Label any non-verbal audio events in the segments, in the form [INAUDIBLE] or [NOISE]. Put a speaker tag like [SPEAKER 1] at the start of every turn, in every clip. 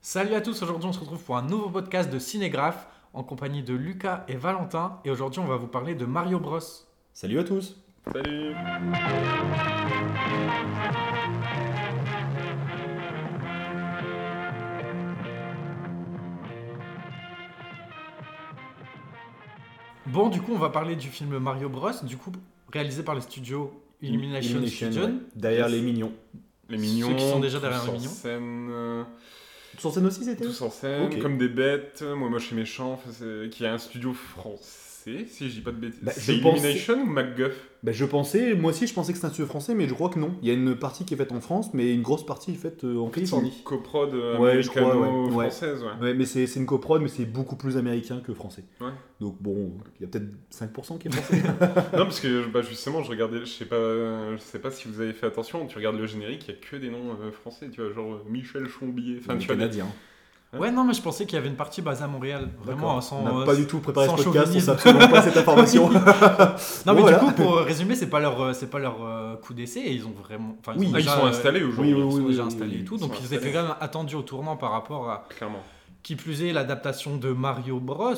[SPEAKER 1] Salut à tous, aujourd'hui on se retrouve pour un nouveau podcast de Cinégraphe en compagnie de Lucas et Valentin et aujourd'hui on va vous parler de Mario Bros.
[SPEAKER 2] Salut à tous
[SPEAKER 3] Salut
[SPEAKER 1] Bon du coup on va parler du film Mario Bros, du coup réalisé par les studios Illumination, Studios,
[SPEAKER 2] ouais. Derrière les mignons.
[SPEAKER 3] Les mignons.
[SPEAKER 1] Ceux qui sont déjà derrière
[SPEAKER 3] tous
[SPEAKER 1] les
[SPEAKER 3] en
[SPEAKER 1] mignons.
[SPEAKER 3] Scène, euh,
[SPEAKER 2] Sur scène aussi, c'était
[SPEAKER 3] tous en scène,
[SPEAKER 2] Ok.
[SPEAKER 3] comme des bêtes. euh, Moi, moche et méchant. enfin, c'est- Qui a un studio français, si je dis pas de bêtises.
[SPEAKER 2] Bah,
[SPEAKER 3] c'est
[SPEAKER 2] je pense-
[SPEAKER 3] Illumination ou MacGuff
[SPEAKER 2] bah, Je pensais, moi aussi, je pensais que c'était un studio français, mais je crois que non. Il y a une partie qui est faite en France, mais une grosse partie est faite euh, en Californie.
[SPEAKER 3] Coprod euh,
[SPEAKER 2] Ouais, je crois, ouais. [LAUGHS]
[SPEAKER 3] américano-française, ouais.
[SPEAKER 2] Ouais, mais c'est c'est une coprode, mais c'est beaucoup plus américain que français.
[SPEAKER 3] Ouais.
[SPEAKER 2] Donc bon, il y a peut-être 5% qui est
[SPEAKER 1] [LAUGHS]
[SPEAKER 2] français.
[SPEAKER 3] Non, parce que bah, justement, je regardais, je sais pas, euh, je sais pas si vous avez fait attention, tu regardes le générique, il y a que des noms euh, français, tu vois, genre euh, Michel Chombier, enfin,
[SPEAKER 2] Les
[SPEAKER 3] tu vois, des-
[SPEAKER 2] Canadiens.
[SPEAKER 1] Ouais. non mais je pensais qu'il y avait une partie basée à Montréal, vraiment
[SPEAKER 2] D'accord.
[SPEAKER 1] sans...
[SPEAKER 2] On n'a
[SPEAKER 1] euh,
[SPEAKER 2] pas du tout préparé ce
[SPEAKER 1] sans
[SPEAKER 2] podcast, on
[SPEAKER 1] chauvinisme.
[SPEAKER 2] sait absolument pas
[SPEAKER 1] [LAUGHS]
[SPEAKER 2] cette information.
[SPEAKER 1] Non mais
[SPEAKER 2] Bon, voilà.
[SPEAKER 1] du coup pour résumer c'est pas leur, euh, c'est pas leur euh, coup d'essai et ils ont vraiment... Enfin,
[SPEAKER 2] Oui,
[SPEAKER 1] ont
[SPEAKER 3] Ah, ils
[SPEAKER 1] déjà,
[SPEAKER 3] sont
[SPEAKER 1] euh,
[SPEAKER 3] installés aujourd'hui,
[SPEAKER 2] oui,
[SPEAKER 1] Ils
[SPEAKER 2] oui,
[SPEAKER 1] sont déjà
[SPEAKER 2] oui,
[SPEAKER 1] installés
[SPEAKER 2] oui,
[SPEAKER 1] et tout,
[SPEAKER 3] ils
[SPEAKER 1] donc
[SPEAKER 3] sont
[SPEAKER 1] ils étaient
[SPEAKER 3] installés.
[SPEAKER 1] quand même attendus au tournant par rapport à
[SPEAKER 3] clairement.
[SPEAKER 1] Qui plus est, l'adaptation de Mario Bros.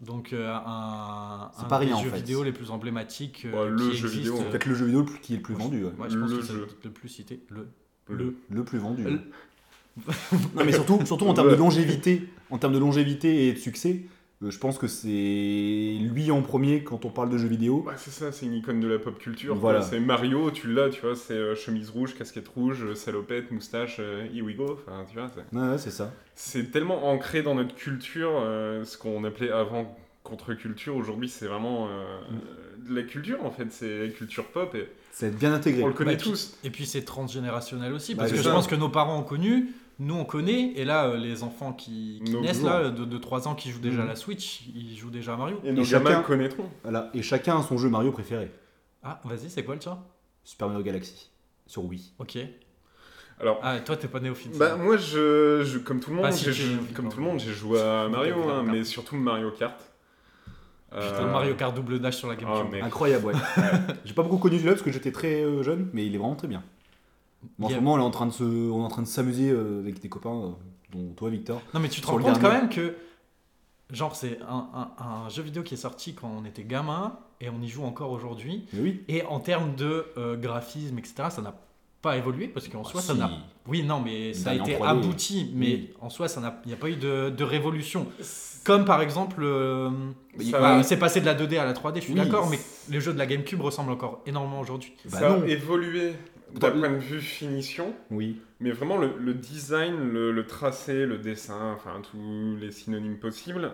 [SPEAKER 1] Donc, euh, un,
[SPEAKER 2] C'est
[SPEAKER 1] un
[SPEAKER 2] pas
[SPEAKER 1] des
[SPEAKER 2] rien, en
[SPEAKER 1] jeux
[SPEAKER 2] fait.
[SPEAKER 1] vidéo les plus emblématiques. euh,
[SPEAKER 3] Bah, le
[SPEAKER 1] qui
[SPEAKER 3] jeu
[SPEAKER 1] existe,
[SPEAKER 3] vidéo, en
[SPEAKER 1] euh,
[SPEAKER 2] [LAUGHS] Peut-être le jeu vidéo le plus- qui est le plus vendu. ouais.
[SPEAKER 1] moi, je pense
[SPEAKER 3] Le
[SPEAKER 1] que c'est
[SPEAKER 3] jeu.
[SPEAKER 1] le plus cité. Le. Le.
[SPEAKER 2] Le plus vendu. hein.
[SPEAKER 1] Le-
[SPEAKER 2] non, mais surtout, surtout en termes de longévité, en termes de longévité et de succès, euh, je pense que c'est lui en premier quand on parle de jeux vidéo.
[SPEAKER 3] Bah, c'est ça, c'est une icône de la pop culture.
[SPEAKER 2] Voilà.
[SPEAKER 3] quoi. C'est Mario, tu l'as, tu vois, c'est euh, chemise rouge, casquette rouge, euh, salopette, moustache, euh, here we go. Enfin, tu vois, c'est-
[SPEAKER 2] Ouais, ouais, c'est ça.
[SPEAKER 3] c'est tellement ancré dans notre culture, euh, ce qu'on appelait avant contre-culture, aujourd'hui c'est vraiment euh, de la culture en fait, c'est la culture pop et
[SPEAKER 2] C'est bien intégré.
[SPEAKER 3] on le connaît
[SPEAKER 1] Bah,
[SPEAKER 3] tous.
[SPEAKER 1] Et puis, c'est transgénérationnel aussi,
[SPEAKER 2] Bah,
[SPEAKER 1] parce
[SPEAKER 2] c'est
[SPEAKER 1] que je
[SPEAKER 3] ça.
[SPEAKER 1] pense que nos parents ont connu, nous on connaît, et là, euh, les enfants qui, qui
[SPEAKER 3] Nos
[SPEAKER 1] naissent,
[SPEAKER 2] jours.
[SPEAKER 1] là, de, de 3 ans, qui jouent déjà à
[SPEAKER 2] Mhm.
[SPEAKER 1] la Switch, ils jouent déjà à Mario.
[SPEAKER 3] Et nos
[SPEAKER 2] chacun-
[SPEAKER 3] gamins le connaîtront.
[SPEAKER 2] Voilà. Et chacun a son jeu Mario préféré.
[SPEAKER 1] Ah, vas-y, c'est quoi le tien
[SPEAKER 2] Super Mario Galaxy sur Wii.
[SPEAKER 1] Ok.
[SPEAKER 3] Alors,
[SPEAKER 1] Ah, toi, t'es pas néophyte.
[SPEAKER 3] bah, moi je, je- comme tout le monde,
[SPEAKER 1] Ah, si,
[SPEAKER 3] j'ai
[SPEAKER 1] tu-
[SPEAKER 3] joué-
[SPEAKER 1] tu-
[SPEAKER 3] comme tout le monde, j'ai joué à Mario, hein,
[SPEAKER 1] Putain.
[SPEAKER 3] mais surtout Mario Kart.
[SPEAKER 1] Putain,
[SPEAKER 3] Euh,
[SPEAKER 1] Mario Kart double dash sur la
[SPEAKER 3] ah,
[SPEAKER 1] GameCube.
[SPEAKER 3] mais
[SPEAKER 2] Incroyable, ouais. J'ai pas beaucoup connu celui-là parce que j'étais très euh, jeune, mais il est vraiment très bien. Bon, en
[SPEAKER 1] Il y
[SPEAKER 2] ce
[SPEAKER 1] a-
[SPEAKER 2] moment, on est en train de se, on est en train de s'amuser euh, avec des copains, euh, dont toi, Victor.
[SPEAKER 1] Non, mais tu te
[SPEAKER 2] Sur
[SPEAKER 1] rends
[SPEAKER 2] le
[SPEAKER 1] compte quand
[SPEAKER 2] dernier.
[SPEAKER 1] même que, genre, c'est un, un- un jeu vidéo qui est sorti quand on était gamin et on y joue encore aujourd'hui.
[SPEAKER 2] Mais oui.
[SPEAKER 1] Et en termes de euh, graphisme, etc., ça n'a pas évolué parce qu'en
[SPEAKER 2] Ah,
[SPEAKER 1] soi, ça
[SPEAKER 2] si.
[SPEAKER 1] n'a. Oui, non, mais ça a
[SPEAKER 2] dernier en
[SPEAKER 1] été
[SPEAKER 2] 3D,
[SPEAKER 1] abouti, mais
[SPEAKER 2] oui.
[SPEAKER 1] en soi, ça n'a- il n'y a pas eu de, de révolution.
[SPEAKER 3] c'est-
[SPEAKER 1] Comme par exemple, euh,
[SPEAKER 2] il-
[SPEAKER 3] ça-
[SPEAKER 1] bah, c'est passé de la 2D à la 3D, je suis
[SPEAKER 2] Oui.
[SPEAKER 1] d'accord, mais les jeux de la GameCube ressemblent encore énormément aujourd'hui.
[SPEAKER 2] Bah
[SPEAKER 3] ça
[SPEAKER 2] non.
[SPEAKER 3] a évolué d'un
[SPEAKER 2] Dans-
[SPEAKER 3] point de vue finition,
[SPEAKER 2] Oui.
[SPEAKER 3] mais vraiment le, le design, le, le tracé, le dessin, enfin tous les synonymes possibles,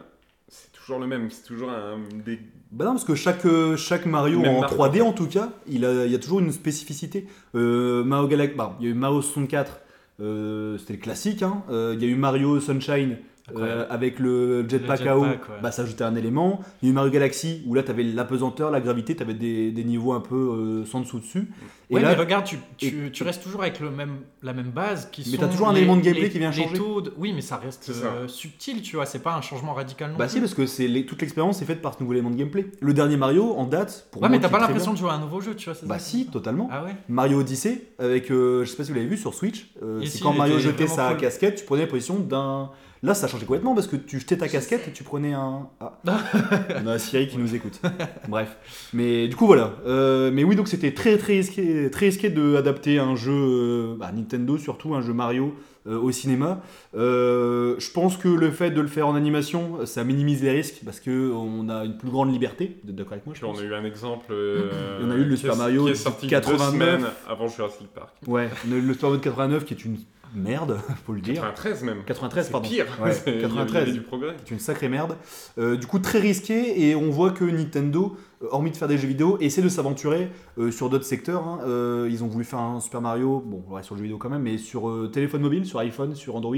[SPEAKER 3] c'est toujours le même. C'est toujours un des.
[SPEAKER 2] Bah non, parce que chaque, euh, chaque Mario
[SPEAKER 3] Même
[SPEAKER 2] en
[SPEAKER 3] marque,
[SPEAKER 2] 3D en tout cas, il, a, il y a toujours une spécificité. Euh, Mario Galaxy, bah, il y a eu Mario 64, euh, c'était le classique. hein. Euh, il y a eu Mario Sunshine
[SPEAKER 1] Incroyable.
[SPEAKER 2] euh, avec le jetpack
[SPEAKER 1] jetpack,
[SPEAKER 2] à eau,
[SPEAKER 1] ouais.
[SPEAKER 2] bah, ça ajoutait un élément. Il y a eu Mario Galaxy où là t'avais l'apesanteur, la gravité, t'avais des, des niveaux un peu euh, sans dessous dessus. Et
[SPEAKER 1] ouais,
[SPEAKER 2] là,
[SPEAKER 1] mais regarde, tu, tu, tu restes toujours avec le même, la même base qui
[SPEAKER 2] Mais
[SPEAKER 1] sont
[SPEAKER 2] t'as toujours un
[SPEAKER 1] les-
[SPEAKER 2] élément de gameplay
[SPEAKER 1] les-
[SPEAKER 2] qui vient
[SPEAKER 1] les
[SPEAKER 2] changer.
[SPEAKER 1] taux de- Oui, mais ça reste
[SPEAKER 3] C'est ça.
[SPEAKER 1] euh, subtil, tu vois. C'est pas un changement radical non
[SPEAKER 2] bah
[SPEAKER 1] plus.
[SPEAKER 2] si, parce que c'est les- toute l'expérience est faite par ce nouveau élément de gameplay. Le dernier Mario en date, pour
[SPEAKER 1] ouais,
[SPEAKER 2] moi,
[SPEAKER 1] mais t'as
[SPEAKER 2] qui
[SPEAKER 1] pas
[SPEAKER 2] est très
[SPEAKER 1] l'impression
[SPEAKER 2] bien.
[SPEAKER 1] de jouer à un nouveau jeu, tu vois. c'est
[SPEAKER 2] Bah
[SPEAKER 1] ça.
[SPEAKER 2] si, totalement.
[SPEAKER 1] Ah ouais.
[SPEAKER 2] Mario Odyssey avec euh, je sais pas si vous l'avez vu sur Switch euh,
[SPEAKER 1] Et
[SPEAKER 2] c'est
[SPEAKER 1] si,
[SPEAKER 2] quand
[SPEAKER 1] il
[SPEAKER 2] Mario
[SPEAKER 1] était
[SPEAKER 2] jetait
[SPEAKER 1] vraiment
[SPEAKER 2] sa
[SPEAKER 1] cool.
[SPEAKER 2] casquette tu prenais la position d'un là ça a changé complètement parce que tu jetais ta casquette et tu prenais un
[SPEAKER 1] [LAUGHS]
[SPEAKER 2] ah on a Siri qui nous écoute bref mais du coup voilà Euh, mais oui donc c'était très très risqué très risqué de adapter un jeu euh, bah, Nintendo surtout un jeu Mario euh, au cinéma Euh, je pense que le fait de le faire en animation ça minimise les risques parce que on a une plus grande liberté vous êtes d'accord avec moi je
[SPEAKER 3] Puis on
[SPEAKER 2] pense
[SPEAKER 3] a eu un exemple. euh,
[SPEAKER 2] Il y en a eu le
[SPEAKER 3] qui
[SPEAKER 2] Super
[SPEAKER 3] est-
[SPEAKER 2] Mario
[SPEAKER 3] qui
[SPEAKER 2] de
[SPEAKER 3] est sorti
[SPEAKER 2] 89.
[SPEAKER 3] deux semaines avant Jurassic Park.
[SPEAKER 2] ouais on a eu le Super Mario de 89 qui est une merde [LAUGHS] faut le dire
[SPEAKER 3] 93 même.
[SPEAKER 2] 93, pardon.
[SPEAKER 3] Pire.
[SPEAKER 2] Ouais,
[SPEAKER 3] C'est- il y avait- Il y
[SPEAKER 2] 93.
[SPEAKER 3] avait du progrès.
[SPEAKER 2] C'est une sacrée merde. Euh, du coup, très risqué, et on voit que Nintendo, euh, hormis de faire des jeux vidéo, essaie de s'aventurer euh, sur d'autres secteurs. hein. Euh, ils ont voulu faire un Super Mario, bon, on reste sur le jeu vidéo quand même, mais sur euh, téléphone mobile, sur iPhone, sur Android.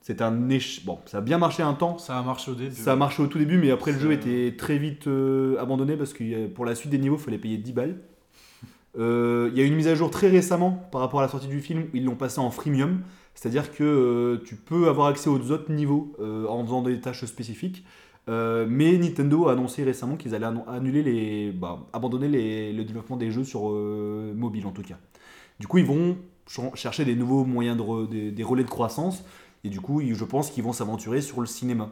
[SPEAKER 2] C'est un échec. Bon, ça a bien marché un temps.
[SPEAKER 1] Ça a marché au début.
[SPEAKER 2] Ça a marché au tout début, mais après le jeu
[SPEAKER 3] Ça-
[SPEAKER 2] était très vite euh, abandonné parce que euh, pour la suite des niveaux, il fallait payer 10 balles. Euh, Il y a eu une mise à jour très récemment par rapport à la sortie du film, ils l'ont passé en freemium, c'est-à-dire que euh, tu peux avoir accès aux autres niveaux euh, en faisant des tâches spécifiques. Euh, mais Nintendo a annoncé récemment qu'ils allaient annon- annuler les, bah, abandonner les- le développement des jeux sur euh, mobile en tout cas. Du coup, ils vont ch- chercher des nouveaux moyens de re- des, des relais de croissance. Et du coup, ils- je pense qu'ils vont s'aventurer sur le cinéma.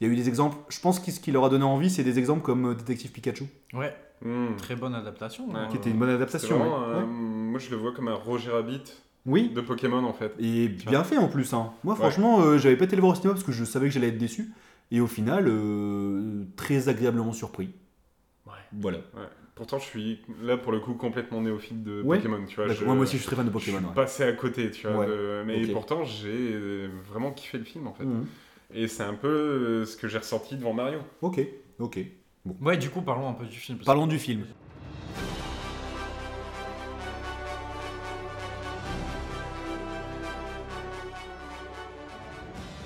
[SPEAKER 2] Il y a eu des exemples, je pense que ce qui leur a donné envie, c'est des exemples comme euh, Détective Pikachu,
[SPEAKER 1] Ouais,
[SPEAKER 3] Hmm.
[SPEAKER 1] très bonne adaptation.
[SPEAKER 3] Ouais.
[SPEAKER 1] hein.
[SPEAKER 2] qui était une bonne
[SPEAKER 3] C'est
[SPEAKER 2] adaptation.
[SPEAKER 3] vraiment,
[SPEAKER 2] ouais.
[SPEAKER 3] euh,
[SPEAKER 2] Ouais.
[SPEAKER 3] Moi, je le vois comme un Roger Rabbit
[SPEAKER 2] Oui.
[SPEAKER 3] de Pokémon, en fait.
[SPEAKER 2] Et bien fait en plus. hein. Moi,
[SPEAKER 3] Ouais.
[SPEAKER 2] franchement, euh, j'avais pas été le voir au cinéma parce que je savais que j'allais être déçu. Et au final, euh, très agréablement surpris.
[SPEAKER 1] Ouais.
[SPEAKER 2] Voilà.
[SPEAKER 3] Pourtant, je suis là, pour le coup, complètement néophyte de
[SPEAKER 2] Ouais.
[SPEAKER 3] Pokémon, tu vois.
[SPEAKER 2] D'accord,
[SPEAKER 3] je-
[SPEAKER 2] Moi, moi aussi, je suis très fan de
[SPEAKER 3] je suis
[SPEAKER 2] Pokémon. ouais.
[SPEAKER 3] passé à côté, tu vois.
[SPEAKER 2] Ouais.
[SPEAKER 3] de- Mais
[SPEAKER 2] Ok.
[SPEAKER 3] pourtant, j'ai euh, vraiment kiffé le film, en fait.
[SPEAKER 2] Mhm.
[SPEAKER 3] Et c'est un peu euh, ce que j'ai ressorti devant Mario.
[SPEAKER 2] Ok, ok.
[SPEAKER 1] Ouais, du coup, parlons un peu du film. parce que-
[SPEAKER 2] Parlons du film.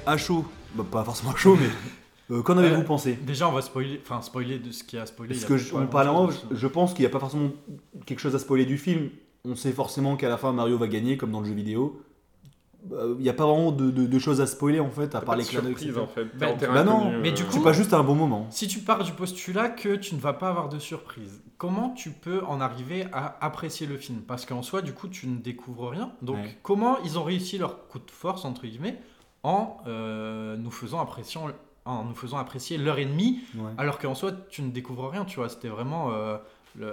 [SPEAKER 2] À chaud, bah, pas forcément à chaud, mais euh, qu'en avez-vous
[SPEAKER 1] Euh,
[SPEAKER 2] pensé
[SPEAKER 1] Déjà, on va spoiler, enfin spoiler de ce qui a spoilé.
[SPEAKER 2] Parce que je, on parlait avant, je, je pense qu'il n'y a pas forcément quelque chose à spoiler du film. On sait forcément qu'à la fin Mario va gagner, comme dans le jeu vidéo. Euh, Il n'y a pas vraiment de, de- de choses à spoiler en fait, à
[SPEAKER 3] T'as pas
[SPEAKER 2] part
[SPEAKER 3] de
[SPEAKER 2] les clins d'œil,
[SPEAKER 3] surprise,
[SPEAKER 2] etc.
[SPEAKER 3] en fait. T'es
[SPEAKER 1] Bah,
[SPEAKER 3] en terrain
[SPEAKER 2] bah non,
[SPEAKER 3] inconnu,
[SPEAKER 1] mais du
[SPEAKER 3] euh,
[SPEAKER 1] coup,
[SPEAKER 2] C'est pas juste à un bon moment.
[SPEAKER 1] Si tu pars du postulat que tu ne vas pas avoir de surprise, comment tu peux en arriver à apprécier le film Parce qu'en soi, du coup, tu ne découvres rien. Donc,
[SPEAKER 2] Ouais.
[SPEAKER 1] comment ils ont réussi leur coup de force, entre guillemets, en, euh, nous, faisant apprécier, en nous faisant apprécier l'heure et demie,
[SPEAKER 2] hein. Ouais.
[SPEAKER 1] alors qu'en soi, tu ne découvres rien, tu vois. C'était vraiment euh, le-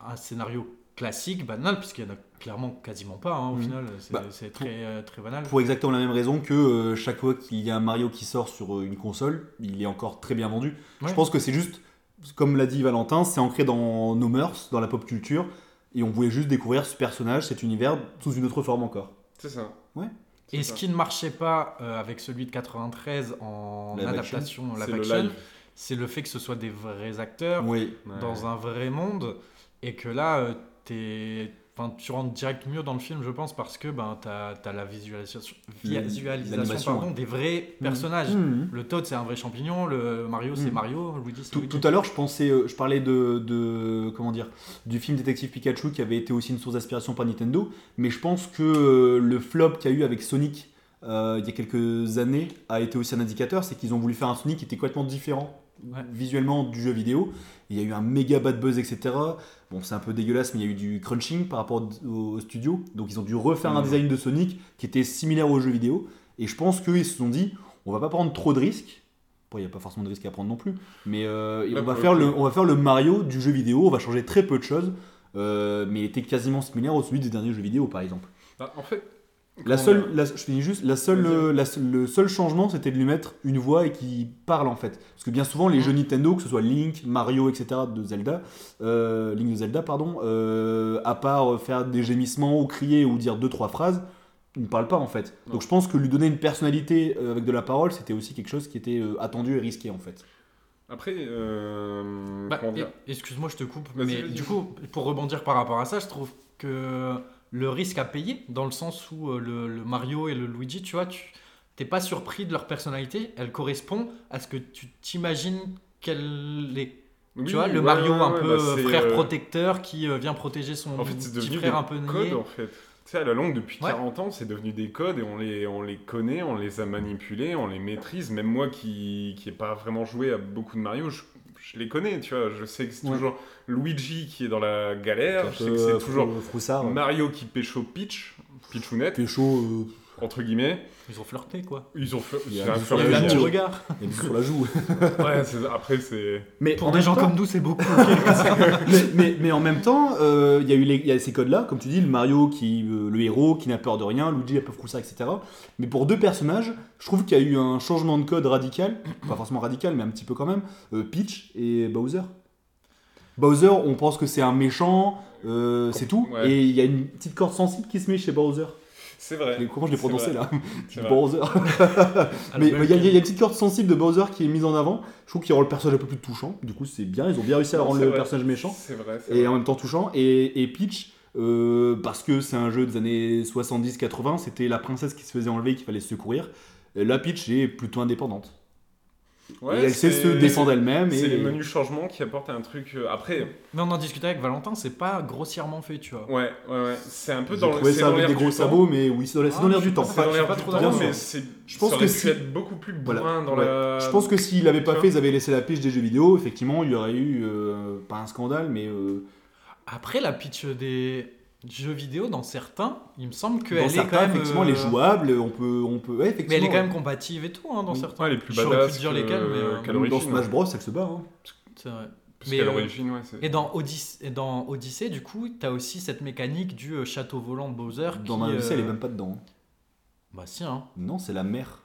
[SPEAKER 1] un scénario classique, banal, puisqu'il n'y en a clairement quasiment pas, hein, au
[SPEAKER 2] Mhm.
[SPEAKER 1] final. C'est
[SPEAKER 2] Bah,
[SPEAKER 1] c'est très, euh, très banal.
[SPEAKER 3] Ah.
[SPEAKER 2] Pour exactement la même raison que euh, chaque fois qu'il y a un Mario qui sort sur euh, une console, il est encore très bien vendu.
[SPEAKER 1] Ouais.
[SPEAKER 2] Je pense que c'est juste, comme l'a dit Valentin, c'est ancré dans nos mœurs, dans la pop culture, et on voulait juste découvrir ce personnage, cet univers, sous une autre forme encore.
[SPEAKER 3] C'est ça.
[SPEAKER 2] Ouais.
[SPEAKER 1] Et
[SPEAKER 3] C'est
[SPEAKER 1] ce
[SPEAKER 3] ça.
[SPEAKER 1] qui ne marchait pas euh, avec celui de 93 en
[SPEAKER 2] Live action.
[SPEAKER 1] adaptation live
[SPEAKER 3] C'est le
[SPEAKER 1] action,
[SPEAKER 3] live.
[SPEAKER 1] c'est le fait que ce soit des vrais
[SPEAKER 3] Ah.
[SPEAKER 1] acteurs
[SPEAKER 2] Oui.
[SPEAKER 3] Ouais.
[SPEAKER 1] dans un vrai monde et que là, euh, t'es- enfin, tu rentres direct mieux dans le film, je pense, parce que ben, tu as, la visualisation,
[SPEAKER 2] La-
[SPEAKER 1] visualisation
[SPEAKER 2] l'animation, Mm.
[SPEAKER 1] pardon, des vrais
[SPEAKER 3] Ah,
[SPEAKER 1] personnages. Le Toad, c'est un vrai champignon, le Mario, c'est
[SPEAKER 2] Mhm.
[SPEAKER 1] Mario, Luigi, c'est
[SPEAKER 2] Tout,
[SPEAKER 1] Luigi.
[SPEAKER 2] tout à l'heure, je pensais, euh, je parlais de, de- comment dire, du film Détective Pikachu qui avait été aussi une source d'inspiration par Nintendo, mais je pense que euh, le flop qu'il y a eu avec Sonic euh, il y a quelques années a été aussi un indicateur, c'est qu'ils ont voulu faire un Sonic qui était complètement différent
[SPEAKER 1] Ouais.
[SPEAKER 2] visuellement du jeu vidéo. Il y a eu un méga bad buzz, etc. Bon, c'est un peu dégueulasse, mais il y a eu du crunching par rapport au, au studio, donc ils ont dû refaire un
[SPEAKER 3] Mhm.
[SPEAKER 2] design de Sonic qui était similaire au jeu vidéo, et je pense qu'ils se sont dit, on va pas prendre trop de risques. Bon, il n'y a pas forcément de risques à prendre non plus. Mais euh, et on, va
[SPEAKER 3] Là, pour le
[SPEAKER 2] faire
[SPEAKER 3] coup.
[SPEAKER 2] le, on va faire le Mario du jeu vidéo, on va changer très peu de choses, euh, mais il était quasiment similaire au celui des derniers jeux vidéo par exemple.
[SPEAKER 3] Bah, en fait.
[SPEAKER 2] La
[SPEAKER 3] comment
[SPEAKER 2] seule,
[SPEAKER 3] dire
[SPEAKER 2] la- je finis juste, la seule,
[SPEAKER 3] Vas-y.
[SPEAKER 2] euh, la se- le seul changement c'était de lui mettre une voix et qu'il parle en fait. Parce que bien souvent
[SPEAKER 3] Mmh.
[SPEAKER 2] les jeux Nintendo, que ce soit Link, Mario, etc. de Zelda, euh, Link de Zelda, pardon, euh, à part euh, faire des gémissements ou crier ou dire deux trois phrases, il ne parle pas en fait.
[SPEAKER 3] Non.
[SPEAKER 2] Donc je pense que lui donner une personnalité euh, avec de la parole, c'était aussi quelque chose qui était euh, attendu et risqué en fait.
[SPEAKER 3] Après, euh,
[SPEAKER 1] Bah,
[SPEAKER 3] comment
[SPEAKER 1] et-
[SPEAKER 3] dire
[SPEAKER 1] Excuse-moi, je te coupe,
[SPEAKER 3] Vas-y,
[SPEAKER 1] mais
[SPEAKER 3] vas-y.
[SPEAKER 1] du coup, pour rebondir par rapport à ça, je trouve que le risque à payer, dans le sens où euh, le, le Mario et le Luigi, tu vois, tu t'es pas surpris de leur personnalité, elle correspond à ce que tu t'imagines qu'elle est.
[SPEAKER 3] Oui,
[SPEAKER 1] tu vois, le
[SPEAKER 3] ouais,
[SPEAKER 1] Mario
[SPEAKER 3] ouais,
[SPEAKER 1] un
[SPEAKER 3] ouais,
[SPEAKER 1] peu
[SPEAKER 3] bah, c'est,
[SPEAKER 1] frère
[SPEAKER 3] euh,
[SPEAKER 1] protecteur qui euh, vient protéger son
[SPEAKER 3] En fait, c'est
[SPEAKER 1] petit
[SPEAKER 3] devenu
[SPEAKER 1] frère un peu
[SPEAKER 3] des codes,
[SPEAKER 1] niais.
[SPEAKER 3] en fait. Tu sais, à la longue, depuis
[SPEAKER 1] Ouais.
[SPEAKER 3] 40 ans, c'est devenu des codes et on les, on les connaît, on les a manipulés, on les maîtrise. Même moi qui n'ai pas vraiment joué à beaucoup de Mario, je, je les connais, tu vois. Je sais que c'est
[SPEAKER 2] Ouais.
[SPEAKER 3] toujours Luigi qui est dans la galère, je sais
[SPEAKER 2] Un
[SPEAKER 3] que
[SPEAKER 2] peu,
[SPEAKER 3] c'est
[SPEAKER 2] euh,
[SPEAKER 3] toujours
[SPEAKER 2] Frou- Froussard, euh,
[SPEAKER 3] Mario qui pécho Peach, Pichounette,
[SPEAKER 2] Pécho, euh,
[SPEAKER 3] entre guillemets.
[SPEAKER 1] Ils ont flirté, quoi.
[SPEAKER 3] Ils ont fait...
[SPEAKER 2] Il y a
[SPEAKER 3] c'est un
[SPEAKER 2] un
[SPEAKER 3] fur
[SPEAKER 1] Il y
[SPEAKER 3] et
[SPEAKER 1] a eu
[SPEAKER 3] à
[SPEAKER 1] un
[SPEAKER 2] Flirté.
[SPEAKER 1] petit
[SPEAKER 3] mesure.
[SPEAKER 1] regard.
[SPEAKER 2] euh, il est sur la joue.
[SPEAKER 3] Ouais, c'est- après, c'est...
[SPEAKER 2] Mais en
[SPEAKER 1] Pour des
[SPEAKER 2] même
[SPEAKER 1] gens
[SPEAKER 2] temps-
[SPEAKER 1] comme nous, c'est
[SPEAKER 2] [LAUGHS]
[SPEAKER 1] beaucoup.
[SPEAKER 2] mais, mais- mais en même temps, euh, il y, a eu les- il y a ces codes-là, comme tu dis, le Mario qui, euh, le héros qui n'a peur de rien, Luigi un peu froussard, etc. Mais pour deux personnages, je trouve qu'il y a eu un changement de code radical, pas forcément radical, mais un petit peu quand même. euh, Peach et Bowser. Bowser, on pense que c'est un méchant, euh, c'est tout.
[SPEAKER 3] Ouais.
[SPEAKER 2] Et il y a une petite corde sensible qui se met chez Bowser.
[SPEAKER 3] C'est vrai.
[SPEAKER 2] Comment je l'ai
[SPEAKER 3] C'est
[SPEAKER 2] prononcé
[SPEAKER 3] vrai,
[SPEAKER 2] là
[SPEAKER 3] c'est vrai. Ah,
[SPEAKER 2] Bowser. [LAUGHS] Mais il y, a- y a y a une petite corde sensible de Bowser qui est mise en avant. Je trouve qu'il rend le personnage un peu plus touchant. Du coup, c'est bien. Ils ont bien réussi à
[SPEAKER 3] Non,
[SPEAKER 2] rendre
[SPEAKER 3] c'est
[SPEAKER 2] le
[SPEAKER 3] vrai.
[SPEAKER 2] personnage méchant
[SPEAKER 3] C'est vrai, c'est
[SPEAKER 2] et en
[SPEAKER 3] vrai.
[SPEAKER 2] même temps touchant. Et, et Peach, euh, parce que c'est un jeu des années 70-80, c'était la princesse qui se faisait enlever et qu'il fallait secourir. Et Là, Peach est plutôt indépendante.
[SPEAKER 3] Ouais,
[SPEAKER 2] et elle sait
[SPEAKER 3] c'est-
[SPEAKER 2] se défendre elle-même.
[SPEAKER 3] C'est
[SPEAKER 2] Et...
[SPEAKER 3] les menus changements qui apportent un truc. euh, Après,
[SPEAKER 1] Mais on en discutait avec Valentin, c'est pas grossièrement fait, tu vois.
[SPEAKER 3] ouais, ouais, ouais. C'est un peu
[SPEAKER 2] J'ai
[SPEAKER 3] dans le.
[SPEAKER 2] trouvé
[SPEAKER 3] c'est
[SPEAKER 2] ça
[SPEAKER 3] dans
[SPEAKER 2] avec
[SPEAKER 3] l'air
[SPEAKER 2] des
[SPEAKER 3] du
[SPEAKER 2] gros
[SPEAKER 3] temps.
[SPEAKER 2] sabots, mais oui, c'est dans l'air, c'est dans l'air du temps.
[SPEAKER 1] Ah,
[SPEAKER 3] C'est dans l'air
[SPEAKER 1] pas
[SPEAKER 3] du
[SPEAKER 1] trop
[SPEAKER 3] temps,
[SPEAKER 2] d'accord,
[SPEAKER 3] mais
[SPEAKER 2] mais
[SPEAKER 3] c'est.
[SPEAKER 2] je pense
[SPEAKER 3] ça
[SPEAKER 2] que
[SPEAKER 3] aurait pu
[SPEAKER 2] si-
[SPEAKER 3] être beaucoup plus
[SPEAKER 2] Voilà.
[SPEAKER 3] bourrin dans
[SPEAKER 2] Ouais.
[SPEAKER 3] la.
[SPEAKER 2] Je pense que s'ils l'avaient pas
[SPEAKER 3] tu
[SPEAKER 2] fait, ils avaient laissé la pêche des jeux vidéo, effectivement, il y aurait eu, euh, pas un scandale, mais euh,
[SPEAKER 1] Après la pitch des jeux vidéo, dans certains, il me semble
[SPEAKER 2] Dans
[SPEAKER 1] qu'elle est
[SPEAKER 2] certains,
[SPEAKER 1] quand même.
[SPEAKER 2] effectivement,
[SPEAKER 1] euh,
[SPEAKER 2] elle est jouable, on peut. On peut ouais,
[SPEAKER 1] Mais elle est
[SPEAKER 2] effectivement.
[SPEAKER 1] quand même compatible et tout, hein, dans
[SPEAKER 3] Oui.
[SPEAKER 1] certains.
[SPEAKER 3] Ouais, les plus
[SPEAKER 1] J'aurais pu
[SPEAKER 3] badass.
[SPEAKER 1] te dire lesquels, mais, euh,
[SPEAKER 3] qu'à
[SPEAKER 2] Dans
[SPEAKER 3] l'origine,
[SPEAKER 2] Smash
[SPEAKER 3] ouais.
[SPEAKER 2] Bros, elle se bat. hein.
[SPEAKER 1] C'est vrai.
[SPEAKER 3] Parce
[SPEAKER 1] Mais,
[SPEAKER 3] qu'à
[SPEAKER 1] euh,
[SPEAKER 3] l'origine, ouais, c'est.
[SPEAKER 1] Et dans Odyssey, et dans Odyssey, du coup, t'as aussi cette mécanique du euh, château volant de Bowser.
[SPEAKER 2] Dans
[SPEAKER 1] qui,
[SPEAKER 2] ma Odyssey, elle est
[SPEAKER 1] euh,
[SPEAKER 2] même pas dedans. hein.
[SPEAKER 1] Bah si, hein.
[SPEAKER 2] Non, c'est la mère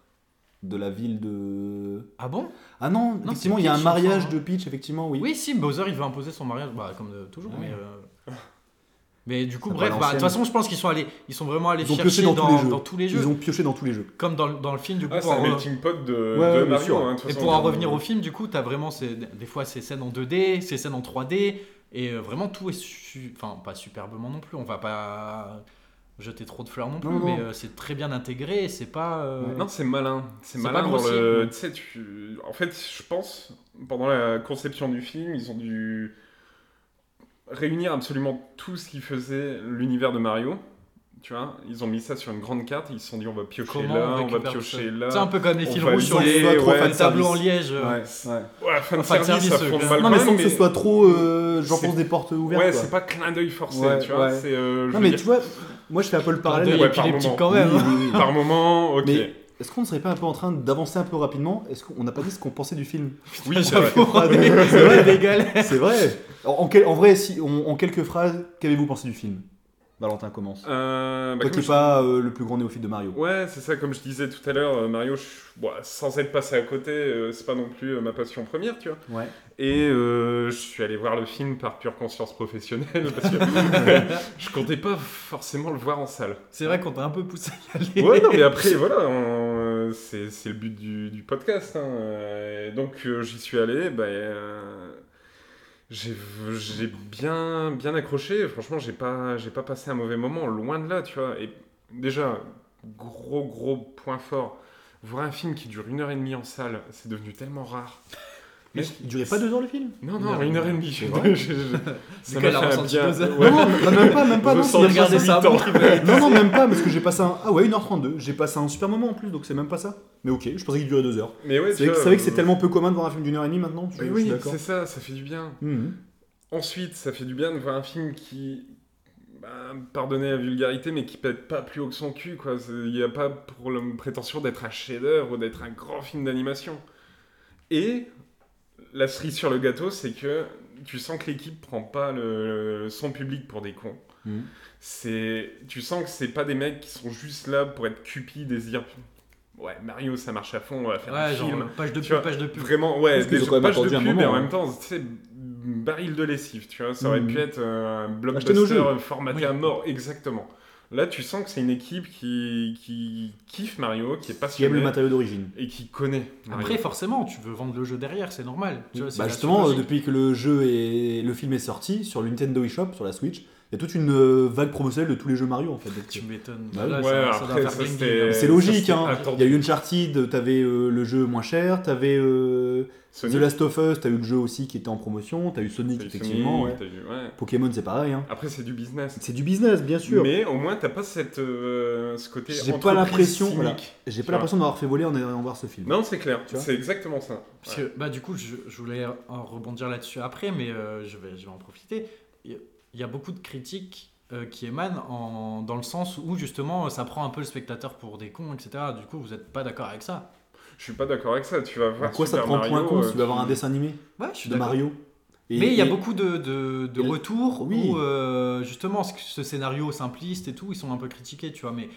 [SPEAKER 2] de la ville de.
[SPEAKER 1] Ah bon
[SPEAKER 2] Ah non, effectivement,
[SPEAKER 1] c'est
[SPEAKER 2] il y a un
[SPEAKER 1] Peach, je crois,
[SPEAKER 2] mariage
[SPEAKER 1] hein.
[SPEAKER 2] de Peach, effectivement, oui.
[SPEAKER 1] Oui, si, Bowser, il veut imposer son mariage, bah, comme de toujours,
[SPEAKER 2] Ouais.
[SPEAKER 1] mais... euh, Mais du coup,
[SPEAKER 2] Ça
[SPEAKER 1] bref,
[SPEAKER 2] va à
[SPEAKER 1] bah, de toute
[SPEAKER 2] l'ancienne.
[SPEAKER 1] façon, je pense qu'ils sont allés, ils sont vraiment allés
[SPEAKER 2] Ils ont
[SPEAKER 1] chercher
[SPEAKER 2] pioché dans
[SPEAKER 1] dans,
[SPEAKER 2] tous les jeux.
[SPEAKER 1] dans tous les jeux,
[SPEAKER 2] Ils ont pioché dans tous les jeux.
[SPEAKER 1] comme dans, le- dans le film, du coup.
[SPEAKER 3] Ah, c'est
[SPEAKER 1] pour euh,
[SPEAKER 3] un
[SPEAKER 1] en-
[SPEAKER 3] melting pot de,
[SPEAKER 2] Ouais, ouais,
[SPEAKER 3] de
[SPEAKER 2] bien
[SPEAKER 3] Mario.
[SPEAKER 2] sûr.
[SPEAKER 3] hein, de toute
[SPEAKER 1] Et
[SPEAKER 3] façon,
[SPEAKER 1] pour en
[SPEAKER 3] dans-
[SPEAKER 1] revenir au film, du coup, t'as vraiment ces- des fois ces scènes en 2D, ces scènes en 3D, et euh, vraiment tout est su- enfin pas superbement non plus. On va pas jeter trop de fleurs non plus,
[SPEAKER 2] Non, non.
[SPEAKER 1] mais euh, c'est très bien intégré. et C'est pas. euh,
[SPEAKER 2] Ouais.
[SPEAKER 3] Non, c'est malin. C'est
[SPEAKER 1] C'est
[SPEAKER 3] malin
[SPEAKER 1] pas
[SPEAKER 3] dans
[SPEAKER 1] grossier.
[SPEAKER 3] le. Tu sais, tu. En fait, je pense, pendant la conception du film, ils ont dû réunir absolument tout ce qui faisait l'univers de Mario. Tu vois, ils ont mis ça sur une grande carte et ils se sont dit on va piocher
[SPEAKER 1] Comment
[SPEAKER 3] là, on va
[SPEAKER 1] récupère
[SPEAKER 3] piocher
[SPEAKER 1] ça
[SPEAKER 3] là.
[SPEAKER 1] C'est un peu comme les
[SPEAKER 3] on
[SPEAKER 1] fils
[SPEAKER 3] va
[SPEAKER 1] rouges sur les,
[SPEAKER 2] isoler, ouais,
[SPEAKER 1] sur les
[SPEAKER 2] fan
[SPEAKER 1] tableaux en
[SPEAKER 2] service.
[SPEAKER 1] liège. euh,
[SPEAKER 2] Ouais, ouais.
[SPEAKER 3] Ouais, fan
[SPEAKER 1] Fan
[SPEAKER 3] service, ça
[SPEAKER 1] service,
[SPEAKER 3] fonde
[SPEAKER 1] euh,
[SPEAKER 3] mal
[SPEAKER 2] Non,
[SPEAKER 3] quand
[SPEAKER 2] mais
[SPEAKER 3] même,
[SPEAKER 2] sans que ce
[SPEAKER 3] mais-
[SPEAKER 2] soit trop. euh, J'en
[SPEAKER 3] c'est-
[SPEAKER 2] pense des portes ouvertes.
[SPEAKER 3] Ouais,
[SPEAKER 2] quoi.
[SPEAKER 3] c'est pas clin d'œil forcé,
[SPEAKER 2] Ouais,
[SPEAKER 3] tu vois.
[SPEAKER 2] ouais.
[SPEAKER 3] C'est. euh, je
[SPEAKER 2] Non,
[SPEAKER 3] veux
[SPEAKER 2] mais
[SPEAKER 3] dire,
[SPEAKER 2] tu vois, moi je fais un peu le
[SPEAKER 1] Par
[SPEAKER 2] parallèle.
[SPEAKER 3] Ouais,
[SPEAKER 1] les
[SPEAKER 3] par moment.
[SPEAKER 1] quand
[SPEAKER 2] Oui,
[SPEAKER 1] même. hein.
[SPEAKER 2] oui, oui.
[SPEAKER 3] par moment, ok.
[SPEAKER 2] Mais est-ce qu'on ne serait pas un peu en train d'avancer un peu rapidement Est-ce qu'on n'a pas dit ce qu'on pensait du film
[SPEAKER 1] [LAUGHS]
[SPEAKER 3] Oui, c'est vrai.
[SPEAKER 1] J'avoue,
[SPEAKER 3] [LAUGHS]
[SPEAKER 2] vrai.
[SPEAKER 1] on est-
[SPEAKER 2] C'est vrai.
[SPEAKER 1] des galères.
[SPEAKER 2] [LAUGHS] C'est vrai en, en quel- en vrai, si, on- en quelques phrases, qu'avez-vous pensé du film Valentin commence.
[SPEAKER 3] Euh, bah,
[SPEAKER 2] Toi
[SPEAKER 3] comme
[SPEAKER 2] qui n'es
[SPEAKER 3] je-
[SPEAKER 2] pas euh, le plus grand néophyte de Mario.
[SPEAKER 3] Ouais, c'est ça, comme je disais tout à l'heure, euh, Mario, je- bon, sans être passé à côté, euh, c'est pas non plus euh, ma passion première, tu vois.
[SPEAKER 2] Ouais.
[SPEAKER 3] Et euh, je suis allé voir le film par pure conscience professionnelle, parce que [LAUGHS] je comptais pas forcément le voir en salle.
[SPEAKER 1] C'est vrai qu'on t'a un peu poussé à y aller.
[SPEAKER 3] Ouais, non, mais après, voilà, on- euh, c'est c'est le but du, du podcast. hein. Euh, Donc, euh, j'y suis allé, bah, euh, j'ai j'ai bien, bien accroché. Franchement, j'ai pas, j'ai pas passé un mauvais moment, loin de là, tu vois. Et déjà, gros, gros point fort, voir un film qui dure une heure et demie en salle, c'est devenu tellement rare. Mais-
[SPEAKER 2] Il durait pas deux heures le film
[SPEAKER 3] non,
[SPEAKER 1] Une
[SPEAKER 3] non,
[SPEAKER 1] heure et
[SPEAKER 3] une heure et
[SPEAKER 1] demie.
[SPEAKER 3] demie.
[SPEAKER 1] C'est
[SPEAKER 3] je-
[SPEAKER 1] vrai
[SPEAKER 3] [LAUGHS] je- je- ça
[SPEAKER 1] Nicolas
[SPEAKER 3] m'a
[SPEAKER 1] a
[SPEAKER 3] fait un
[SPEAKER 1] ressenti
[SPEAKER 3] bien-
[SPEAKER 1] deux heures.
[SPEAKER 3] ouais.
[SPEAKER 2] Non, non, même pas, même pas.
[SPEAKER 3] Je
[SPEAKER 2] Non,
[SPEAKER 3] sens
[SPEAKER 2] c'est-
[SPEAKER 3] bien
[SPEAKER 1] Regardez ça,
[SPEAKER 3] huit ans.
[SPEAKER 1] bon,
[SPEAKER 2] non, non, même pas, parce que j'ai passé un. Ah ouais, 1h32, j'ai passé un super moment en plus, donc c'est même pas ça. Mais ok, je pensais qu'il durait deux heures.
[SPEAKER 3] Mais ouais, tu
[SPEAKER 2] C'est vrai que-
[SPEAKER 3] vois,
[SPEAKER 2] c'est vrai que c'est
[SPEAKER 3] euh,
[SPEAKER 2] tellement peu commun de voir un film d'une heure et demie maintenant, je,
[SPEAKER 3] mais
[SPEAKER 2] je suis
[SPEAKER 3] oui,
[SPEAKER 2] d'accord.
[SPEAKER 3] c'est ça, ça fait du bien.
[SPEAKER 2] Mhm.
[SPEAKER 3] Ensuite, ça fait du bien de voir un film qui, bah, pardonnez la vulgarité, mais qui pète pas plus haut que son cul. quoi. C'est- Il n'y a pas pour la prétention d'être un chef-d'œuvre ou d'être un grand film d'animation. Et la cerise sur le gâteau, c'est que tu sens que l'équipe prend pas le- son public pour des cons.
[SPEAKER 1] Mm.
[SPEAKER 2] Mhm.
[SPEAKER 3] C'est, tu sens que c'est pas des mecs qui sont juste là pour être cupides et se dire ouais Mario ça marche à fond, on va faire un
[SPEAKER 1] Ouais, genre,
[SPEAKER 3] film.
[SPEAKER 1] page de
[SPEAKER 3] Tu
[SPEAKER 1] pub,
[SPEAKER 3] vois,
[SPEAKER 1] page de pub.
[SPEAKER 3] Vraiment, ouais,
[SPEAKER 2] Parce qu'ils
[SPEAKER 3] des
[SPEAKER 2] ont quand même
[SPEAKER 3] pages de
[SPEAKER 2] attendu
[SPEAKER 3] pub
[SPEAKER 2] un
[SPEAKER 3] et
[SPEAKER 2] moment,
[SPEAKER 3] en
[SPEAKER 2] hein.
[SPEAKER 3] même temps, tu sais, baril de lessive, tu vois, ça aurait
[SPEAKER 2] Mhm.
[SPEAKER 3] pu être euh, un
[SPEAKER 2] Achetez nos jeux.
[SPEAKER 3] blockbuster formaté
[SPEAKER 1] Oui.
[SPEAKER 3] à mort, exactement. Là, tu sens que c'est une équipe qui, qui kiffe Mario,
[SPEAKER 2] Qui
[SPEAKER 3] qui est
[SPEAKER 2] aime le
[SPEAKER 3] passionnée
[SPEAKER 2] matériau d'origine.
[SPEAKER 3] et qui connaît Mario.
[SPEAKER 1] Après, forcément, tu veux vendre le jeu derrière, c'est normal. Tu vois, c'est
[SPEAKER 2] Bah
[SPEAKER 1] la
[SPEAKER 2] justement, euh,
[SPEAKER 1] suite logique.
[SPEAKER 2] depuis que le jeu et le film est sorti sur le Nintendo eShop, sur la Switch, il y a toute une euh, vague promotionnelle de tous les jeux Mario en fait. Donc,
[SPEAKER 1] Tu m'étonnes.
[SPEAKER 2] Bah oui.
[SPEAKER 1] Là,
[SPEAKER 3] Ouais,
[SPEAKER 1] ça- ça doit
[SPEAKER 3] après,
[SPEAKER 1] faire
[SPEAKER 3] ça,
[SPEAKER 1] bling-bling,
[SPEAKER 3] c'était-
[SPEAKER 1] hein.
[SPEAKER 2] c'est logique,
[SPEAKER 3] ça,
[SPEAKER 2] hein.
[SPEAKER 3] c'était
[SPEAKER 2] Il y a eu
[SPEAKER 3] attendu.
[SPEAKER 2] Uncharted, t'avais euh, le jeu moins cher, t'avais euh, The
[SPEAKER 3] Sonic,
[SPEAKER 2] Last of Us, t'as eu le jeu aussi qui était en promotion, t'as eu Sonic
[SPEAKER 3] t'as eu
[SPEAKER 2] effectivement.
[SPEAKER 3] Sonic,
[SPEAKER 2] ouais.
[SPEAKER 3] t'as eu- ouais.
[SPEAKER 2] Pokémon c'est pareil. hein.
[SPEAKER 3] Après, c'est du business.
[SPEAKER 2] C'est du business bien sûr.
[SPEAKER 3] Mais au moins, t'as pas cette, euh, ce côté.
[SPEAKER 2] J'ai pas
[SPEAKER 3] entreprise
[SPEAKER 2] l'impression,
[SPEAKER 3] cynique.
[SPEAKER 2] voilà. J'ai
[SPEAKER 3] tu
[SPEAKER 2] pas l'impression d'avoir fait voler en allant voir ce film.
[SPEAKER 3] Non, c'est clair,
[SPEAKER 2] Tu vois
[SPEAKER 3] c'est exactement ça.
[SPEAKER 1] Parce que, bah, du coup, je, je voulais en rebondir là-dessus après, mais euh, je, vais, je vais en profiter. Il y a- il y a beaucoup de critiques euh, qui émanent en- dans le sens où, justement, ça prend un peu le spectateur pour des cons, etc. Du coup, vous n'êtes pas d'accord avec ça
[SPEAKER 3] Je suis pas d'accord avec ça, tu vas
[SPEAKER 2] En
[SPEAKER 3] voir.
[SPEAKER 2] quoi ça te
[SPEAKER 3] Super
[SPEAKER 2] prend
[SPEAKER 3] Mario,
[SPEAKER 2] pour un con
[SPEAKER 3] euh,
[SPEAKER 2] si tu vas avoir un dessin animé
[SPEAKER 1] Ouais, je suis
[SPEAKER 2] de
[SPEAKER 1] d'accord.
[SPEAKER 2] Mario Et-
[SPEAKER 1] Mais il y a
[SPEAKER 2] et-
[SPEAKER 1] beaucoup de, de, de
[SPEAKER 2] et-
[SPEAKER 1] retours
[SPEAKER 2] oui.
[SPEAKER 1] où, euh, justement, ce, ce scénario simpliste et tout, ils sont un peu critiqués, tu vois. Mais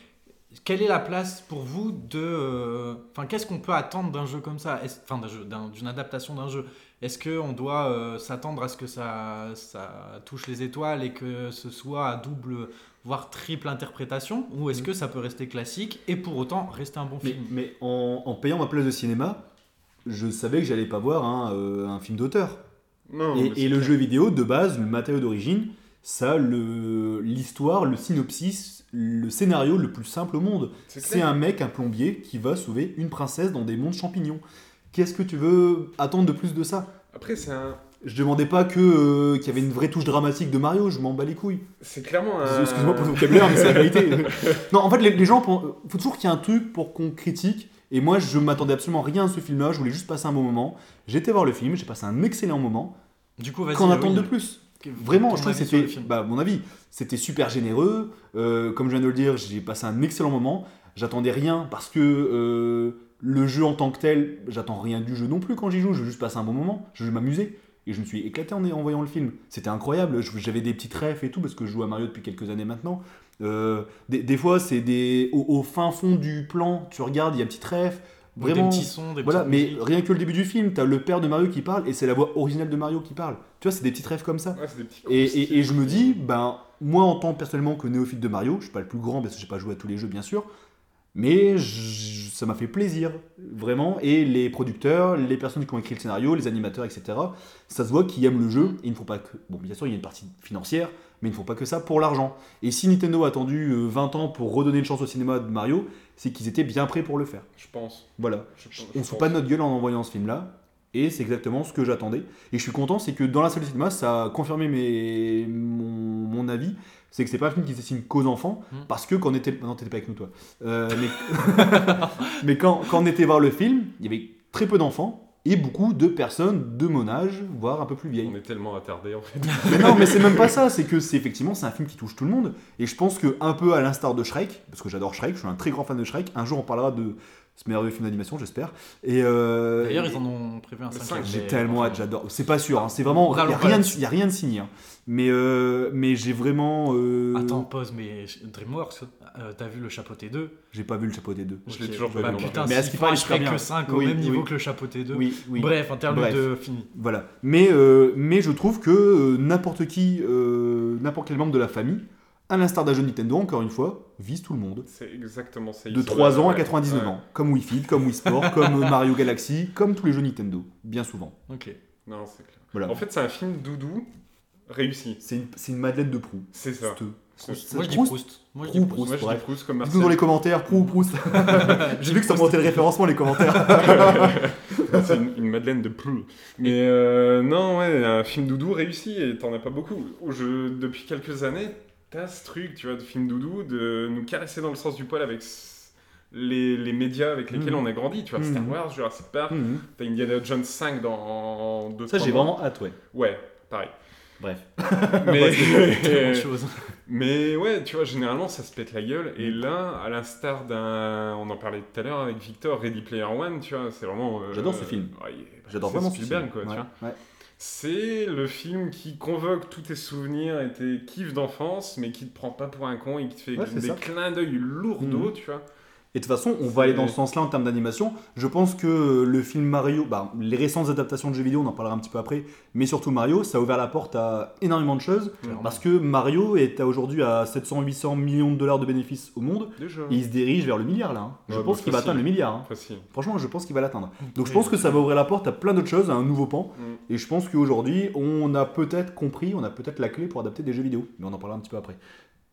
[SPEAKER 1] quelle est la place pour vous de. euh, Enfin, qu'est-ce qu'on peut attendre d'un jeu comme ça Est-ce- Enfin, d'un jeu, d'un- d'une adaptation d'un jeu. Est-ce qu'on doit euh, s'attendre à ce que ça, ça touche les étoiles et que ce soit à double, voire triple interprétation Ou est-ce
[SPEAKER 2] Mhm.
[SPEAKER 1] que ça peut rester classique et pour autant rester un bon
[SPEAKER 2] Mais,
[SPEAKER 1] film
[SPEAKER 2] mais en, en payant ma place de cinéma, je savais que j'allais pas voir un, euh, un film d'auteur.
[SPEAKER 3] Non, mais
[SPEAKER 2] Et,
[SPEAKER 3] c'est
[SPEAKER 2] et le
[SPEAKER 3] clair.
[SPEAKER 2] jeu vidéo, de base, le matériau d'origine, ça, le- l'histoire, le, synopsis, le scénario le plus simple au monde. C'est
[SPEAKER 3] clair.
[SPEAKER 2] un mec, un plombier, qui va sauver une princesse dans des mondes champignons. Qu'est-ce que tu veux attendre de plus de ça
[SPEAKER 3] Après, c'est un.
[SPEAKER 2] Je demandais pas que euh, qu'il y avait une vraie touche dramatique de Mario, je m'en bats les couilles.
[SPEAKER 3] C'est clairement un.
[SPEAKER 2] Excuse-moi pour le vocabulaire, mais c'est la vérité. [LAUGHS] non, en fait, les, les gens, pen- faut toujours qu'il y ait un truc pour qu'on critique. Et moi, je m'attendais absolument rien à ce film-là. Je voulais juste passer un bon moment. J'étais voir le film, j'ai passé un excellent moment.
[SPEAKER 1] Du coup, vas-y.
[SPEAKER 2] Qu'en
[SPEAKER 1] Loïc,
[SPEAKER 2] attendre de plus Vraiment,
[SPEAKER 1] Ton
[SPEAKER 2] je trouve que
[SPEAKER 1] avis sur
[SPEAKER 2] c'était,
[SPEAKER 1] le film.
[SPEAKER 2] bah, à mon avis, c'était super généreux. Euh, comme je viens de le dire, j'ai passé un excellent moment. J'attendais rien parce que euh, le jeu en tant que tel, j'attends rien du jeu non plus quand j'y joue. Je veux juste passer un bon moment, je veux m'amuser. Et je me suis éclaté en, en voyant le film. C'était incroyable. Je- J'avais des petites refs et tout parce que je joue à Mario depuis quelques années maintenant. Euh, des, des fois, c'est des au, au fin fond du plan, tu regardes, il y a petite ref. Vraiment,
[SPEAKER 1] des petits sons, des
[SPEAKER 2] voilà,
[SPEAKER 1] petites
[SPEAKER 2] mais
[SPEAKER 1] musiques.
[SPEAKER 2] rien que le début du film, t'as le père de Mario qui parle et c'est la voix originale de Mario qui parle. Tu vois, c'est des petites rêves comme ça.
[SPEAKER 3] Ouais, c'est des petits
[SPEAKER 2] Et,
[SPEAKER 3] croustilles.
[SPEAKER 2] et- et je me dis, ben, moi en tant personnellement que néophyte de Mario, je suis pas le plus grand parce que j'ai pas joué à tous les jeux bien sûr, mais je- ça m'a fait plaisir, vraiment. Et les producteurs, les personnes qui ont écrit le scénario, les animateurs, etc., ça se voit qu'ils aiment le jeu et ils ne font pas que. Bon, bien sûr, il y a une partie financière, mais ils ne font pas que ça pour l'argent. Et si Nintendo a attendu euh, 20 ans pour redonner une chance au cinéma de Mario, c'est qu'ils étaient bien prêts pour le faire.
[SPEAKER 3] Je pense.
[SPEAKER 2] Voilà
[SPEAKER 3] Je, je
[SPEAKER 2] on
[SPEAKER 3] pense.
[SPEAKER 2] se fout pas de notre gueule en envoyant ce film là et c'est exactement ce que j'attendais et je suis content c'est que dans la salle de cinéma ça a confirmé mes, mon, mon avis c'est que c'est pas un film qui se destine qu'aux enfants
[SPEAKER 1] Mm.
[SPEAKER 2] parce que quand on était non t'étais pas avec nous toi Euh, mais, [LAUGHS] mais quand, quand on était voir le film il y avait très peu d'enfants et beaucoup de personnes de mon âge voire un peu plus vieilles
[SPEAKER 3] On est tellement attardé en fait.
[SPEAKER 2] mais non, mais c'est même pas ça. C'est que c'est effectivement c'est un film qui touche tout le monde. Et je pense que un peu à l'instar de Shrek, parce que j'adore Shrek, je suis un très grand fan de Shrek. Un jour on parlera de ce merveilleux film d'animation, j'espère. Et euh,
[SPEAKER 1] D'ailleurs, ils en ont prévu un cinquième.
[SPEAKER 2] j'ai
[SPEAKER 1] mais-
[SPEAKER 2] tellement hâte, j'adore. C'est pas sûr, hein, c'est vraiment.
[SPEAKER 1] Râlons
[SPEAKER 2] Il
[SPEAKER 1] pas là-dessus.
[SPEAKER 2] n'y a, rien de signé. hein. Mais, euh, mais j'ai vraiment. euh,
[SPEAKER 1] Attends, pause, mais DreamWorks, euh, t'as vu le chapeauté 2
[SPEAKER 2] J'ai pas vu le chapeau des deux.
[SPEAKER 3] Je l'ai
[SPEAKER 1] Ok,
[SPEAKER 3] toujours pas
[SPEAKER 1] bah
[SPEAKER 3] vu non plus.
[SPEAKER 1] Putain,
[SPEAKER 2] Mais
[SPEAKER 1] mais
[SPEAKER 2] à
[SPEAKER 1] ce
[SPEAKER 2] ce qui
[SPEAKER 1] qu'il
[SPEAKER 2] paraît,
[SPEAKER 1] parle,
[SPEAKER 2] il
[SPEAKER 1] je
[SPEAKER 2] serait
[SPEAKER 1] ferais
[SPEAKER 2] bien.
[SPEAKER 1] que 5 au
[SPEAKER 2] Oui,
[SPEAKER 1] même niveau
[SPEAKER 2] oui.
[SPEAKER 1] que le chapeauté 2.
[SPEAKER 2] Oui, oui.
[SPEAKER 1] Bref, interlude
[SPEAKER 2] Bref.
[SPEAKER 1] de fini.
[SPEAKER 2] Voilà. Mais, euh, mais je trouve que euh, n'importe qui, euh, n'importe quel membre de la famille, à l'instar d'un jeu Nintendo, encore une fois, vise tout le monde.
[SPEAKER 3] C'est exactement ça.
[SPEAKER 2] De
[SPEAKER 3] Ils sont
[SPEAKER 2] 3
[SPEAKER 3] là,
[SPEAKER 2] ans à
[SPEAKER 3] ouais.
[SPEAKER 2] 99
[SPEAKER 3] Ouais.
[SPEAKER 2] ans. Comme Wii Fit, comme Wii Sport, comme euh, Mario Galaxy, comme tous les jeux Nintendo. Bien souvent.
[SPEAKER 1] Ok.
[SPEAKER 3] Non, c'est clair.
[SPEAKER 2] Voilà.
[SPEAKER 3] En fait, c'est un film doudou réussi.
[SPEAKER 2] C'est une, c'est une madeleine de proue.
[SPEAKER 3] C'est ça.
[SPEAKER 1] Moi, je dis
[SPEAKER 2] Proust.
[SPEAKER 1] Proust. Moi, je
[SPEAKER 2] Proust,
[SPEAKER 1] dis Proust.
[SPEAKER 2] Proust.
[SPEAKER 3] Moi, je
[SPEAKER 2] bref.
[SPEAKER 3] dis Proust comme
[SPEAKER 2] Dites-nous dans les
[SPEAKER 3] Marcel.
[SPEAKER 2] commentaires, proue ou
[SPEAKER 3] [LAUGHS]
[SPEAKER 2] Proust. [LAUGHS] J'ai vu que ça montait le référencement, les commentaires.
[SPEAKER 3] c'est une, une Madeleine de Proust. Mais euh, non, ouais, un film doudou réussi et t'en as pas beaucoup. Je, depuis quelques années, t'as ce truc, tu vois, de film doudou, de nous caresser dans le sens du poil avec s- les, les médias avec lesquels
[SPEAKER 2] Mhm.
[SPEAKER 3] on a grandi. Tu vois,
[SPEAKER 2] Mhm.
[SPEAKER 3] Star Wars, Jurassic Park,
[SPEAKER 2] Mhm.
[SPEAKER 3] t'as Indiana Jones 5 dans 2
[SPEAKER 2] Ça, j'ai vraiment hâte, ouais.
[SPEAKER 3] Ouais, pareil. [LAUGHS]
[SPEAKER 2] Bref. [LAUGHS]
[SPEAKER 3] Mais.
[SPEAKER 1] Tellement de choses.
[SPEAKER 3] Mais ouais, tu vois, généralement ça se pète la gueule. Et
[SPEAKER 2] Mm.
[SPEAKER 3] là, à l'instar d'un. On en parlait tout à l'heure avec Victor, Ready Player One, tu vois, c'est vraiment. euh,
[SPEAKER 2] J'adore ce film.
[SPEAKER 3] ouais, il est-
[SPEAKER 2] J'adore
[SPEAKER 3] c'est
[SPEAKER 2] vraiment ce
[SPEAKER 3] Spielberg,
[SPEAKER 2] film.
[SPEAKER 3] quoi, tu
[SPEAKER 2] Ouais,
[SPEAKER 3] vois.
[SPEAKER 2] ouais.
[SPEAKER 3] C'est le film qui convoque tous tes souvenirs et tes kiffs d'enfance, mais qui te prend pas pour un con et qui te fait
[SPEAKER 2] Ouais, c'est
[SPEAKER 3] des
[SPEAKER 2] ça. Mm.
[SPEAKER 3] clins d'œil lourdeaux, tu vois.
[SPEAKER 2] Et de toute façon, on va aller dans ce sens-là en termes d'animation. Je pense que euh, le film Mario, bah, les récentes adaptations de jeux vidéo, on en parlera un petit peu après, mais surtout Mario, ça a ouvert la porte à énormément de choses.
[SPEAKER 1] Clairement.
[SPEAKER 2] Parce que Mario est à aujourd'hui à 700-800 millions de dollars de bénéfices au monde.
[SPEAKER 3] Déjà.
[SPEAKER 2] Et il se dirige vers le milliard là. hein. Je
[SPEAKER 3] Ouais,
[SPEAKER 2] pense
[SPEAKER 3] bah,
[SPEAKER 2] qu'il va
[SPEAKER 3] facile.
[SPEAKER 2] atteindre le milliard. hein.
[SPEAKER 3] Facile.
[SPEAKER 2] Franchement, je pense qu'il va l'atteindre. Donc je
[SPEAKER 1] Oui.
[SPEAKER 2] pense que ça va ouvrir la porte à plein d'autres choses, à un nouveau pan.
[SPEAKER 3] Mm.
[SPEAKER 2] Et je pense qu'aujourd'hui, on a peut-être compris, on a peut-être la clé pour adapter des jeux vidéo. Mais on en parlera un petit peu après.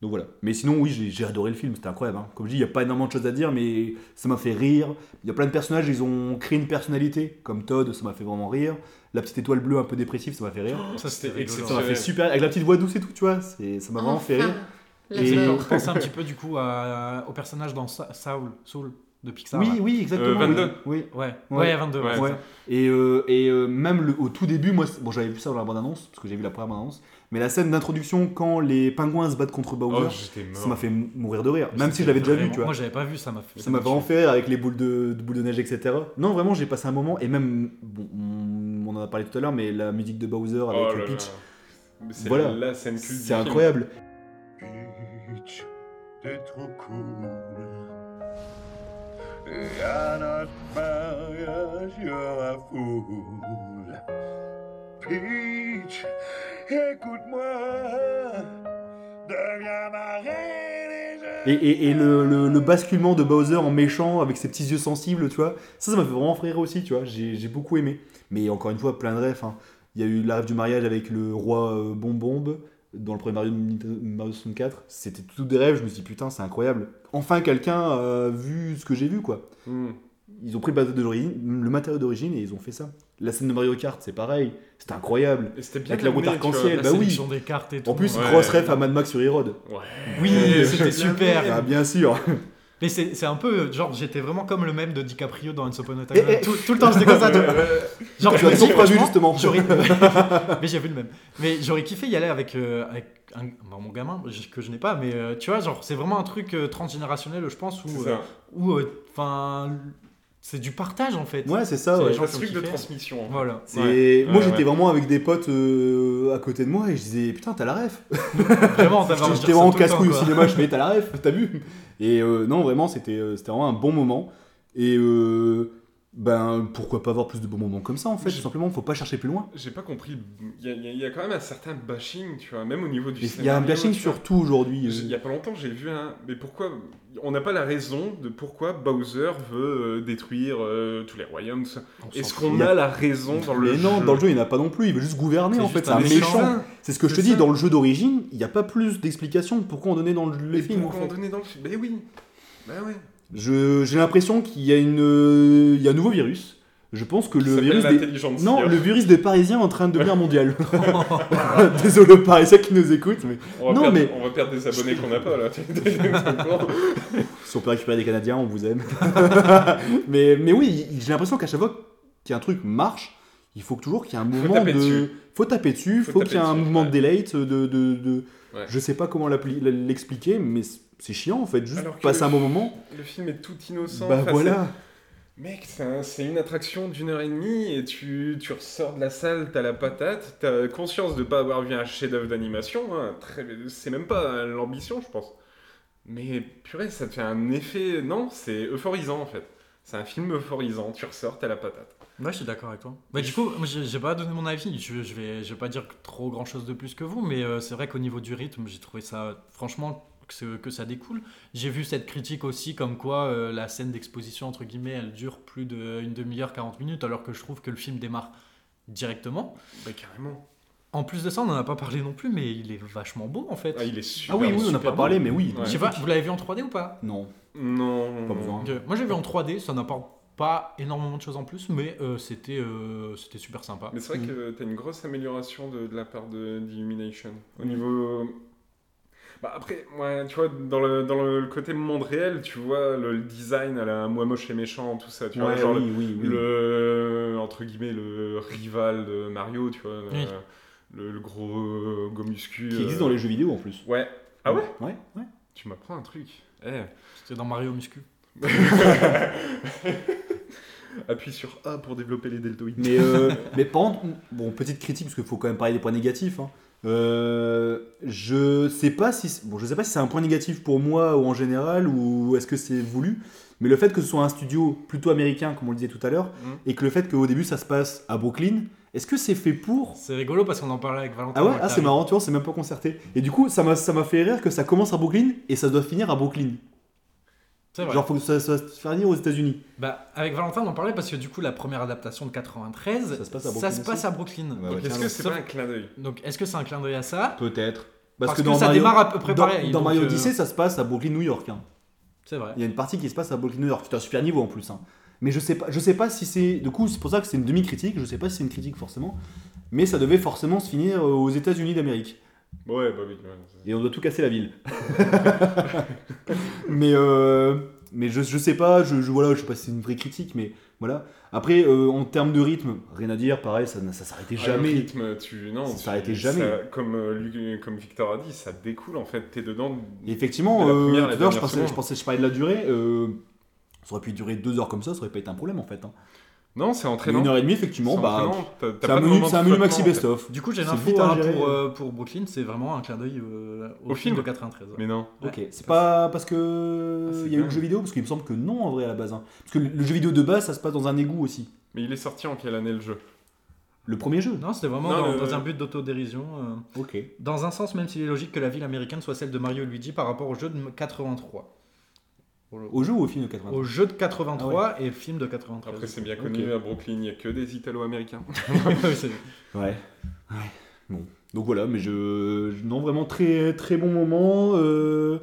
[SPEAKER 2] Donc voilà. Mais sinon, oui, j'ai- j'ai adoré le film, c'était incroyable. hein. Comme je dis, il n'y a pas énormément de choses à dire, mais ça m'a fait rire. Il y a plein de personnages, ils ont créé une personnalité. Comme Todd, ça m'a fait vraiment rire. La petite étoile bleue un peu dépressive, ça m'a fait rire.
[SPEAKER 1] Ça,
[SPEAKER 3] C'était
[SPEAKER 1] c'était hein.
[SPEAKER 2] Ça
[SPEAKER 1] excellent.
[SPEAKER 2] m'a fait
[SPEAKER 3] Ouais.
[SPEAKER 2] super. Avec la petite voix douce et tout, tu vois. c'est- Ça m'a vraiment fait rire.
[SPEAKER 1] Ça
[SPEAKER 2] Et-
[SPEAKER 1] me fait penser un petit peu du coup à- au personnage dans Sa- Saul, Saul de Pixar.
[SPEAKER 2] [LAUGHS] Oui,
[SPEAKER 1] là.
[SPEAKER 2] oui, exactement.
[SPEAKER 3] Euh, 22.
[SPEAKER 2] Oui.
[SPEAKER 1] Ouais,
[SPEAKER 2] Ouais.
[SPEAKER 1] ouais, 22. ouais.
[SPEAKER 2] Ouais. Et, euh, et euh, même le- au tout début, moi, c'est- bon, j'avais vu ça dans la bande-annonce, parce que j'ai vu la première bande-annonce, mais la scène d'introduction quand les pingouins se battent contre
[SPEAKER 3] Oh,
[SPEAKER 2] Bowser,
[SPEAKER 3] j'étais
[SPEAKER 2] ça m'a
[SPEAKER 3] mort.
[SPEAKER 2] fait mou- mourir de rire, même si je l'avais déjà vu, tu vois.
[SPEAKER 1] Moi, j'avais pas vu, ça m'a fait.
[SPEAKER 2] ça m'a vraiment fait rire avec les boules de, de boules de neige, etc. Non, vraiment, j'ai passé un moment, et même, bon, on on en a parlé tout à l'heure, mais la musique de Bowser
[SPEAKER 3] Oh
[SPEAKER 2] avec
[SPEAKER 3] là
[SPEAKER 2] le
[SPEAKER 3] là.
[SPEAKER 2] pitch,
[SPEAKER 3] Mais C'est
[SPEAKER 2] Voilà.
[SPEAKER 3] la scène culte du
[SPEAKER 2] c'est
[SPEAKER 3] film.
[SPEAKER 2] incroyable.
[SPEAKER 4] Peach, t'es trop cool. Et à notre mariage, il y aura foule. Peach, écoute-moi. Deviens ma reine
[SPEAKER 2] Et,
[SPEAKER 4] et je...
[SPEAKER 2] et- et le, le- le basculement de Bowser en méchant avec ses petits yeux sensibles, tu vois, ça, ça m'a fait vraiment frire aussi, tu vois, j'ai j'ai beaucoup aimé. Mais encore une fois, plein de rêves. hein. Il y a eu la rêve du mariage avec le roi euh, Bonbombe dans le premier Mario, Nintendo- Mario 64. C'était tout des rêves, je me suis dit putain, c'est incroyable. Enfin, quelqu'un a vu ce que j'ai vu, quoi.
[SPEAKER 3] Mm.
[SPEAKER 2] Ils ont pris le matériau d'origine- le matériau d'origine et ils ont fait ça. La scène de Mario Kart, c'est pareil, c'était incroyable.
[SPEAKER 3] Et c'était bien
[SPEAKER 2] Avec la route
[SPEAKER 3] amené, tu vois.
[SPEAKER 2] arc-en-ciel.
[SPEAKER 1] La
[SPEAKER 2] Bah oui.
[SPEAKER 1] sélection des cartes et tout.
[SPEAKER 2] En plus,
[SPEAKER 3] Ouais.
[SPEAKER 2] cross ref à Mad Max sur e
[SPEAKER 3] Ouais.
[SPEAKER 1] Oui,
[SPEAKER 2] [LAUGHS]
[SPEAKER 3] Ouais,
[SPEAKER 1] c'était
[SPEAKER 3] je-
[SPEAKER 1] super.
[SPEAKER 2] Ah, bien sûr.
[SPEAKER 1] Mais c'est c'est un peu, genre, j'étais vraiment comme le même de DiCaprio dans Once Upon a Time.
[SPEAKER 2] Eh, eh.
[SPEAKER 1] Tout, tout le temps, j'étais comme ça. tout- Genre,
[SPEAKER 2] [LAUGHS] Tu l'as
[SPEAKER 1] mais
[SPEAKER 2] toujours pas vu,
[SPEAKER 1] franchement,
[SPEAKER 2] justement.
[SPEAKER 1] j'aurais- [LAUGHS] mais j'ai vu le même. Mais j'aurais kiffé y aller avec, euh, avec un- bah, mon gamin, je- que je n'ai pas, mais euh, tu vois, genre, c'est vraiment un truc euh, transgénérationnel, je pense,
[SPEAKER 3] C'est
[SPEAKER 1] où, euh,
[SPEAKER 3] ça.
[SPEAKER 1] où, euh, 'fin, c'est du partage en fait.
[SPEAKER 2] Ouais, c'est ça,
[SPEAKER 1] C'est
[SPEAKER 2] Ah ouais.
[SPEAKER 1] les gens
[SPEAKER 3] Un
[SPEAKER 1] qui ont
[SPEAKER 3] truc de
[SPEAKER 1] kiffé.
[SPEAKER 3] transmission. hein.
[SPEAKER 1] Voilà.
[SPEAKER 2] C'est-
[SPEAKER 3] Ouais.
[SPEAKER 2] Moi
[SPEAKER 3] Ouais,
[SPEAKER 2] j'étais
[SPEAKER 3] ouais.
[SPEAKER 2] vraiment avec des potes euh, à côté de moi et je disais putain t'as la ref.
[SPEAKER 1] Vraiment, t'as
[SPEAKER 2] J'étais vraiment casse-couille au cinéma,
[SPEAKER 3] [LAUGHS]
[SPEAKER 2] je fais t'as la ref, t'as vu Et euh, non vraiment c'était euh, c'était vraiment un bon moment. Et euh, ben pourquoi pas avoir plus de bons moments comme ça en fait,
[SPEAKER 3] Je-
[SPEAKER 2] tout simplement, faut pas chercher plus loin.
[SPEAKER 3] J'ai pas compris. Il y, a- il y a- il y a quand même un certain bashing, tu vois, même au niveau du
[SPEAKER 2] Il y a un
[SPEAKER 3] scénario,
[SPEAKER 2] bashing
[SPEAKER 3] tu vois.
[SPEAKER 2] sur tout aujourd'hui. euh.
[SPEAKER 3] Il y a pas longtemps, j'ai vu un. Mais pourquoi On n'a pas la raison de pourquoi Bowser veut euh, détruire euh, tous les royaumes. tout ça. Est-ce qu'on a la raison dans le
[SPEAKER 2] Mais
[SPEAKER 3] jeu
[SPEAKER 2] non, dans le jeu il n'y en a pas non plus, il veut juste gouverner
[SPEAKER 1] C'est
[SPEAKER 2] en
[SPEAKER 1] juste
[SPEAKER 2] fait, c'est un
[SPEAKER 1] un méchant.
[SPEAKER 2] méchant. C'est ce que je te
[SPEAKER 3] C'est
[SPEAKER 2] dis,
[SPEAKER 3] ça.
[SPEAKER 2] dans le jeu d'origine, il n'y a pas plus d'explications de pourquoi on donnait dans le, le
[SPEAKER 3] Mais
[SPEAKER 2] film. en
[SPEAKER 3] pourquoi on
[SPEAKER 2] fait.
[SPEAKER 3] donnait dans le film Mais oui. Bah ouais.
[SPEAKER 2] Je- J'ai l'impression qu'il y, a une, euh, il y a un nouveau virus. Je pense que le
[SPEAKER 3] Ça s'appelle
[SPEAKER 2] virus des...
[SPEAKER 3] l'intelligence.
[SPEAKER 2] Non, le virus des Parisiens en train de devenir [LAUGHS] mondial. Oh. Désolé aux Parisiens qui nous écoutent, mais
[SPEAKER 3] On va,
[SPEAKER 2] Non,
[SPEAKER 3] perdre,
[SPEAKER 2] mais- Bah
[SPEAKER 3] on va perdre
[SPEAKER 2] [LAUGHS]
[SPEAKER 3] des abonnés qu'on n'a pas là. [LAUGHS] D'accord.
[SPEAKER 2] si on peut récupérer des Canadiens, on vous aime. [LAUGHS] mais, mais oui, j'ai l'impression qu'à chaque fois qu'un truc marche, il faut toujours qu'il y ait un mouvement
[SPEAKER 3] taper
[SPEAKER 2] de...
[SPEAKER 3] dessus.
[SPEAKER 2] Faut taper dessus,
[SPEAKER 3] Faut
[SPEAKER 2] faut qu'il y ait
[SPEAKER 3] taper
[SPEAKER 2] un
[SPEAKER 3] dessus,
[SPEAKER 2] mouvement
[SPEAKER 3] ouais.
[SPEAKER 2] de délate, de... de, de-
[SPEAKER 3] Ouais.
[SPEAKER 2] Je sais pas comment l'appli- l'expliquer, mais c'est chiant en fait, juste
[SPEAKER 3] Alors que
[SPEAKER 2] passer
[SPEAKER 3] le-
[SPEAKER 2] un bon moment.
[SPEAKER 3] le film est tout innocent.
[SPEAKER 2] Bah
[SPEAKER 3] Enfin,
[SPEAKER 2] voilà.
[SPEAKER 3] c'est- Mec, c'est un- c'est une attraction d'une heure et demie et tu, tu ressors de la salle, t'as la patate, t'as conscience de pas avoir vu un chef-d'œuvre d'animation. hein, très- C'est même pas l'ambition, je pense. Mais purée, ça te fait un effet. Non, c'est euphorisant en fait. C'est un film euphorisant. Tu ressors, t'as la patate.
[SPEAKER 1] Ouais, je suis d'accord avec toi. Bah, du coup, moi, j'ai j'ai pas donné mon avis. Je, je, vais, je vais pas dire trop grand chose de plus que vous, mais euh, c'est vrai qu'au niveau du rythme, j'ai trouvé ça, franchement, que, ce- que ça découle. J'ai vu cette critique aussi, comme quoi euh, la scène d'exposition, entre guillemets, elle dure plus d'une demi-heure, 40 minutes, alors que je trouve que le film démarre directement.
[SPEAKER 3] Bah carrément.
[SPEAKER 1] En plus de ça, on en a pas parlé non plus, mais il est vachement beau en fait.
[SPEAKER 3] Ah, il est super.
[SPEAKER 2] Ah oui, oui, on n'a
[SPEAKER 1] super
[SPEAKER 2] pas
[SPEAKER 1] beau.
[SPEAKER 2] parlé, mais oui.
[SPEAKER 3] Ouais.
[SPEAKER 1] Je sais pas, vous l'avez vu en 3D ou pas
[SPEAKER 2] Non,
[SPEAKER 3] Non.
[SPEAKER 2] pas besoin.
[SPEAKER 1] Donc, euh, Moi j'ai vu en 3D, ça n'apporte pas énormément de choses en plus, mais euh, c'était euh, c'était super sympa.
[SPEAKER 3] Mais
[SPEAKER 2] Mm.
[SPEAKER 3] c'est vrai que t'as une grosse amélioration de, de la part de- d'Illumination.
[SPEAKER 2] Mm.
[SPEAKER 3] Au niveau. Bah après, ouais, tu vois, dans le, dans le côté monde réel, tu vois, le, le design à la moi moche et méchant, tout ça. Tu vois,
[SPEAKER 2] Ouais,
[SPEAKER 3] genre
[SPEAKER 2] oui, oui, oui.
[SPEAKER 3] le, le- Entre guillemets, le rival de Mario, tu vois.
[SPEAKER 1] Oui.
[SPEAKER 3] euh, Le, le gros euh, gomuscu.
[SPEAKER 2] Qui existe
[SPEAKER 3] euh,
[SPEAKER 2] dans les jeux vidéo en plus.
[SPEAKER 3] Ouais. Ah ouais
[SPEAKER 2] Ouais, ouais.
[SPEAKER 3] Tu m'apprends un truc. Eh,
[SPEAKER 1] C'était dans Mario Muscu.
[SPEAKER 3] appuie sur A pour développer les deltoïdes.
[SPEAKER 2] Mais,
[SPEAKER 3] [LAUGHS]
[SPEAKER 2] euh, mais par contre, bon, petite critique, parce qu'il faut quand même parler des points négatifs. hein. Euh, je sais pas si c'est- bon, je sais pas si c'est un point négatif pour moi ou en général ou est-ce que c'est voulu, mais le fait que ce soit un studio plutôt américain comme on le disait tout à l'heure
[SPEAKER 3] Mhm.
[SPEAKER 2] et que le fait qu'au début ça se passe à Brooklyn, est-ce que c'est fait pour
[SPEAKER 1] C'est rigolo parce qu'on en parlait avec Valentin.
[SPEAKER 2] Ah ouais,
[SPEAKER 1] Guattari.
[SPEAKER 2] ah, c'est marrant, tu vois, c'est même pas concerté. Et du coup, ça m'a ça m'a fait rire que ça commence à Brooklyn et ça doit finir à Brooklyn.
[SPEAKER 1] C'est vrai.
[SPEAKER 2] Genre faut que ça, ça se finisse aux États-Unis.
[SPEAKER 1] Bah, avec Valentin, on en parlait parce que du coup, la première adaptation de 93,
[SPEAKER 2] Ça se passe à
[SPEAKER 1] ça
[SPEAKER 2] Brooklyn
[SPEAKER 1] se passe
[SPEAKER 2] aussi
[SPEAKER 1] à Brooklyn.
[SPEAKER 2] Ouais, ouais.
[SPEAKER 1] Donc,
[SPEAKER 3] Est-ce que c'est
[SPEAKER 1] sauf-
[SPEAKER 3] pas un clin d'œil
[SPEAKER 1] donc, est-ce que c'est un clin d'œil à ça
[SPEAKER 2] Peut-être.
[SPEAKER 1] Parce que ça démarre à peu près
[SPEAKER 2] dans,
[SPEAKER 1] pareil,
[SPEAKER 2] Dans
[SPEAKER 1] donc,
[SPEAKER 2] Mario
[SPEAKER 1] euh,
[SPEAKER 2] Odyssey, ça se passe à Brooklyn, New York. hein.
[SPEAKER 1] C'est vrai.
[SPEAKER 2] Il y a une partie qui se passe à Brooklyn, New York. C'est un super niveau en plus. hein. Mais je sais pas, je sais pas si c'est. Du coup, c'est pour ça que c'est une demi-critique. Je sais pas si c'est une critique forcément. Mais ça devait forcément se finir euh, aux États-Unis d'Amérique.
[SPEAKER 3] Ouais, bah oui. ouais.
[SPEAKER 2] Et on doit tout casser la ville. [LAUGHS] mais euh, mais je, je sais pas. Je, je- voilà, je sais pas si c'est une vraie critique, mais voilà. Après, euh, en termes de rythme, rien à dire. Pareil, ça, n'a- ça s'arrêtait
[SPEAKER 3] Ah, le
[SPEAKER 2] jamais.
[SPEAKER 3] rythme, tu, non,
[SPEAKER 2] Ça
[SPEAKER 3] tu-
[SPEAKER 2] s'arrêtait jamais.
[SPEAKER 3] ça- comme, euh, Luc- comme Victor a dit, ça découle en fait. T'es dedans.
[SPEAKER 2] Et effectivement,
[SPEAKER 3] De la
[SPEAKER 2] euh,
[SPEAKER 3] première
[SPEAKER 2] tout à
[SPEAKER 3] à la
[SPEAKER 2] l'heure, je
[SPEAKER 3] dernière
[SPEAKER 2] pensais,
[SPEAKER 3] seconde.
[SPEAKER 2] je pensais, je parlais de la durée. euh, ça aurait pu durer deux heures comme ça, ça aurait pas été un problème en fait. hein.
[SPEAKER 3] Non, c'est
[SPEAKER 2] Mais
[SPEAKER 3] entraînant.
[SPEAKER 2] Une heure et demie, effectivement,
[SPEAKER 3] C'est
[SPEAKER 2] bah.
[SPEAKER 3] entraînant. T'as- t'as
[SPEAKER 2] C'est
[SPEAKER 3] pas
[SPEAKER 2] un
[SPEAKER 3] de
[SPEAKER 2] menu,
[SPEAKER 3] moment de
[SPEAKER 2] c'est un menu
[SPEAKER 3] flottement,
[SPEAKER 2] maxi
[SPEAKER 3] en fait.
[SPEAKER 2] best-of.
[SPEAKER 1] Du coup, j'ai
[SPEAKER 2] C'est
[SPEAKER 1] l'info
[SPEAKER 2] vite à
[SPEAKER 1] hein,
[SPEAKER 2] gérer.
[SPEAKER 1] pour, euh, pour Brooklyn, c'est vraiment un clin d'œil euh, au,
[SPEAKER 3] Au
[SPEAKER 1] film
[SPEAKER 3] film.
[SPEAKER 1] de 93. ouais.
[SPEAKER 3] Mais non.
[SPEAKER 2] Ok, c'est
[SPEAKER 3] ça,
[SPEAKER 2] pas parce que
[SPEAKER 3] Ah,
[SPEAKER 2] il y
[SPEAKER 3] c'est
[SPEAKER 2] a eu le
[SPEAKER 3] dingue.
[SPEAKER 2] jeu vidéo, parce qu'il me semble que non en vrai à la base. hein. Parce que le- le jeu vidéo de base, ça se passe dans un égout aussi.
[SPEAKER 3] Mais il est sorti en quelle année le jeu
[SPEAKER 2] Le premier jeu.
[SPEAKER 1] Non, c'était vraiment
[SPEAKER 3] Non,
[SPEAKER 1] dans,
[SPEAKER 3] le-
[SPEAKER 1] dans un but d'autodérision. euh.
[SPEAKER 2] Ok.
[SPEAKER 1] Dans un sens, même s'il est logique que la ville américaine soit celle de Mario et Luigi par rapport au jeu de 83. Au,
[SPEAKER 2] Au jeu ou au film de 80
[SPEAKER 1] au jeu de 83
[SPEAKER 2] Ah
[SPEAKER 1] et film de 93. [LAUGHS]
[SPEAKER 3] Après, c'est bien connu
[SPEAKER 2] Ok.
[SPEAKER 3] à Brooklyn, il n'y a que des Italo-Américains.
[SPEAKER 1] Ouais, c'est-
[SPEAKER 2] Ouais. Ouais. Bon. Donc voilà, mais je. je- Non, vraiment très très bon moment. euh,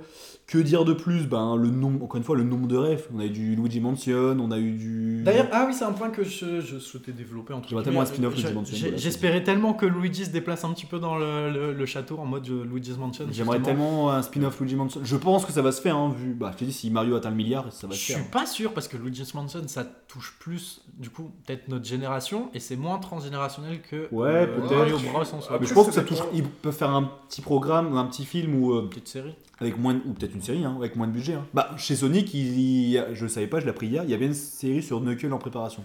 [SPEAKER 2] Que dire de plus Ben le nombre, encore une fois, le nombre de refs. On a eu du Luigi Mansion, on a eu du.
[SPEAKER 1] D'ailleurs, ah oui, c'est un point que je, je souhaitais développer. entre
[SPEAKER 2] J'aimerais tellement
[SPEAKER 1] guillemets.
[SPEAKER 2] un spin-off de
[SPEAKER 1] Je-
[SPEAKER 2] Dimension,
[SPEAKER 1] j'ai-
[SPEAKER 2] voilà.
[SPEAKER 1] J'espérais tellement que Luigi se déplace un petit peu dans le, le- le château en mode euh, Luigi's Mansion.
[SPEAKER 2] J'aimerais
[SPEAKER 1] justement.
[SPEAKER 2] tellement un spin-off Luigi Mansion. Je pense que ça va se faire, hein, vu. Bah, je t'ai dit, si Mario atteint le milliard, ça va
[SPEAKER 1] Je
[SPEAKER 2] se
[SPEAKER 1] suis
[SPEAKER 2] faire.
[SPEAKER 1] pas sûr parce que Luigi's Mansion ça touche plus, du coup, peut-être notre génération et c'est moins transgénérationnel que
[SPEAKER 2] Ouais,
[SPEAKER 1] euh,
[SPEAKER 2] peut-être. Ah,
[SPEAKER 1] Mario Bros en soi.
[SPEAKER 2] Mais je
[SPEAKER 3] Après,
[SPEAKER 2] pense que
[SPEAKER 3] ça
[SPEAKER 2] ça touche.
[SPEAKER 3] dépend.
[SPEAKER 2] Ils peuvent faire un petit programme, un petit film ou euh,
[SPEAKER 1] Petite série.
[SPEAKER 2] avec moins, de- ou peut-être une série, hein, avec moins de budget. hein. Bah, chez Sonic, il, il- je savais pas, je l'ai appris hier. Il y avait une série sur Knuckles en préparation.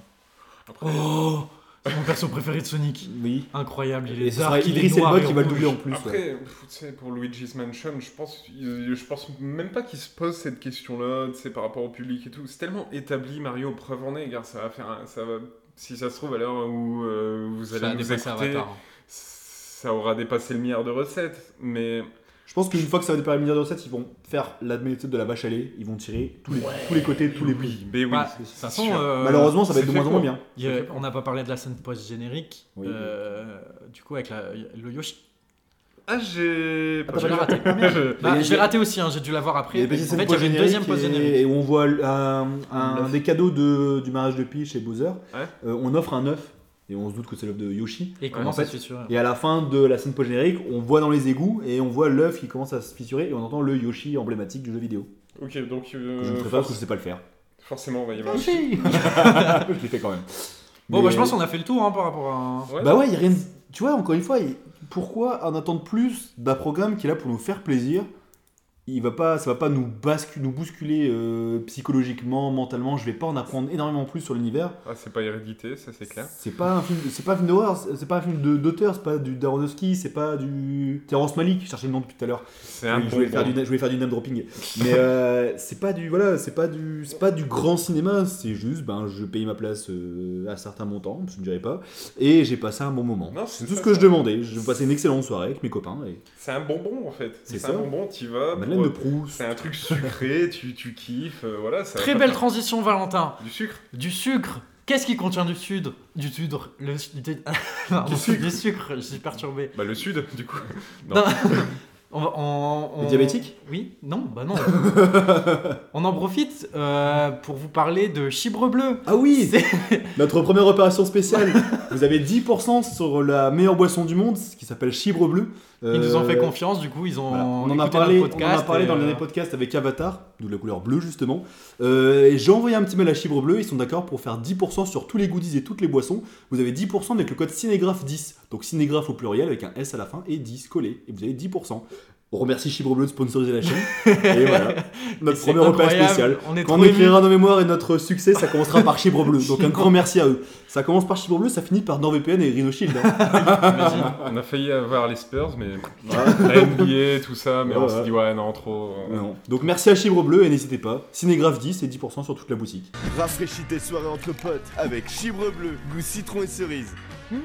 [SPEAKER 3] Après,
[SPEAKER 1] Oh C'est mon perso préféré de Sonic.
[SPEAKER 2] Oui.
[SPEAKER 1] Incroyable, il est
[SPEAKER 2] Et ce
[SPEAKER 1] dark,
[SPEAKER 2] sera
[SPEAKER 1] il est
[SPEAKER 2] Idris
[SPEAKER 1] noir
[SPEAKER 2] Elba
[SPEAKER 1] et
[SPEAKER 2] qui va le
[SPEAKER 1] rouge.
[SPEAKER 2] doubler en plus. ouais.
[SPEAKER 3] Après, pff, tu sais, pour Luigi's Mansion, je pense, je pense même pas qu'il se pose cette question-là, tu sais, par rapport au public et tout. C'est tellement établi, Mario, preuve en est, gars, ça va faire, un- ça va, si ça se trouve, à l'heure où euh, vous
[SPEAKER 1] Ça a
[SPEAKER 3] allez nous
[SPEAKER 1] dépassé
[SPEAKER 3] écouter,
[SPEAKER 1] Avatar.
[SPEAKER 3] ça aura dépassé le milliard de recettes. Mais
[SPEAKER 2] Je pense qu'une fois que ça va dépasser le milliard de recettes, ils vont faire la méthode de la vache à lait, ils vont tirer tous les, tous les côtés, tous les plis.
[SPEAKER 3] mais oui,
[SPEAKER 1] Bah,
[SPEAKER 2] c'est-
[SPEAKER 1] de toute
[SPEAKER 2] c'est
[SPEAKER 1] façon,
[SPEAKER 3] sûr.
[SPEAKER 1] euh,
[SPEAKER 2] Malheureusement, ça va être
[SPEAKER 3] c'est
[SPEAKER 2] de moins en
[SPEAKER 3] fait
[SPEAKER 2] moins
[SPEAKER 3] pour.
[SPEAKER 2] bien.
[SPEAKER 1] il y a- on n'a pas parlé de la scène post-générique.
[SPEAKER 2] Oui.
[SPEAKER 1] euh, du coup, avec la- le Yoshi.
[SPEAKER 3] ah j'ai,
[SPEAKER 2] Ah,
[SPEAKER 1] Je
[SPEAKER 2] t'as
[SPEAKER 1] l'ai
[SPEAKER 2] pas
[SPEAKER 1] raté.
[SPEAKER 3] Je-
[SPEAKER 1] Bah,
[SPEAKER 2] Mais
[SPEAKER 1] je l'ai raté aussi, hein, j'ai dû l'avoir après.
[SPEAKER 2] Il y a des
[SPEAKER 1] en
[SPEAKER 2] petites
[SPEAKER 1] fait,
[SPEAKER 2] scènes
[SPEAKER 1] il y avait une deuxième
[SPEAKER 2] post-génériques
[SPEAKER 1] post-générique.
[SPEAKER 2] et, et on voit le- un, un
[SPEAKER 1] L'œuf.
[SPEAKER 2] des cadeaux de- du mariage de Peach et Bowser.
[SPEAKER 3] Ouais.
[SPEAKER 2] Euh, on offre un œuf et on se doute que c'est l'œuf de Yoshi.
[SPEAKER 1] Et comment
[SPEAKER 2] en
[SPEAKER 1] ça se
[SPEAKER 2] fait,
[SPEAKER 1] fait sur
[SPEAKER 2] Et à la fin de la scène post-générique, on voit dans les égouts et on voit l'œuf qui commence à se fissurer et on entend le Yoshi emblématique du jeu vidéo.
[SPEAKER 3] [LAUGHS] ok, donc
[SPEAKER 2] Que
[SPEAKER 3] euh,
[SPEAKER 2] je ne préfère parce que je sais pas Ah, le faire.
[SPEAKER 3] forcément, on va y avoir.
[SPEAKER 2] Yoshi [LAUGHS] Je l'ai fait quand même.
[SPEAKER 1] Bon,
[SPEAKER 2] Mais- euh,
[SPEAKER 1] bah, je pense qu'on a fait le tour hein, par rapport à. un-
[SPEAKER 3] Ouais.
[SPEAKER 2] Bah ouais, y a rien. de- Tu vois, encore une fois, y- pourquoi en attendre plus d'un programme qui est là pour nous faire plaisir Il va pas, ça va pas nous bascu- nous bousculer euh, psychologiquement, mentalement. Je vais pas en apprendre énormément plus sur l'univers.
[SPEAKER 3] Ah, c'est pas hérédité, ça c'est clair.
[SPEAKER 2] C'est pas un film, c'est pas un film d'horreur, c'est c'est pas un film de- d'auteur, c'est pas du Daronowski, c'est pas du Terrence Malick. Je cherchais le nom depuis tout à l'heure.
[SPEAKER 3] C'est un
[SPEAKER 2] Oui, je
[SPEAKER 3] bon
[SPEAKER 2] voulais faire
[SPEAKER 3] point.
[SPEAKER 2] du, je voulais faire du name dropping. Mais euh, c'est pas du voilà, c'est pas du c'est pas du grand cinéma, c'est juste ben je paye ma place euh, à certains montants, je ne dirais pas et j'ai passé un bon moment.
[SPEAKER 3] Non,
[SPEAKER 2] C'est
[SPEAKER 3] c'est
[SPEAKER 2] tout
[SPEAKER 3] ça,
[SPEAKER 2] ce que
[SPEAKER 3] ça.
[SPEAKER 2] je demandais, je passais une excellente soirée avec mes copains et
[SPEAKER 3] C'est un bonbon en fait.
[SPEAKER 2] C'est
[SPEAKER 3] C'est
[SPEAKER 2] ça.
[SPEAKER 3] un bonbon, t'y vas.
[SPEAKER 2] Madeleine
[SPEAKER 3] pour-
[SPEAKER 2] de Proust.
[SPEAKER 3] C'est un truc sucré, tu, tu kiffes, euh, voilà. Ça va
[SPEAKER 1] Très
[SPEAKER 3] pas
[SPEAKER 1] belle
[SPEAKER 3] faire
[SPEAKER 1] transition, Valentin.
[SPEAKER 3] Du sucre.
[SPEAKER 1] Du sucre. Qu'est-ce qui contient du sud Du sudre. Le... Du... [LAUGHS] Pardon,
[SPEAKER 3] Du sucre.
[SPEAKER 1] du sucre, je suis perturbé.
[SPEAKER 3] Bah le sud, du coup.
[SPEAKER 1] Non. [LAUGHS] on, va- on-
[SPEAKER 2] Les
[SPEAKER 1] on-
[SPEAKER 2] diabétiques
[SPEAKER 1] Oui, non, bah non. [LAUGHS] on en profite euh, pour vous parler de Chibre Bleu.
[SPEAKER 2] Ah oui,
[SPEAKER 1] C'est-
[SPEAKER 2] notre première opération spéciale. Vous avez 10% sur la meilleure boisson du monde, ce qui s'appelle Chibre Bleu.
[SPEAKER 1] [LAUGHS] Ils nous ont fait
[SPEAKER 2] Euh,
[SPEAKER 1] confiance, du coup, ils ont.
[SPEAKER 2] Voilà. On, en a
[SPEAKER 1] écouté
[SPEAKER 2] parlé,
[SPEAKER 1] notre
[SPEAKER 2] on en a
[SPEAKER 1] podcast
[SPEAKER 2] parlé
[SPEAKER 1] et,
[SPEAKER 2] dans le
[SPEAKER 1] euh,
[SPEAKER 2] dernier podcast avec Avatar, d'où la couleur bleue justement. Euh, et J'ai envoyé un petit mail à Chibre Bleu, ils sont d'accord pour faire 10% sur tous les goodies et toutes les boissons. Vous avez 10% avec le code Cinégraphe 10, donc Cinégraphe au pluriel avec un S à la fin et 10 collé, et vous avez 10%. On remercie Chibre Bleu de sponsoriser la chaîne. et
[SPEAKER 1] [LAUGHS]
[SPEAKER 2] voilà, notre
[SPEAKER 1] c'est
[SPEAKER 2] premier repas
[SPEAKER 1] incroyable,
[SPEAKER 2] spécial.
[SPEAKER 1] On est
[SPEAKER 2] Quand
[SPEAKER 1] trop
[SPEAKER 2] on
[SPEAKER 1] émus.
[SPEAKER 2] écrira nos mémoires et notre succès, ça commencera par Chibre Bleu. Donc un grand merci à eux. Ça commence par Chibre Bleu, ça finit par NordVPN et Rhino Shield. hein.
[SPEAKER 1] Imagine.
[SPEAKER 3] On a failli avoir les Spurs, mais la NBA, tout ça, mais
[SPEAKER 2] Ouais,
[SPEAKER 3] on s'est
[SPEAKER 2] ouais.
[SPEAKER 3] dit ouais non trop. euh,
[SPEAKER 2] Non. Donc merci à Chibre Bleu et n'hésitez pas, Cinégraphe 10 et 10% sur toute la boutique.
[SPEAKER 5] Rafraîchis tes soirées entre potes avec Chibre Bleu, goût citron et cerise.
[SPEAKER 6] Hmm.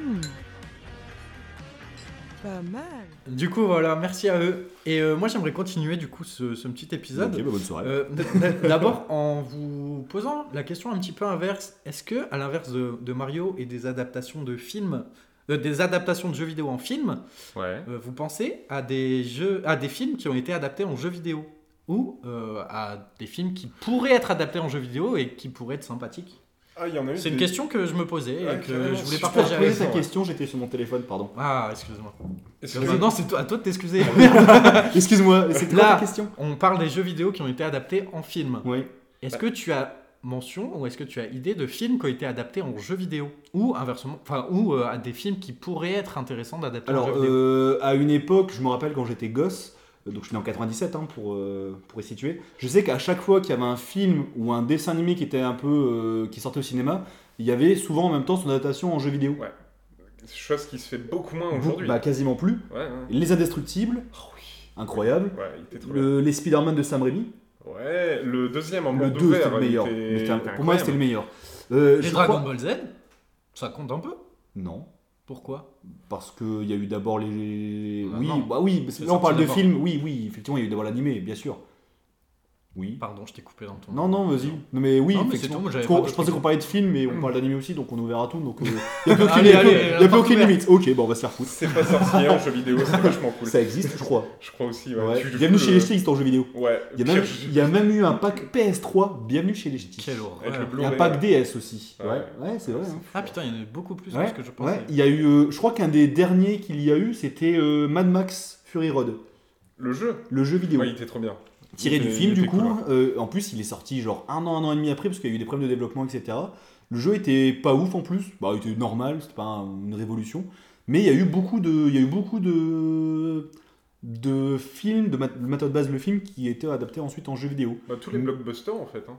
[SPEAKER 6] Pas mal.
[SPEAKER 1] Du coup, voilà, merci à eux. Et euh, moi, j'aimerais continuer, du coup, ce, ce petit épisode.
[SPEAKER 2] Ok, bah bonne soirée.
[SPEAKER 1] Euh, d- d- D'abord, en vous posant la question un petit peu inverse, est-ce que, à l'inverse de, de Mario et des adaptations de films, euh, des adaptations de jeux vidéo en film,
[SPEAKER 3] Ouais.
[SPEAKER 1] euh, vous pensez à des jeux, à des films qui ont été adaptés en jeux vidéo ou euh, à des films qui pourraient être adaptés en jeux vidéo et qui pourraient être sympathiques
[SPEAKER 3] Ah il y en a eu.
[SPEAKER 1] C'est
[SPEAKER 3] des-
[SPEAKER 1] une question que je me posais
[SPEAKER 3] Ouais,
[SPEAKER 1] et que
[SPEAKER 3] carrément,
[SPEAKER 1] je voulais
[SPEAKER 3] super
[SPEAKER 1] partager
[SPEAKER 2] Posez
[SPEAKER 1] avec
[SPEAKER 2] sa
[SPEAKER 1] vous.
[SPEAKER 3] ouais.
[SPEAKER 2] question, j'étais sur mon téléphone, pardon. [LAUGHS]
[SPEAKER 1] Ah, excuse-moi.
[SPEAKER 3] Est-ce que-
[SPEAKER 1] Non, non, c'est toi- à toi de t'excuser.
[SPEAKER 2] Excuse-moi, c'est quoi
[SPEAKER 1] Là.
[SPEAKER 2] ta question
[SPEAKER 1] On parle des jeux vidéo qui ont été adaptés en film.
[SPEAKER 2] Oui.
[SPEAKER 1] Est-ce que tu as mention ou est-ce que tu as idée de films qui ont été adaptés en jeux vidéo ou inversement, enfin ou euh, à des films qui pourraient être intéressants d'adapter en
[SPEAKER 2] Alors,
[SPEAKER 1] jeux vidéo
[SPEAKER 2] euh, à une époque, je me rappelle quand j'étais gosse, euh, donc je suis né en 97 hein, pour, euh, pour y situer, je sais qu'à chaque fois qu'il y avait un film ou un dessin animé qui était un peu. euh, qui sortait au cinéma, il y avait souvent en même temps son adaptation en jeu vidéo.
[SPEAKER 3] Ouais, Chose qui se fait beaucoup moins
[SPEAKER 2] Vous-
[SPEAKER 3] Ah, aujourd'hui.
[SPEAKER 2] Bah, quasiment plus.
[SPEAKER 3] Ouais. ouais.
[SPEAKER 2] Les Indestructibles, incroyable.
[SPEAKER 3] Ouais, il était trop bien.
[SPEAKER 2] Le- les Spider-Man de Sam Raimi,
[SPEAKER 3] Ouais, le deuxième en
[SPEAKER 2] le
[SPEAKER 3] mode
[SPEAKER 2] 2
[SPEAKER 3] ouvert.
[SPEAKER 2] c'était le
[SPEAKER 3] il
[SPEAKER 2] meilleur.
[SPEAKER 3] était-
[SPEAKER 2] Mais c'était un-
[SPEAKER 3] il était
[SPEAKER 2] pour moi, c'était le
[SPEAKER 3] incroyable.
[SPEAKER 2] meilleur. Euh,
[SPEAKER 1] Les
[SPEAKER 2] je
[SPEAKER 1] Dragon
[SPEAKER 2] crois-
[SPEAKER 1] Ball Z, ça compte un peu.
[SPEAKER 2] Non.
[SPEAKER 1] Pourquoi
[SPEAKER 2] Parce qu'il y a eu d'abord les.
[SPEAKER 1] Bah
[SPEAKER 2] oui,
[SPEAKER 1] non.
[SPEAKER 2] bah oui, parce que
[SPEAKER 1] C'est
[SPEAKER 2] là on
[SPEAKER 1] sorti
[SPEAKER 2] parle de
[SPEAKER 1] d'abord.
[SPEAKER 2] films, oui, oui, effectivement, il y a eu d'abord l'animé, bien sûr. Oui.
[SPEAKER 1] Pardon, je t'ai coupé dans ton.
[SPEAKER 2] Non, non, vas-y. Non, mais oui,
[SPEAKER 1] Non, mais c'est
[SPEAKER 2] effectivement.
[SPEAKER 1] tout, moi, j'avais
[SPEAKER 2] Parce qu'on-
[SPEAKER 1] pas
[SPEAKER 2] je
[SPEAKER 1] de
[SPEAKER 2] pensais
[SPEAKER 1] truc.
[SPEAKER 2] qu'on parlait de films, mais
[SPEAKER 3] Hmm.
[SPEAKER 2] on parle d'anime aussi, donc on est ouvert à tout.
[SPEAKER 1] [LAUGHS]
[SPEAKER 2] Donc, euh, y a plus aucune,
[SPEAKER 1] Allez,
[SPEAKER 2] y a plus-
[SPEAKER 1] allez,
[SPEAKER 2] y a
[SPEAKER 1] la
[SPEAKER 2] plus
[SPEAKER 1] porte
[SPEAKER 2] aucune
[SPEAKER 1] ouverte.
[SPEAKER 2] limite. Ok, bon, on va se faire
[SPEAKER 3] [LAUGHS]
[SPEAKER 2] foutre.
[SPEAKER 3] C'est pas sorcier en jeu vidéo,
[SPEAKER 2] [LAUGHS]
[SPEAKER 3] c'est vachement cool.
[SPEAKER 2] Ça existe, je crois.
[SPEAKER 3] Je crois aussi. Ouais.
[SPEAKER 2] Ouais.
[SPEAKER 3] Tu-
[SPEAKER 2] Bienvenue
[SPEAKER 3] le- euh,
[SPEAKER 2] chez les ch'tis en jeu vidéo.
[SPEAKER 3] Ouais.
[SPEAKER 2] Il
[SPEAKER 3] [LAUGHS]
[SPEAKER 2] y, a même,
[SPEAKER 3] pire,
[SPEAKER 2] il y a même eu un pack PS3, bienvenue chez les ch'tis.
[SPEAKER 1] Quel
[SPEAKER 3] Avec le
[SPEAKER 1] horreur.
[SPEAKER 2] Et un
[SPEAKER 3] Blu-ray, euh,
[SPEAKER 2] pack
[SPEAKER 3] ouais.
[SPEAKER 2] DS aussi.
[SPEAKER 3] Ouais.
[SPEAKER 2] Ouais, ouais, c'est vrai. hein.
[SPEAKER 1] Ah putain, il y en a beaucoup plus que
[SPEAKER 2] Ouais,
[SPEAKER 1] ce que je pensais.
[SPEAKER 2] Ouais, il y a eu, euh, je crois qu'un des derniers qu'il y a eu, c'était euh, Mad Max Fury Road,
[SPEAKER 3] Le jeu
[SPEAKER 2] le jeu vidéo.
[SPEAKER 3] Ouais, il était trop bien.
[SPEAKER 2] tiré
[SPEAKER 3] Il
[SPEAKER 2] du
[SPEAKER 3] était-
[SPEAKER 2] film
[SPEAKER 3] il
[SPEAKER 2] du
[SPEAKER 3] était
[SPEAKER 2] coup.
[SPEAKER 3] cool,
[SPEAKER 2] euh, en plus, il est sorti genre un an, un an et demi après parce qu'il y a eu des problèmes de développement, etc. Le jeu était pas ouf en plus. Bah, il était normal, c'était pas un- une révolution. Mais il y a eu beaucoup de, il y a eu beaucoup de de films, de mat- le matériau de base le film qui était adapté ensuite en jeu vidéo.
[SPEAKER 3] Bah, tous les
[SPEAKER 2] Mm.
[SPEAKER 3] blockbusters en fait. Hein.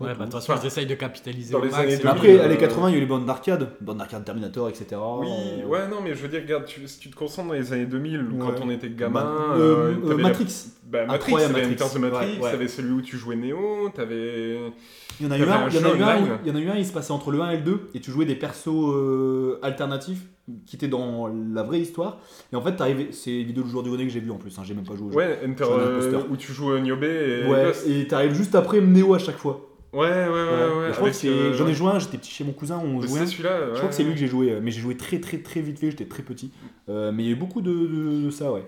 [SPEAKER 1] Ouais, bah de toute façon, ils essayent de capitaliser
[SPEAKER 3] Dans
[SPEAKER 1] au
[SPEAKER 3] les
[SPEAKER 1] max.
[SPEAKER 3] années
[SPEAKER 1] et-
[SPEAKER 2] Mais
[SPEAKER 3] 2000,
[SPEAKER 2] après,
[SPEAKER 3] euh,
[SPEAKER 2] années 80, il y a eu les bandes d'arcade, bandes d'arcade Terminator, etc.
[SPEAKER 3] Oui,
[SPEAKER 2] Euh,
[SPEAKER 3] ouais, non, mais je veux dire, regarde, tu- si tu te concentres dans les années 2000, où quand
[SPEAKER 2] Ouais.
[SPEAKER 3] on était
[SPEAKER 2] Ma-
[SPEAKER 3] gamin,
[SPEAKER 2] euh,
[SPEAKER 3] euh,
[SPEAKER 2] euh,
[SPEAKER 3] t'avais la-
[SPEAKER 2] Matrix.
[SPEAKER 3] bah, Matrix,
[SPEAKER 2] Incroyable,
[SPEAKER 3] t'avais Matrix. de
[SPEAKER 2] Matrix.
[SPEAKER 3] Matrix,
[SPEAKER 2] Ouais, ouais.
[SPEAKER 3] t'avais celui où tu jouais Neo, t'avais.
[SPEAKER 2] Il y en a eu un, il
[SPEAKER 3] T'avais un
[SPEAKER 2] y en a
[SPEAKER 3] jeu
[SPEAKER 2] eu un,
[SPEAKER 3] online.
[SPEAKER 2] il y en a eu un, il se passait entre le 1 et le 2, et tu jouais des persos euh, alternatifs qui étaient dans la vraie histoire. Et en fait, t'arrivais, c'est les vidéos du jour du René que j'ai vu en plus, hein, j'ai même pas joué au jeu.
[SPEAKER 3] Ouais, Enter,
[SPEAKER 2] Journal
[SPEAKER 3] euh,
[SPEAKER 2] Poster.
[SPEAKER 3] où tu joues euh, Niobe et
[SPEAKER 2] Ouais,
[SPEAKER 3] Ghost.
[SPEAKER 2] et t'arrives juste après Neo à chaque fois.
[SPEAKER 3] Ouais, ouais, ouais, ouais.
[SPEAKER 2] Et je crois
[SPEAKER 3] avec,
[SPEAKER 2] que c'est-
[SPEAKER 3] euh,
[SPEAKER 2] J'en ai joué un, j'étais petit chez mon cousin, on jouait. un.
[SPEAKER 3] C'est celui-là.
[SPEAKER 2] Je crois que c'est lui que j'ai joué, euh, mais j'ai joué très très très vite fait, j'étais très petit. Euh, mais il y a eu beaucoup de, de- de ça, ouais.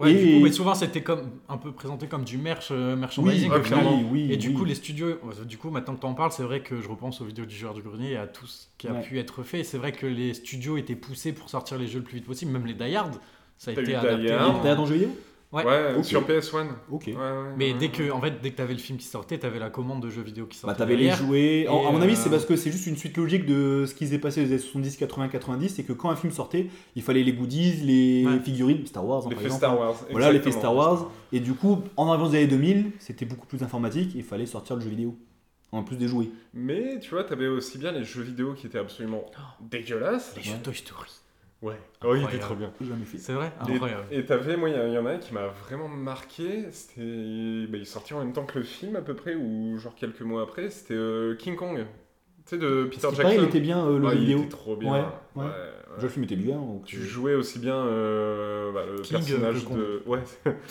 [SPEAKER 1] Ouais,
[SPEAKER 2] Et-
[SPEAKER 1] du coup, mais souvent c'était comme un peu présenté comme du merch, euh, merchandising,
[SPEAKER 3] ah,
[SPEAKER 1] euh, clairement.
[SPEAKER 2] oui,
[SPEAKER 1] Et du
[SPEAKER 2] oui.
[SPEAKER 1] coup, les studios, euh, du coup, maintenant que t'en parles, c'est vrai que je repense aux vidéos du joueur du grenier et à tout ce qui a
[SPEAKER 2] Ouais.
[SPEAKER 1] pu être fait. Et C'est vrai que les studios étaient poussés pour sortir les jeux le plus vite possible, même les Die Hard, ça a
[SPEAKER 3] T'as eu
[SPEAKER 1] été
[SPEAKER 3] Die
[SPEAKER 1] adapté.
[SPEAKER 3] Hard.
[SPEAKER 1] en-
[SPEAKER 2] T'as dans le jeu vidéo
[SPEAKER 1] ouais.
[SPEAKER 3] Ouais,
[SPEAKER 2] Ok.
[SPEAKER 3] sur PS1.
[SPEAKER 2] Ok.
[SPEAKER 3] Ouais, ouais,
[SPEAKER 1] Mais
[SPEAKER 3] ouais,
[SPEAKER 1] dès
[SPEAKER 3] ouais.
[SPEAKER 1] que, en fait, dès que t'avais le film qui sortait, t'avais la commande de jeux vidéo qui
[SPEAKER 2] Bah
[SPEAKER 1] sortait.
[SPEAKER 2] t'avais les
[SPEAKER 1] derrière.
[SPEAKER 2] jouets. En-
[SPEAKER 1] Et,
[SPEAKER 2] à mon avis,
[SPEAKER 1] euh,
[SPEAKER 2] c'est parce que c'est juste une suite logique de ce qui s'est passé les années 70, 80, 90, c'est que quand un film sortait, il fallait les goodies, les
[SPEAKER 1] Ouais.
[SPEAKER 2] figurines, Star Wars, hein, par
[SPEAKER 3] L'effet
[SPEAKER 2] exemple.
[SPEAKER 3] Star Wars.
[SPEAKER 2] Voilà, l'effet
[SPEAKER 3] exactement.
[SPEAKER 2] Star Wars. Et du coup, en avant des années 2000, c'était beaucoup plus informatique, il fallait sortir le jeu vidéo. En plus des jouets.
[SPEAKER 3] Mais tu vois, t'avais aussi bien les jeux vidéo qui étaient absolument
[SPEAKER 2] Oh.
[SPEAKER 3] dégueulasses.
[SPEAKER 1] Les jeux Toy Story.
[SPEAKER 3] Ouais. Oh, il était
[SPEAKER 1] Incroyable.
[SPEAKER 3] trop bien.
[SPEAKER 2] Jamais fait.
[SPEAKER 1] C'est vrai
[SPEAKER 3] Et-
[SPEAKER 1] Incroyable.
[SPEAKER 3] Et t'avais, moi, il y, a- il y en a un qui m'a vraiment marqué. C'était. bah, il sortit en même temps que le film, à peu près, ou genre quelques mois après. C'était euh, King Kong. Tu sais, de Peter
[SPEAKER 2] Parce que
[SPEAKER 3] Jackson.
[SPEAKER 2] pareil, il était bien euh, le
[SPEAKER 3] Ah,
[SPEAKER 2] jeu
[SPEAKER 3] il
[SPEAKER 2] vidéo.
[SPEAKER 3] était trop bien.
[SPEAKER 2] Ouais,
[SPEAKER 3] Ouais,
[SPEAKER 2] ouais.
[SPEAKER 3] ouais.
[SPEAKER 2] Déjà, Le film était bien. donc,
[SPEAKER 3] Tu
[SPEAKER 2] euh,
[SPEAKER 3] jouais aussi bien euh, bah, le
[SPEAKER 1] King, euh,
[SPEAKER 3] personnage
[SPEAKER 1] Kong.
[SPEAKER 3] de. Ouais. [LAUGHS]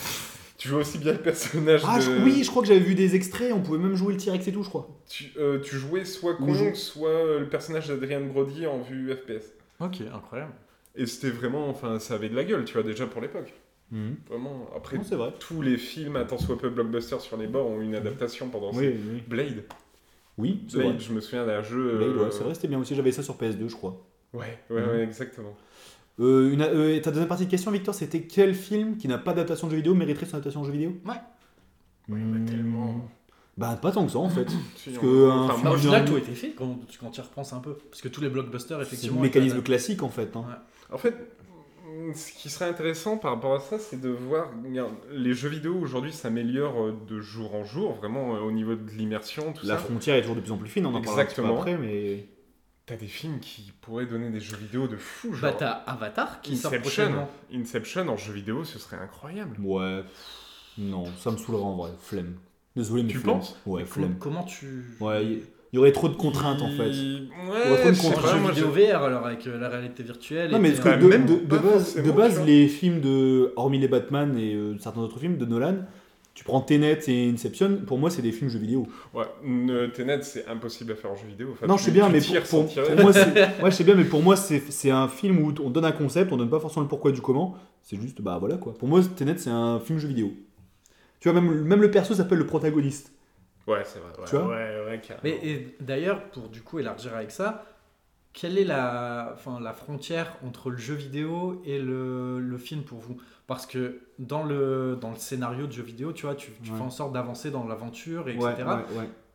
[SPEAKER 3] tu jouais aussi bien le personnage
[SPEAKER 2] Ah je-
[SPEAKER 3] de.
[SPEAKER 2] oui, je crois que j'avais vu des extraits, on pouvait même jouer le T-Rex et tout, je crois.
[SPEAKER 3] Tu, euh, tu jouais soit
[SPEAKER 2] Ou
[SPEAKER 3] Kong,
[SPEAKER 2] je-
[SPEAKER 3] soit euh, le personnage d'Adrian Brody en vue FPS.
[SPEAKER 1] Ok, incroyable.
[SPEAKER 3] Et c'était vraiment. Enfin, ça avait de la gueule, tu vois, déjà pour l'époque. Mhm. Vraiment. Après,
[SPEAKER 2] Non, c'est vrai.
[SPEAKER 3] tous les films, attends, soit peu blockbuster sur les bords, ont une adaptation pendant ces-
[SPEAKER 2] Oui, oui.
[SPEAKER 3] Blade.
[SPEAKER 2] Oui, c'est vrai.
[SPEAKER 3] Blade, je me souviens d'un jeu.
[SPEAKER 2] Blade,
[SPEAKER 3] euh,
[SPEAKER 2] ouais, c'est vrai, Mhm. c'était bien aussi. J'avais ça sur PS2, je crois.
[SPEAKER 3] Ouais, ouais, ouais, exactement.
[SPEAKER 2] Euh, une, euh, ta deuxième partie de question, Victor, c'était quel film qui n'a pas d'adaptation de jeu vidéo mériterait son adaptation de jeu vidéo
[SPEAKER 1] Ouais.
[SPEAKER 3] Ouais, bah, tellement.
[SPEAKER 2] Bah, pas tant que ça en fait.
[SPEAKER 3] Tu-
[SPEAKER 2] Parce que euh,
[SPEAKER 3] enfin,
[SPEAKER 2] un
[SPEAKER 3] moi,
[SPEAKER 1] Ah, au
[SPEAKER 2] film
[SPEAKER 1] final,
[SPEAKER 2] d'un-
[SPEAKER 1] tout a été fait quand, quand tu y repenses un peu. Parce que tous les blockbusters,
[SPEAKER 2] C'est
[SPEAKER 1] effectivement.
[SPEAKER 2] le mécanisme classique en fait. hein.
[SPEAKER 3] En fait, mm, ce qui serait intéressant par rapport à ça, c'est de voir. regarde, les jeux vidéo aujourd'hui s'améliorent euh, de jour en jour, vraiment euh, au niveau de l'immersion, tout
[SPEAKER 2] La
[SPEAKER 3] ça.
[SPEAKER 2] frontière est toujours de plus en plus fine, on en parlera un petit peu
[SPEAKER 3] Exactement.
[SPEAKER 2] après, mais.
[SPEAKER 3] T'as des films qui pourraient donner des jeux vidéo de fou, genre.
[SPEAKER 1] Bah, t'as Avatar qui sort
[SPEAKER 3] Inception.
[SPEAKER 1] prochainement.
[SPEAKER 3] Inception en jeu vidéo, ce serait incroyable.
[SPEAKER 2] Ouais. Non, ça me saoulerait en vrai. Flemme. Désolé, mais
[SPEAKER 3] Tu
[SPEAKER 2] flemme.
[SPEAKER 3] penses
[SPEAKER 2] Ouais,
[SPEAKER 1] Comment,
[SPEAKER 2] flemme.
[SPEAKER 1] comment tu.
[SPEAKER 2] Ouais, il y... il y aurait trop de contraintes en fait.
[SPEAKER 3] Il-
[SPEAKER 2] aurait trop
[SPEAKER 3] Ouais,
[SPEAKER 2] de
[SPEAKER 3] je sais
[SPEAKER 1] En
[SPEAKER 2] contraintes.
[SPEAKER 3] pas,
[SPEAKER 1] jeu
[SPEAKER 3] moi,
[SPEAKER 1] vidéo
[SPEAKER 3] je-
[SPEAKER 1] VR, alors avec euh, la réalité virtuelle.
[SPEAKER 2] Non
[SPEAKER 1] et
[SPEAKER 2] mais
[SPEAKER 1] t'es-
[SPEAKER 2] parce que
[SPEAKER 3] bah,
[SPEAKER 2] de,
[SPEAKER 3] même
[SPEAKER 2] de- de
[SPEAKER 3] pas
[SPEAKER 2] base,
[SPEAKER 3] forcément,
[SPEAKER 2] de
[SPEAKER 3] tu
[SPEAKER 2] base
[SPEAKER 3] vois.
[SPEAKER 2] les films de hormis les Batman et euh, certains autres films de Nolan, tu prends Tenet et Inception, pour moi c'est des films jeux vidéo.
[SPEAKER 3] Ouais, ne- Tenet, c'est impossible à faire en jeu vidéo. Enfin,
[SPEAKER 2] non,
[SPEAKER 3] tu-
[SPEAKER 2] je sais bien,
[SPEAKER 3] tu
[SPEAKER 2] mais pour,
[SPEAKER 3] tires sans
[SPEAKER 2] pour-
[SPEAKER 3] tirer.
[SPEAKER 2] pour moi,
[SPEAKER 3] [LAUGHS]
[SPEAKER 2] c'est- ouais, je sais bien, mais pour moi, c'est c'est un film où on donne un concept, on donne pas forcément le pourquoi du comment. C'est juste, bah voilà quoi. Pour moi, Tenet, c'est un film jeu vidéo. Tu vois, même, même le perso s'appelle le protagoniste.
[SPEAKER 3] Ouais, c'est vrai. Ouais,
[SPEAKER 2] Tu vois
[SPEAKER 3] ouais, ouais, carrément.
[SPEAKER 1] Mais et d'ailleurs, pour du coup élargir avec ça, quelle est la, enfin, la frontière entre le jeu vidéo et le, le film pour vous Parce que dans le, dans le scénario de jeu vidéo, tu vois, tu, tu
[SPEAKER 2] Ouais.
[SPEAKER 1] fais en sorte d'avancer dans l'aventure, etc.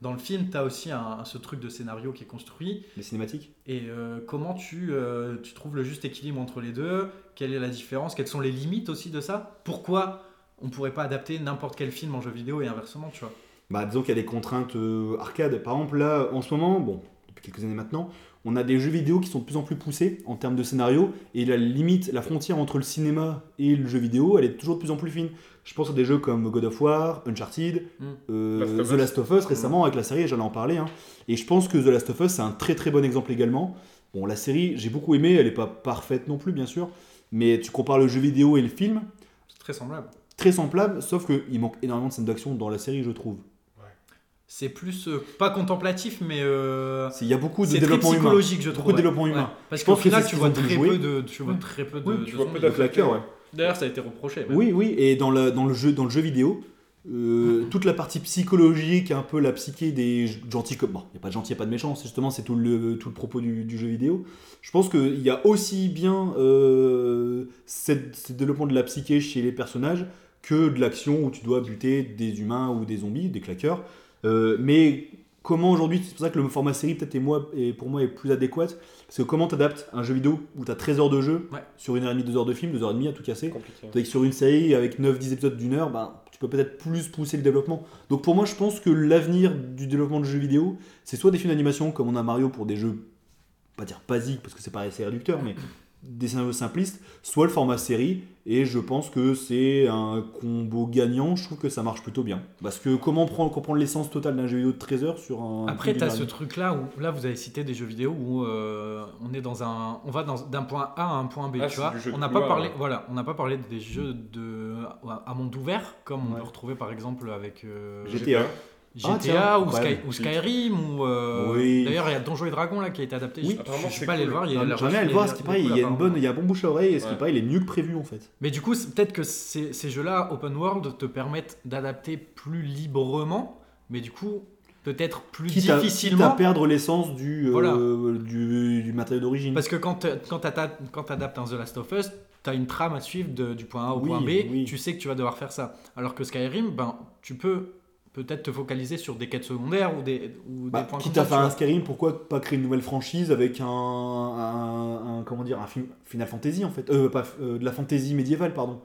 [SPEAKER 1] Dans le film, tu as aussi un, ce truc de scénario qui est construit.
[SPEAKER 2] Les cinématiques.
[SPEAKER 1] Et euh, comment tu, euh, tu trouves le juste équilibre entre les deux Quelle est la différence Quelles sont les limites aussi de ça Pourquoi on pourrait pas adapter n'importe quel film en jeu vidéo et inversement, tu vois
[SPEAKER 2] Bah disons qu'il y a des contraintes euh, arcade. Par exemple, là, en ce moment, bon, depuis quelques années maintenant, on a des jeux vidéo qui sont de plus en plus poussés en termes de scénario. Et la limite, la frontière entre le cinéma et le jeu vidéo, elle est toujours de plus en plus fine. Je pense à des jeux comme God of War, Uncharted,
[SPEAKER 1] Mm.
[SPEAKER 2] euh,
[SPEAKER 3] Last of
[SPEAKER 2] The
[SPEAKER 3] Us.
[SPEAKER 2] Last of Us récemment avec la série, j'allais en parler. hein. Et je pense que The Last of Us, c'est un très très bon exemple également. Bon, la série, j'ai beaucoup aimé, elle n'est pas parfaite non plus, bien sûr. Mais tu compares le jeu vidéo et le film,
[SPEAKER 1] C'est très semblable.
[SPEAKER 2] très semblable, sauf qu'il manque énormément de scènes d'action dans la série, je trouve.
[SPEAKER 1] C'est plus euh, pas contemplatif, mais euh,
[SPEAKER 2] C'est- Il y a beaucoup de
[SPEAKER 1] c'est très
[SPEAKER 2] développement humain.
[SPEAKER 1] psychologique, je trouve.
[SPEAKER 2] Beaucoup de
[SPEAKER 1] ouais.
[SPEAKER 2] développement humain.
[SPEAKER 1] Ouais. Parce
[SPEAKER 2] Je
[SPEAKER 1] qu'au
[SPEAKER 2] pense que
[SPEAKER 1] final,
[SPEAKER 2] c'est ce
[SPEAKER 1] tu
[SPEAKER 2] qu'ils
[SPEAKER 1] vois
[SPEAKER 2] ont voulu
[SPEAKER 1] très
[SPEAKER 2] jouer.
[SPEAKER 1] peu de, tu vois très peu de.
[SPEAKER 3] Oui,
[SPEAKER 1] de
[SPEAKER 3] tu vois
[SPEAKER 1] zombies.
[SPEAKER 3] peu d'acteurs, ouais.
[SPEAKER 1] D'ailleurs, ça a été reproché. même.
[SPEAKER 2] Oui, oui, et dans le, dans le, jeu, dans le jeu vidéo, euh, toute la partie psychologique, un peu la psyché des g- gentils comme. Bon, il n'y a pas de gentils, il n'y a pas de méchants, c'est justement c'est tout le, tout le propos du, du jeu vidéo. Je pense qu'il y a aussi bien euh, cette- ce développement de la psyché chez les personnages que de l'action où tu dois buter des humains ou des zombies, des claqueurs. Euh, mais comment aujourd'hui, c'est pour ça que le format série peut-être est, moi- est- pour moi est plus adéquat, parce que comment t'adaptes un jeu vidéo où t'as 13 heures de jeu
[SPEAKER 1] Ouais.
[SPEAKER 2] sur une heure et demie, deux heures de film, deux heures et demie à tout casser
[SPEAKER 3] Compliqué.
[SPEAKER 2] Tandis que sur une série avec 9-10 épisodes d'une heure, ben, tu peux peut-être plus pousser le développement. Donc pour moi, je pense que l'avenir du développement de jeux vidéo, c'est soit des films d'animation comme on a Mario pour des jeux, pas dire basiques parce que c'est pas assez réducteur, mais des scénarios simplistes, soit le format série. Et je pense que c'est un combo gagnant. Je trouve que ça marche plutôt bien. Parce que comment prendre, comprendre l'essence totale d'un jeu vidéo de 13 heures sur un.
[SPEAKER 1] Après,
[SPEAKER 2] film
[SPEAKER 1] tu as
[SPEAKER 2] d'une
[SPEAKER 1] ce
[SPEAKER 2] heure
[SPEAKER 1] truc-là où, là, vous avez cité des jeux vidéo où euh, on est dans un, on va dans- d'un point A à un point B,
[SPEAKER 3] Ah,
[SPEAKER 1] tu
[SPEAKER 3] c'est
[SPEAKER 1] vois.
[SPEAKER 3] du jeu de
[SPEAKER 1] On n'a pas
[SPEAKER 3] couloir,
[SPEAKER 1] parlé,
[SPEAKER 3] ouais.
[SPEAKER 1] voilà, on n'a pas parlé des jeux de à à monde ouvert comme on
[SPEAKER 2] Ouais.
[SPEAKER 1] peut retrouver par exemple avec euh,
[SPEAKER 2] et demie GTA. Ah,
[SPEAKER 1] GTA
[SPEAKER 2] tiens,
[SPEAKER 1] ou,
[SPEAKER 2] ouais.
[SPEAKER 1] Sky- ou Skyrim ou euh,
[SPEAKER 2] Oui.
[SPEAKER 1] d'ailleurs il y a Donjons et Dragons là qui a été adapté.
[SPEAKER 2] Oui.
[SPEAKER 1] Je-
[SPEAKER 3] Apparemment,
[SPEAKER 1] je suis
[SPEAKER 3] c'est
[SPEAKER 1] pas allé le
[SPEAKER 3] cool.
[SPEAKER 1] voir. il y a la-
[SPEAKER 2] J'aimerais aller
[SPEAKER 1] il
[SPEAKER 2] voir,
[SPEAKER 1] est-
[SPEAKER 2] ce qui est
[SPEAKER 1] il est
[SPEAKER 2] pareil,
[SPEAKER 1] cool,
[SPEAKER 2] il y a une bonne,
[SPEAKER 1] apparemment.
[SPEAKER 2] il y a un bon bouche à oreille, et ce qui
[SPEAKER 3] Ouais.
[SPEAKER 2] paraît, il est mieux que prévu en fait.
[SPEAKER 1] Mais du coup, c'est- peut-être que ces, ces jeux-là, open world, te permettent d'adapter plus librement, mais du coup, peut-être plus
[SPEAKER 2] Quitte à- quitte à
[SPEAKER 1] difficilement.
[SPEAKER 2] perdre l'essence du, euh,
[SPEAKER 1] Voilà.
[SPEAKER 2] du, du matériau d'origine.
[SPEAKER 1] Parce que quand t'a- quand t'ata- quand t'adaptes un The Last of Us, t'as une trame à suivre de- du point A au
[SPEAKER 2] Oui,
[SPEAKER 1] point B,
[SPEAKER 2] oui.
[SPEAKER 1] tu sais que tu vas devoir faire ça. Alors que Skyrim, ben, tu peux peut-être te focaliser sur des quêtes secondaires ou des, ou
[SPEAKER 2] Bah,
[SPEAKER 1] des points
[SPEAKER 2] quitte
[SPEAKER 1] comme
[SPEAKER 2] à
[SPEAKER 1] ça,
[SPEAKER 2] faire
[SPEAKER 1] tu
[SPEAKER 2] un
[SPEAKER 1] vois.
[SPEAKER 2] Skyrim, pourquoi pas créer une nouvelle franchise avec un, un- un- comment dire un film- Final Fantasy en fait, Euh, pas euh, de la fantasy médiévale pardon.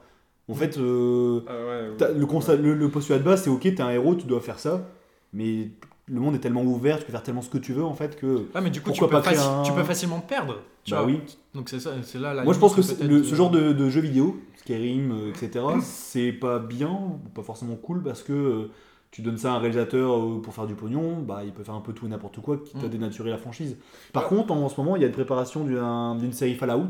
[SPEAKER 2] En
[SPEAKER 1] Mm.
[SPEAKER 2] fait, euh,
[SPEAKER 3] Ah ouais, ouais.
[SPEAKER 2] t'as- le, constat, le, le postulat de base c'est ok, t'es un héros, tu dois faire ça, mais le monde est tellement ouvert, tu peux faire tellement ce que tu veux en fait que.
[SPEAKER 1] Ah, mais du coup, tu peux,
[SPEAKER 2] pourquoi pas
[SPEAKER 1] faci-
[SPEAKER 2] créer un-
[SPEAKER 1] tu peux facilement te perdre. Tu
[SPEAKER 2] Bah
[SPEAKER 1] vois.
[SPEAKER 2] oui.
[SPEAKER 1] Donc c'est ça, c'est là la
[SPEAKER 2] Moi
[SPEAKER 1] limite
[SPEAKER 2] je pense que
[SPEAKER 1] peut-être,
[SPEAKER 2] c'est- le- ce
[SPEAKER 1] euh,
[SPEAKER 2] genre de, de jeux vidéo, Skyrim, euh, etc., c'est pas bien, ou pas forcément cool parce que euh, tu donnes ça à un réalisateur euh, pour faire du pognon, bah il peut faire un peu tout et n'importe quoi, quitte à
[SPEAKER 1] Mm.
[SPEAKER 2] dénaturer la franchise. Par contre, en, en ce moment, il y a une préparation d'un- d'une série Fallout.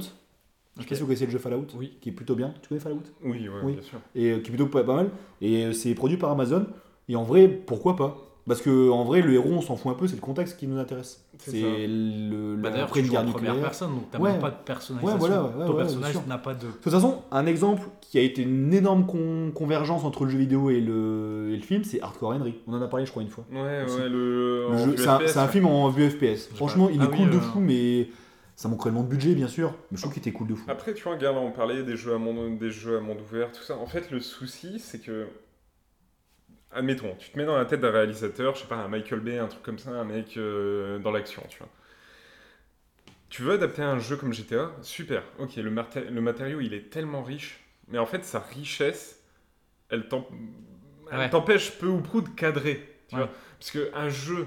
[SPEAKER 2] Je sais
[SPEAKER 1] Ok.
[SPEAKER 2] pas si vous connaissez le jeu Fallout,
[SPEAKER 1] Oui.
[SPEAKER 2] qui est plutôt bien. Tu connais Fallout
[SPEAKER 3] Oui, ouais,
[SPEAKER 2] Oui.
[SPEAKER 3] bien sûr.
[SPEAKER 2] et euh, qui est plutôt pas, pas mal. Et euh, c'est produit par Amazon. Et en vrai, pourquoi pas Parce que en vrai, le héros, on s'en fout un peu, c'est le contexte qui nous intéresse.
[SPEAKER 3] C'est
[SPEAKER 2] C'est
[SPEAKER 3] ça.
[SPEAKER 2] le
[SPEAKER 1] Bah,
[SPEAKER 2] la
[SPEAKER 1] d'ailleurs,
[SPEAKER 2] Euh, après
[SPEAKER 1] tu
[SPEAKER 2] une
[SPEAKER 1] joues
[SPEAKER 2] guerre
[SPEAKER 1] en première
[SPEAKER 2] nucléaire.
[SPEAKER 1] personne, donc t'as
[SPEAKER 2] Ouais.
[SPEAKER 1] même pas de personnalisation.
[SPEAKER 2] Ouais, voilà, ouais, ouais,
[SPEAKER 1] Ton
[SPEAKER 2] ouais, bien
[SPEAKER 1] personnage
[SPEAKER 2] sûr.
[SPEAKER 1] n'a pas de.
[SPEAKER 2] De toute façon, un exemple qui a été une énorme con- convergence entre le jeu vidéo et le, et le film, c'est Hardcore Henry. On en a parlé, je crois, une fois.
[SPEAKER 3] Ouais, ouais,
[SPEAKER 2] C'est- Le
[SPEAKER 3] le. en
[SPEAKER 2] jeu- C'est un,
[SPEAKER 3] FPS,
[SPEAKER 2] c'est un film en vue FPS. Franchement, il est
[SPEAKER 1] Ah oui,
[SPEAKER 2] cool de
[SPEAKER 1] euh,
[SPEAKER 2] fou, mais ça manque réellement de budget, bien sûr. Mais je trouve qu'il était cool de
[SPEAKER 1] Euh,
[SPEAKER 2] fou.
[SPEAKER 3] Après, tu vois, regarde, on parlait des jeux à monde, des jeux à monde ouvert, tout ça. En fait, le souci, c'est que. Admettons, tu te mets dans la tête d'un réalisateur, je sais pas, un Michael Bay, un truc comme ça, un mec euh, dans l'action, tu vois. Tu veux adapter un jeu comme GTA Super, ok, le, maté- le matériau, il est tellement riche, mais en fait, sa richesse, elle t'em- elle
[SPEAKER 1] Ouais.
[SPEAKER 3] t'empêche peu ou prou de cadrer, tu
[SPEAKER 1] Ouais.
[SPEAKER 3] vois. Parce qu'un jeu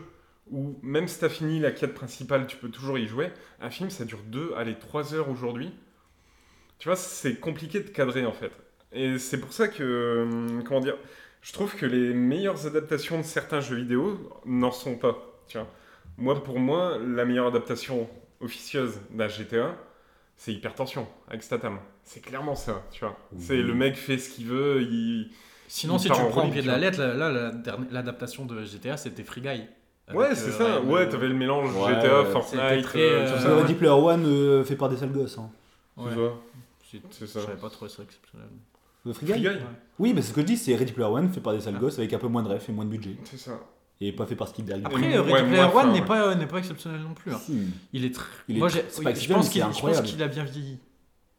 [SPEAKER 3] où, même si t'as fini la quête principale, tu peux toujours y jouer, un film, ça dure 2, allez, 3 heures aujourd'hui. Tu vois, c'est compliqué de cadrer en fait. Et c'est pour ça que, euh, comment dire, je trouve que les meilleures adaptations de certains jeux vidéo n'en sont pas. Tu vois. Moi, pour moi, la meilleure adaptation officieuse d'un GTA, c'est Hypertension avec Statham. C'est clairement ça, tu vois. C'est le mec fait ce qu'il veut, il...
[SPEAKER 1] Sinon,
[SPEAKER 3] Il
[SPEAKER 1] si tu
[SPEAKER 3] part en
[SPEAKER 1] prends au
[SPEAKER 3] roue
[SPEAKER 1] pied de
[SPEAKER 3] libre,
[SPEAKER 1] la lettre, là, là, la dernière- l'adaptation de GTA, c'était Free Guy. Avec,
[SPEAKER 3] Ouais, c'est
[SPEAKER 1] euh,
[SPEAKER 3] ça.
[SPEAKER 1] Ryan,
[SPEAKER 3] ouais,
[SPEAKER 1] euh,
[SPEAKER 3] t'avais le mélange
[SPEAKER 2] Ouais,
[SPEAKER 3] GTA,
[SPEAKER 2] ouais,
[SPEAKER 1] c'était
[SPEAKER 3] Fortnite,
[SPEAKER 1] très,
[SPEAKER 3] euh, tout
[SPEAKER 1] euh,
[SPEAKER 3] ça.
[SPEAKER 2] Le
[SPEAKER 1] ouais.
[SPEAKER 2] Ready Player One euh, fait par des sales gosses. hein.
[SPEAKER 3] Tu
[SPEAKER 1] ouais.
[SPEAKER 3] vois.
[SPEAKER 1] C'est- Je
[SPEAKER 3] C'est ça.
[SPEAKER 1] savais pas trop ça exceptionnel.
[SPEAKER 2] Le Euh, Free Guy
[SPEAKER 3] Free Guy,
[SPEAKER 1] Ouais.
[SPEAKER 2] Oui, mais c'est ce que je dis, c'est Ready Player One fait par des sales
[SPEAKER 1] Ah.
[SPEAKER 2] gosses avec un peu moins de ref et moins de budget.
[SPEAKER 3] C'est ça.
[SPEAKER 2] Et pas fait par Spielberg.
[SPEAKER 1] Après,
[SPEAKER 3] Ouais,
[SPEAKER 1] euh, Ready
[SPEAKER 3] moins
[SPEAKER 1] Player
[SPEAKER 3] fin,
[SPEAKER 1] One n'est
[SPEAKER 3] ouais.
[SPEAKER 1] pas, euh, n'est pas exceptionnel non plus. hein.
[SPEAKER 2] Si.
[SPEAKER 1] Il est très.
[SPEAKER 2] Il est
[SPEAKER 1] Moi,
[SPEAKER 2] tr-
[SPEAKER 1] j'ai-
[SPEAKER 2] c'est
[SPEAKER 1] oui,
[SPEAKER 2] pas
[SPEAKER 1] je
[SPEAKER 2] exceptionnel,
[SPEAKER 1] pense qu'il
[SPEAKER 2] mais c'est
[SPEAKER 1] je pense
[SPEAKER 2] incroyable.
[SPEAKER 1] qu'il a bien vieilli.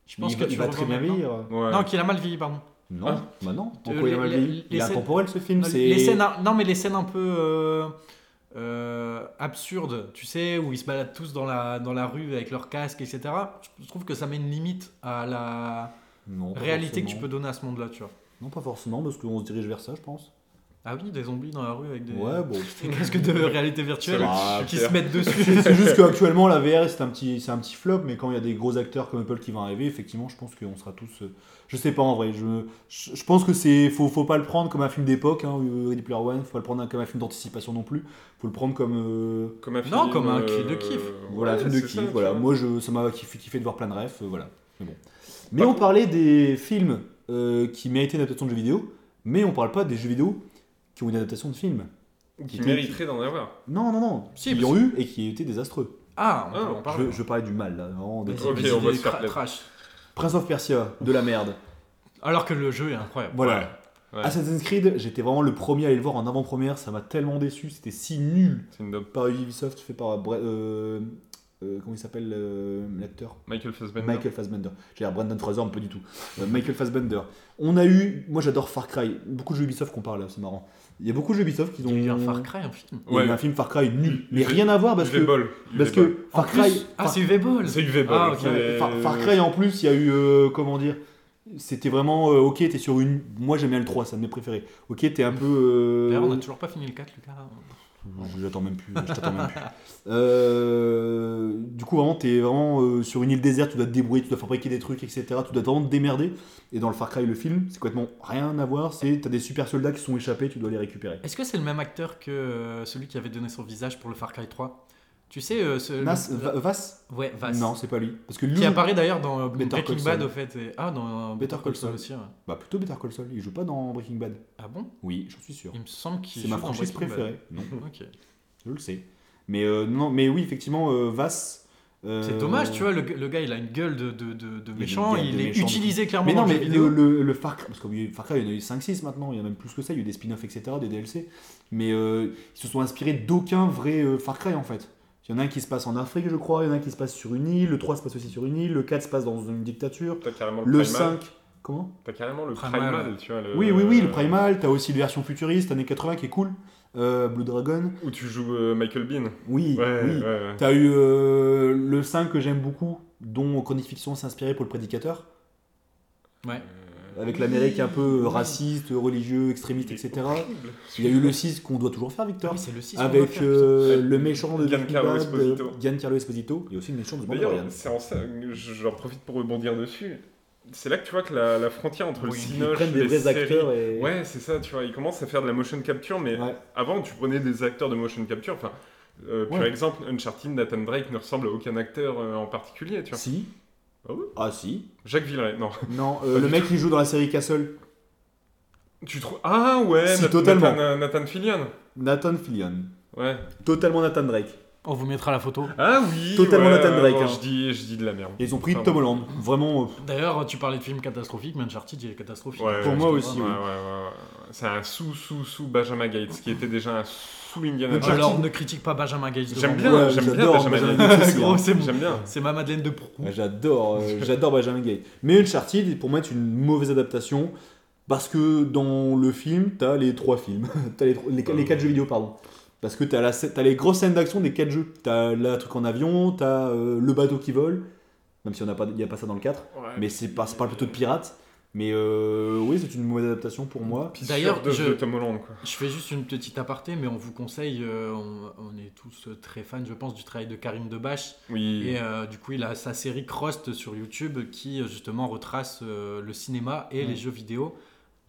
[SPEAKER 1] Je
[SPEAKER 2] Mais
[SPEAKER 1] pense
[SPEAKER 2] il
[SPEAKER 1] que
[SPEAKER 2] va,
[SPEAKER 1] tu
[SPEAKER 2] il va
[SPEAKER 1] le
[SPEAKER 2] très
[SPEAKER 1] revois
[SPEAKER 2] bien
[SPEAKER 1] maintenant.
[SPEAKER 2] vieillir.
[SPEAKER 3] Ouais.
[SPEAKER 1] Non, qu'il a mal vieilli, pardon.
[SPEAKER 2] Non,
[SPEAKER 3] Ah.
[SPEAKER 2] bah non.
[SPEAKER 1] Euh,
[SPEAKER 2] Pourquoi il a mal
[SPEAKER 1] les-
[SPEAKER 2] vieilli
[SPEAKER 1] les-
[SPEAKER 2] Il est
[SPEAKER 1] les-
[SPEAKER 2] intemporel ce film.
[SPEAKER 1] Non,
[SPEAKER 2] c'est-
[SPEAKER 1] les scènes, un- non, mais les scènes un peu euh, euh, absurdes, tu sais, où ils se baladent tous dans la, dans la rue avec leur casque, etc. Je trouve que ça met une limite à la
[SPEAKER 2] Non, pas
[SPEAKER 1] réalité que tu
[SPEAKER 2] forcément.
[SPEAKER 1] peux donner à ce monde-là, tu vois.
[SPEAKER 2] Non, pas forcément, parce qu'on se dirige vers ça, je pense.
[SPEAKER 1] Ah oui, des zombies dans la rue avec des,
[SPEAKER 2] Ouais,
[SPEAKER 3] [LAUGHS]
[SPEAKER 2] bon.
[SPEAKER 1] des casques de réalité
[SPEAKER 3] Ça
[SPEAKER 1] virtuelle
[SPEAKER 3] va être
[SPEAKER 2] Ah,
[SPEAKER 1] qui
[SPEAKER 3] super.
[SPEAKER 1] se mettent
[SPEAKER 2] [LAUGHS]
[SPEAKER 1] dessus.
[SPEAKER 2] c'est juste qu'actuellement, la VR, c'est un, petit, c'est un petit flop, mais quand il y a des gros acteurs comme Apple qui vont arriver, effectivement, je pense qu'on sera tous. euh, Je sais pas en vrai. Je, je, je pense que c'est. Faut, faut pas le prendre comme un film d'époque, hein, euh, Ready Player One. Faut pas le prendre comme un film d'anticipation non plus. Faut le prendre comme. euh,
[SPEAKER 3] Comme un
[SPEAKER 1] Non,
[SPEAKER 3] film,
[SPEAKER 1] comme un
[SPEAKER 3] euh,
[SPEAKER 1] cri de kiff.
[SPEAKER 2] Voilà, un
[SPEAKER 3] ouais,
[SPEAKER 2] film de
[SPEAKER 3] c'est ça,
[SPEAKER 2] kiff.
[SPEAKER 3] tu
[SPEAKER 2] Voilà.
[SPEAKER 3] vois.
[SPEAKER 2] Moi, je, ça m'a kiffé, kiffé de voir plein de refs. euh, voilà. Mais bon. Mais
[SPEAKER 3] Par
[SPEAKER 2] on parlait des films euh, qui méritaient une adaptation de jeu vidéo, mais on parle pas des jeux vidéo qui ont une adaptation de film.
[SPEAKER 3] Qui
[SPEAKER 2] était-
[SPEAKER 3] mériterait d'en avoir.
[SPEAKER 2] Non, non, non,
[SPEAKER 1] Si,
[SPEAKER 2] ils
[SPEAKER 1] parce
[SPEAKER 2] ont eu et qui étaient désastreux.
[SPEAKER 1] Ah, on
[SPEAKER 3] Ah,
[SPEAKER 1] peut en parler.
[SPEAKER 2] Je, je parlais du mal, là, vraiment, des
[SPEAKER 1] Vas-y,
[SPEAKER 3] Ok,
[SPEAKER 1] vas-y,
[SPEAKER 3] on va
[SPEAKER 1] des
[SPEAKER 3] se faire
[SPEAKER 1] tra-
[SPEAKER 3] plaisir.
[SPEAKER 1] trash.
[SPEAKER 2] Prince of Persia, de la merde.
[SPEAKER 1] Alors que le jeu est incroyable.
[SPEAKER 2] Voilà.
[SPEAKER 3] Ouais.
[SPEAKER 2] Assassin's Creed, j'étais vraiment le premier à aller le voir en avant-première, ça m'a tellement déçu, c'était si nul
[SPEAKER 3] C'est une dope.
[SPEAKER 2] par Ubisoft, fait par Bre- euh, euh, comment il s'appelle euh, l'acteur
[SPEAKER 3] Michael Fassbender.
[SPEAKER 2] Michael Fassbender. J'ai l'air Brandon Fraser, mais pas du tout. Euh, Michael Fassbender. On a eu, moi j'adore Far Cry. Beaucoup de jeux Ubisoft qu'on parle, là, c'est marrant. Il y a beaucoup de jeux Ubisoft qui ont
[SPEAKER 1] Il y a eu un Far Cry, un film.
[SPEAKER 2] Il y a eu
[SPEAKER 3] Ouais.
[SPEAKER 2] un film Far Cry nul, mais
[SPEAKER 3] J'ai-
[SPEAKER 2] rien à voir parce
[SPEAKER 3] UV
[SPEAKER 2] que
[SPEAKER 3] Ball.
[SPEAKER 2] parce
[SPEAKER 3] UV Ball.
[SPEAKER 2] que Far
[SPEAKER 1] En
[SPEAKER 2] Cry,
[SPEAKER 1] plus- ah,
[SPEAKER 2] Far-
[SPEAKER 1] c'est UV-Ball.
[SPEAKER 3] [LAUGHS] C'est UV Ball.
[SPEAKER 1] Ah, ok.
[SPEAKER 3] c'est-
[SPEAKER 2] Ouais, Far, Far Cry en plus, il y a eu euh, comment dire C'était vraiment euh, ok, t'es sur une. Moi j'aime bien le 3, c'est un de mes préférés. Ok, t'es un peu. euh,
[SPEAKER 1] D'ailleurs, on n'a toujours pas fini le 4, Lucas.
[SPEAKER 2] Je l'attends même plus. Je t'attends même plus. [LAUGHS] Euh, du coup, vraiment, t'es vraiment euh, sur une île déserte, tu dois te débrouiller, tu dois fabriquer des trucs, etc. Tu dois vraiment te démerder. Et dans le Far Cry, le film, c'est complètement rien à voir. C'est t'as des super soldats qui sont échappés, tu dois les récupérer.
[SPEAKER 1] Est-ce que c'est le même acteur que euh, celui qui avait donné son visage pour le Far Cry 3 Tu sais, euh, ce.
[SPEAKER 2] Nas,
[SPEAKER 1] le-
[SPEAKER 2] Va- Vass
[SPEAKER 1] Ouais, Vas.
[SPEAKER 2] Non, c'est pas lui. Parce que lui,
[SPEAKER 1] Qui apparaît d'ailleurs dans euh,
[SPEAKER 2] Better
[SPEAKER 1] Breaking
[SPEAKER 2] Call
[SPEAKER 1] Bad,
[SPEAKER 2] Saul.
[SPEAKER 1] au fait. et- Ah, dans euh,
[SPEAKER 2] Better
[SPEAKER 1] Better
[SPEAKER 2] Call
[SPEAKER 1] Call Saul
[SPEAKER 2] Saul.
[SPEAKER 1] aussi. ouais.
[SPEAKER 2] bah plutôt Better Call Saul. Il joue pas dans Breaking Bad.
[SPEAKER 1] Ah bon
[SPEAKER 2] Oui, j'en suis sûr.
[SPEAKER 1] Il me semble qu'il.
[SPEAKER 2] C'est ma
[SPEAKER 1] joue dans
[SPEAKER 2] franchise
[SPEAKER 1] Breaking Bad.
[SPEAKER 2] préférée. Non.
[SPEAKER 1] Ok.
[SPEAKER 2] Je le sais. Mais euh, non, mais oui, effectivement, euh, Vass. euh,
[SPEAKER 1] C'est dommage, tu vois, le, le gars il a une gueule de, de, de, de
[SPEAKER 2] une
[SPEAKER 1] méchant,
[SPEAKER 2] gueule de
[SPEAKER 1] il est
[SPEAKER 2] méchant de
[SPEAKER 1] utilisé clairement
[SPEAKER 2] Mais non,
[SPEAKER 1] dans le
[SPEAKER 2] mais
[SPEAKER 1] jeu vidéo.
[SPEAKER 2] le, le- le Far Cry, parce que Far Cry, il y en a eu 5-6 maintenant, il y en a même plus que ça, il y a eu des spin-offs, etc., des DLC. Mais euh, ils se sont inspirés d'aucun vrai euh, Far Cry en fait. Il y en a un qui se passe en Afrique, je crois, il y en a un qui se passe sur une île, le 3 se passe aussi sur une île, le 4 se passe dans une dictature,
[SPEAKER 3] T'as carrément le,
[SPEAKER 2] le
[SPEAKER 3] Primal. Euh,
[SPEAKER 2] 5. Comment
[SPEAKER 3] T'as carrément le
[SPEAKER 1] Primal.
[SPEAKER 3] Primal, tu vois. le-
[SPEAKER 2] Oui, oui, oui, le Primal, t'as aussi une version futuriste, années 80 qui est cool, euh, Blue Dragon.
[SPEAKER 3] Où tu joues euh, Michael Bean.
[SPEAKER 2] Oui,
[SPEAKER 3] Ouais,
[SPEAKER 2] oui.
[SPEAKER 3] ouais, ouais.
[SPEAKER 2] T'as eu euh, le 5 que j'aime beaucoup, dont Chronique Fiction s'est inspiré pour le Prédicateur,
[SPEAKER 1] Ouais.
[SPEAKER 2] avec l'Amérique un peu euh, raciste, religieux, extrémiste, etc. Il y a eu le 6 qu'on doit toujours faire,
[SPEAKER 1] Ah
[SPEAKER 2] Victor.
[SPEAKER 1] oui, c'est le 6 qu'on doit
[SPEAKER 2] avec
[SPEAKER 1] faire,
[SPEAKER 2] euh,
[SPEAKER 3] putain.
[SPEAKER 2] le méchant de Breaking
[SPEAKER 3] Giancarlo
[SPEAKER 2] Bad,
[SPEAKER 3] Esposito.
[SPEAKER 2] euh, Giancarlo Esposito. Il y a aussi le méchant de Mandalorian.
[SPEAKER 3] D'ailleurs, c'est en ça que je- j'en profite pour rebondir dessus. C'est là que tu vois que la, la frontière entre le
[SPEAKER 1] Oui, ils
[SPEAKER 2] Ils
[SPEAKER 3] cinoche et
[SPEAKER 2] prennent des
[SPEAKER 3] les
[SPEAKER 2] vrais
[SPEAKER 3] séries-
[SPEAKER 2] acteurs et.
[SPEAKER 3] Ouais, c'est ça, tu vois, ils commencent à faire de la motion capture, mais
[SPEAKER 2] Ouais.
[SPEAKER 3] avant, tu prenais des acteurs de motion capture, enfin, euh, pur
[SPEAKER 2] Ouais.
[SPEAKER 3] exemple, Uncharted, Nathan Drake ne ressemble à aucun acteur euh, en particulier, tu vois.
[SPEAKER 2] Si.
[SPEAKER 3] Ah ouais
[SPEAKER 2] Ah si.
[SPEAKER 3] Jacques Villeray, non.
[SPEAKER 2] Non, euh, le mec qui joue dans la série Castle,
[SPEAKER 3] Tu trouves... Ah ouais,
[SPEAKER 2] Si,
[SPEAKER 3] Nathan-
[SPEAKER 2] totalement.
[SPEAKER 3] Nathan, euh, Nathan Fillion.
[SPEAKER 2] Nathan Fillion.
[SPEAKER 3] Ouais.
[SPEAKER 2] Totalement Nathan Drake.
[SPEAKER 1] On vous mettra la photo.
[SPEAKER 3] Ah oui
[SPEAKER 2] Totalement
[SPEAKER 3] ouais,
[SPEAKER 2] Nathan Drake,
[SPEAKER 3] bon,
[SPEAKER 2] hein.
[SPEAKER 3] je, dis, je dis de la merde.
[SPEAKER 2] Et ils ont pris
[SPEAKER 3] Pardon.
[SPEAKER 2] Tom Holland. Vraiment. euh,
[SPEAKER 1] D'ailleurs, tu parlais de films catastrophiques, mais Uncharted il est catastrophique.
[SPEAKER 3] Ouais,
[SPEAKER 2] Pour
[SPEAKER 3] ouais,
[SPEAKER 2] moi
[SPEAKER 3] je-
[SPEAKER 2] aussi,
[SPEAKER 3] ouais,
[SPEAKER 2] oui.
[SPEAKER 3] ouais, ouais, ouais. C'est un sous-sous-sous Benjamin Gates, qui était déjà un sous-Indiana Jones.
[SPEAKER 1] Alors ne critique pas Benjamin Gates. devant
[SPEAKER 3] J'aime
[SPEAKER 1] moi.
[SPEAKER 3] bien,
[SPEAKER 2] ouais,
[SPEAKER 3] j'aime bien
[SPEAKER 2] j'adore
[SPEAKER 3] Benjamin
[SPEAKER 2] Benjamin Gates aussi,
[SPEAKER 1] [LAUGHS]
[SPEAKER 2] hein.
[SPEAKER 3] [LAUGHS]
[SPEAKER 1] Gros, c'est mon-
[SPEAKER 3] J'aime bien.
[SPEAKER 1] C'est ma Madeleine de Proust.
[SPEAKER 2] Ouais, J'adore,
[SPEAKER 1] [LAUGHS]
[SPEAKER 2] euh, j'adore Benjamin Gay. Mais Uncharted, pour moi, est une mauvaise adaptation parce que dans le film, t'as les trois films, [LAUGHS] t'as les, trois- les, les quatre jeux vidéo, pardon. Parce que t'as la scè- t'as les grosses scènes d'action des quatre jeux. T'as le truc en avion, t'as euh, le bateau qui vole, même si on a pas, y a pas ça dans le 4
[SPEAKER 3] Ouais.
[SPEAKER 2] Mais c'est pas, ça parle plutôt de pirates. Mais euh, oui, c'est une mauvaise adaptation pour moi.
[SPEAKER 3] Puis
[SPEAKER 1] D'ailleurs,
[SPEAKER 3] surdose
[SPEAKER 1] je-
[SPEAKER 3] de Tom Holland, quoi.
[SPEAKER 1] Je fais juste une petite aparté, mais on vous conseille, euh, on, on est tous euh, très fans, je pense, du travail de Karim Debache.
[SPEAKER 3] Oui.
[SPEAKER 1] Et euh, du coup, il a sa série Crost sur YouTube qui, euh, justement, retrace euh, le cinéma et les jeux vidéo.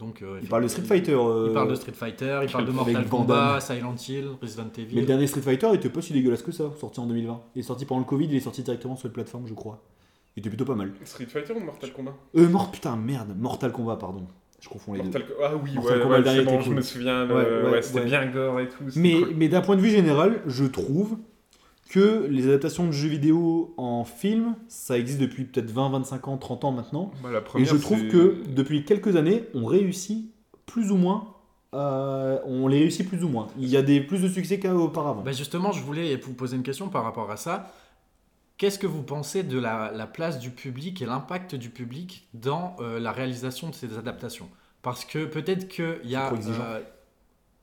[SPEAKER 1] Donc, euh,
[SPEAKER 2] Il parle de Street Fighter.
[SPEAKER 1] Il
[SPEAKER 2] euh,
[SPEAKER 1] parle de Street Fighter, il parle de
[SPEAKER 2] avec
[SPEAKER 1] Mortal
[SPEAKER 2] Van
[SPEAKER 1] Kombat, Silent Hill, Resident
[SPEAKER 2] Mais le
[SPEAKER 1] Evil.
[SPEAKER 2] dernier Street Fighter était pas si dégueulasse que ça, sorti en 2020. Il est sorti pendant le Covid, il est sorti directement sur les plateformes, je crois. Il était plutôt pas mal.
[SPEAKER 3] Street Fighter ou Mortal Kombat
[SPEAKER 2] Euh, mort, putain, merde, Mortal Kombat, pardon. Je confonds les deux.
[SPEAKER 3] Mortal Co- Ah oui,
[SPEAKER 2] Mortal
[SPEAKER 3] ouais,
[SPEAKER 2] Kombat,
[SPEAKER 3] ouais,
[SPEAKER 2] le dernier
[SPEAKER 3] c'est bon,
[SPEAKER 2] était
[SPEAKER 3] je
[SPEAKER 2] cool.
[SPEAKER 3] me souviens, le-
[SPEAKER 2] Ouais, ouais,
[SPEAKER 3] ouais, c'était
[SPEAKER 2] ouais.
[SPEAKER 3] bien gore et tout. c'était
[SPEAKER 2] Mais,
[SPEAKER 3] cool.
[SPEAKER 2] mais d'un point de vue général, je trouve que les adaptations de jeux vidéo en film, ça existe depuis peut-être 20, 25 ans, 30 ans maintenant.
[SPEAKER 3] Bah, la
[SPEAKER 2] Et
[SPEAKER 3] première,
[SPEAKER 2] je trouve
[SPEAKER 3] c'est-
[SPEAKER 2] que depuis quelques années, on réussit plus ou moins. à- on les réussit plus ou moins. Il y a des plus de succès qu'auparavant.
[SPEAKER 1] Bah, justement, je voulais vous poser une question par rapport à ça. Qu'est-ce que vous pensez de la, la place du public et l'impact du public dans euh, la réalisation de ces adaptations Parce que peut-être qu'il y a...
[SPEAKER 2] trop exigeant.
[SPEAKER 1] euh,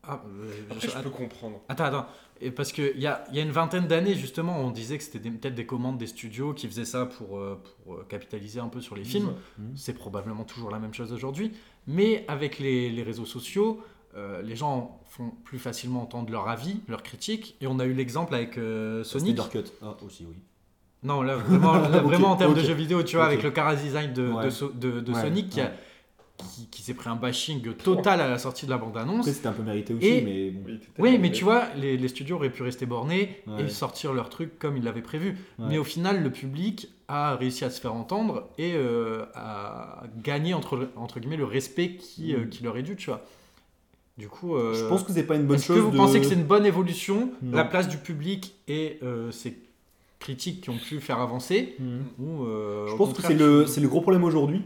[SPEAKER 1] ah, euh,
[SPEAKER 3] Après, je
[SPEAKER 1] att-
[SPEAKER 3] peux comprendre.
[SPEAKER 1] Attends, attends. Et parce qu'il y a, il y a une vingtaine d'années, justement, on disait que c'était des- peut-être des commandes des studios qui faisaient ça pour, euh, pour euh, capitaliser un peu sur les films.
[SPEAKER 2] Mhm.
[SPEAKER 1] C'est probablement toujours la même chose aujourd'hui. Mais avec les, les réseaux sociaux, euh, les gens font plus facilement entendre leur avis, leurs critiques. Et on a eu l'exemple avec euh, Sonic.
[SPEAKER 2] Snyder Cut. Ah, aussi, oui.
[SPEAKER 1] Non,
[SPEAKER 2] [LAUGHS]
[SPEAKER 1] là, vraiment, là,
[SPEAKER 2] Ok,
[SPEAKER 1] vraiment en termes
[SPEAKER 2] ok.
[SPEAKER 1] de jeux vidéo, tu vois,
[SPEAKER 2] Ok.
[SPEAKER 1] avec le chara design de,
[SPEAKER 2] Ouais.
[SPEAKER 1] de So- de- de
[SPEAKER 2] Ouais,
[SPEAKER 1] Sonic, qui a- qui, qui s'est pris un bashing total à la sortie de la bande-annonce.
[SPEAKER 2] Après, c'était un peu mérité aussi,
[SPEAKER 1] Et-
[SPEAKER 2] mais bon.
[SPEAKER 3] Oui, t'étais
[SPEAKER 1] Oui,
[SPEAKER 3] arrivé.
[SPEAKER 1] mais tu vois, les, les studios auraient pu rester bornés
[SPEAKER 2] Ouais.
[SPEAKER 1] et sortir leur truc comme ils l'avaient prévu.
[SPEAKER 2] Ouais.
[SPEAKER 1] Mais au final, le public a réussi à se faire entendre et euh, à gagner, entre, entre guillemets, le respect qui, euh,
[SPEAKER 2] Mm.
[SPEAKER 1] qui leur est dû, tu vois. Du coup, euh,
[SPEAKER 2] Je pense que c'est pas une bonne
[SPEAKER 1] est-ce
[SPEAKER 2] chose.
[SPEAKER 1] que vous
[SPEAKER 2] de-
[SPEAKER 1] pensez que c'est une bonne évolution,
[SPEAKER 2] Non.
[SPEAKER 1] la place du public et euh, ces critiques qui ont pu faire avancer
[SPEAKER 2] Mhm.
[SPEAKER 1] ou, euh,
[SPEAKER 2] Je
[SPEAKER 1] au
[SPEAKER 2] pense que
[SPEAKER 1] contraire,
[SPEAKER 2] c'est le,
[SPEAKER 1] tu-
[SPEAKER 2] c'est le gros problème aujourd'hui,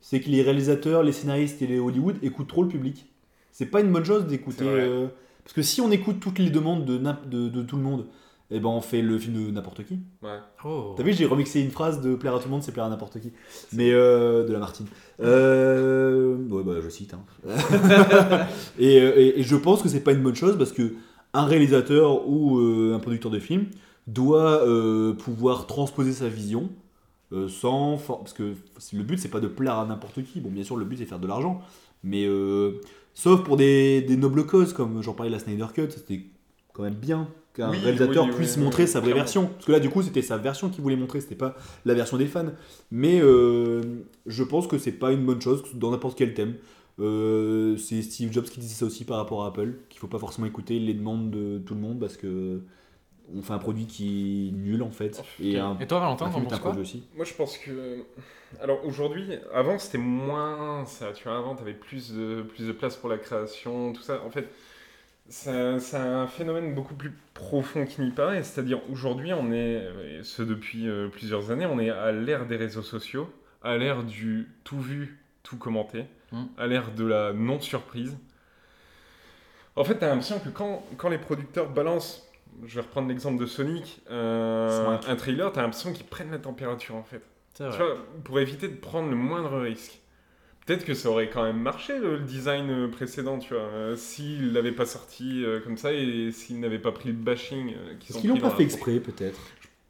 [SPEAKER 2] c'est que les réalisateurs, les scénaristes et les Hollywood écoutent trop le public. C'est pas une bonne chose d'écouter.
[SPEAKER 3] C'est vrai.
[SPEAKER 2] euh, parce que si on écoute toutes les demandes de, n'im- de, de tout le monde, eh ben on fait le film de n'importe qui.
[SPEAKER 3] Ouais.
[SPEAKER 1] Oh.
[SPEAKER 2] T'as vu, j'ai remixé une phrase de plaire à tout le monde, c'est plaire à n'importe qui. Mais euh, de la Martine. Euh, ouais, bah, je cite. hein. et, euh, et- et je pense que c'est pas une bonne chose parce que un réalisateur ou euh, un producteur de film doit euh, pouvoir transposer sa vision euh, sans for- parce que c'est- le but c'est pas de plaire à n'importe qui. Bon, bien sûr, le but c'est de faire de l'argent, mais euh, sauf pour des, des nobles causes comme j'en parlais de la Snyder Cut, c'était quand même bien qu'un
[SPEAKER 3] Oui,
[SPEAKER 2] réalisateur
[SPEAKER 3] oui, oui,
[SPEAKER 2] puisse
[SPEAKER 3] oui,
[SPEAKER 2] montrer
[SPEAKER 3] oui,
[SPEAKER 2] sa vraie
[SPEAKER 3] clairement.
[SPEAKER 2] version. Parce que là, du coup, c'était sa version qu'il voulait montrer, c'était pas la version des fans. Mais euh, je pense que c'est pas une bonne chose dans n'importe quel thème. Euh, c'est Steve Jobs qui disait ça aussi par rapport à Apple, qu'il faut pas forcément écouter les demandes de tout le monde parce que on fait un produit qui est nul en fait. Et un,
[SPEAKER 1] Et toi, Valentin,
[SPEAKER 2] un
[SPEAKER 1] t'en
[SPEAKER 2] film est un
[SPEAKER 1] penses quoi
[SPEAKER 2] produit aussi.
[SPEAKER 3] Moi, je pense que. euh, Alors, aujourd'hui, avant, c'était moins ça. Tu vois, avant, t'avais plus de, plus de place pour la création, tout ça. En fait, ça- c'est un phénomène beaucoup plus profond qu'il n'y paraît. C'est-à-dire, aujourd'hui, on est. et Ce depuis euh, plusieurs années, on est à l'ère des réseaux sociaux, à l'ère du tout vu, tout commenté,
[SPEAKER 1] Mm.
[SPEAKER 3] à l'ère de la non-surprise. En fait, t'as l'impression que quand, quand les producteurs balancent. Je vais reprendre l'exemple de Sonic, euh,
[SPEAKER 2] Sonic.
[SPEAKER 3] un trailer, t'as l'impression qu'ils prennent la température en fait.
[SPEAKER 1] C'est vrai.
[SPEAKER 3] Tu vois, pour éviter de prendre le moindre risque. Peut-être que ça aurait quand même marché le, le design euh, précédent, tu vois, euh, s'il l'avait pas sorti euh, comme ça et s'il n'avait pas pris le bashing euh, qu'ils
[SPEAKER 2] Est-ce
[SPEAKER 3] ont
[SPEAKER 2] qu'ils l'ont
[SPEAKER 3] pris
[SPEAKER 2] pas
[SPEAKER 3] dans
[SPEAKER 2] fait
[SPEAKER 3] la-
[SPEAKER 2] exprès peut-être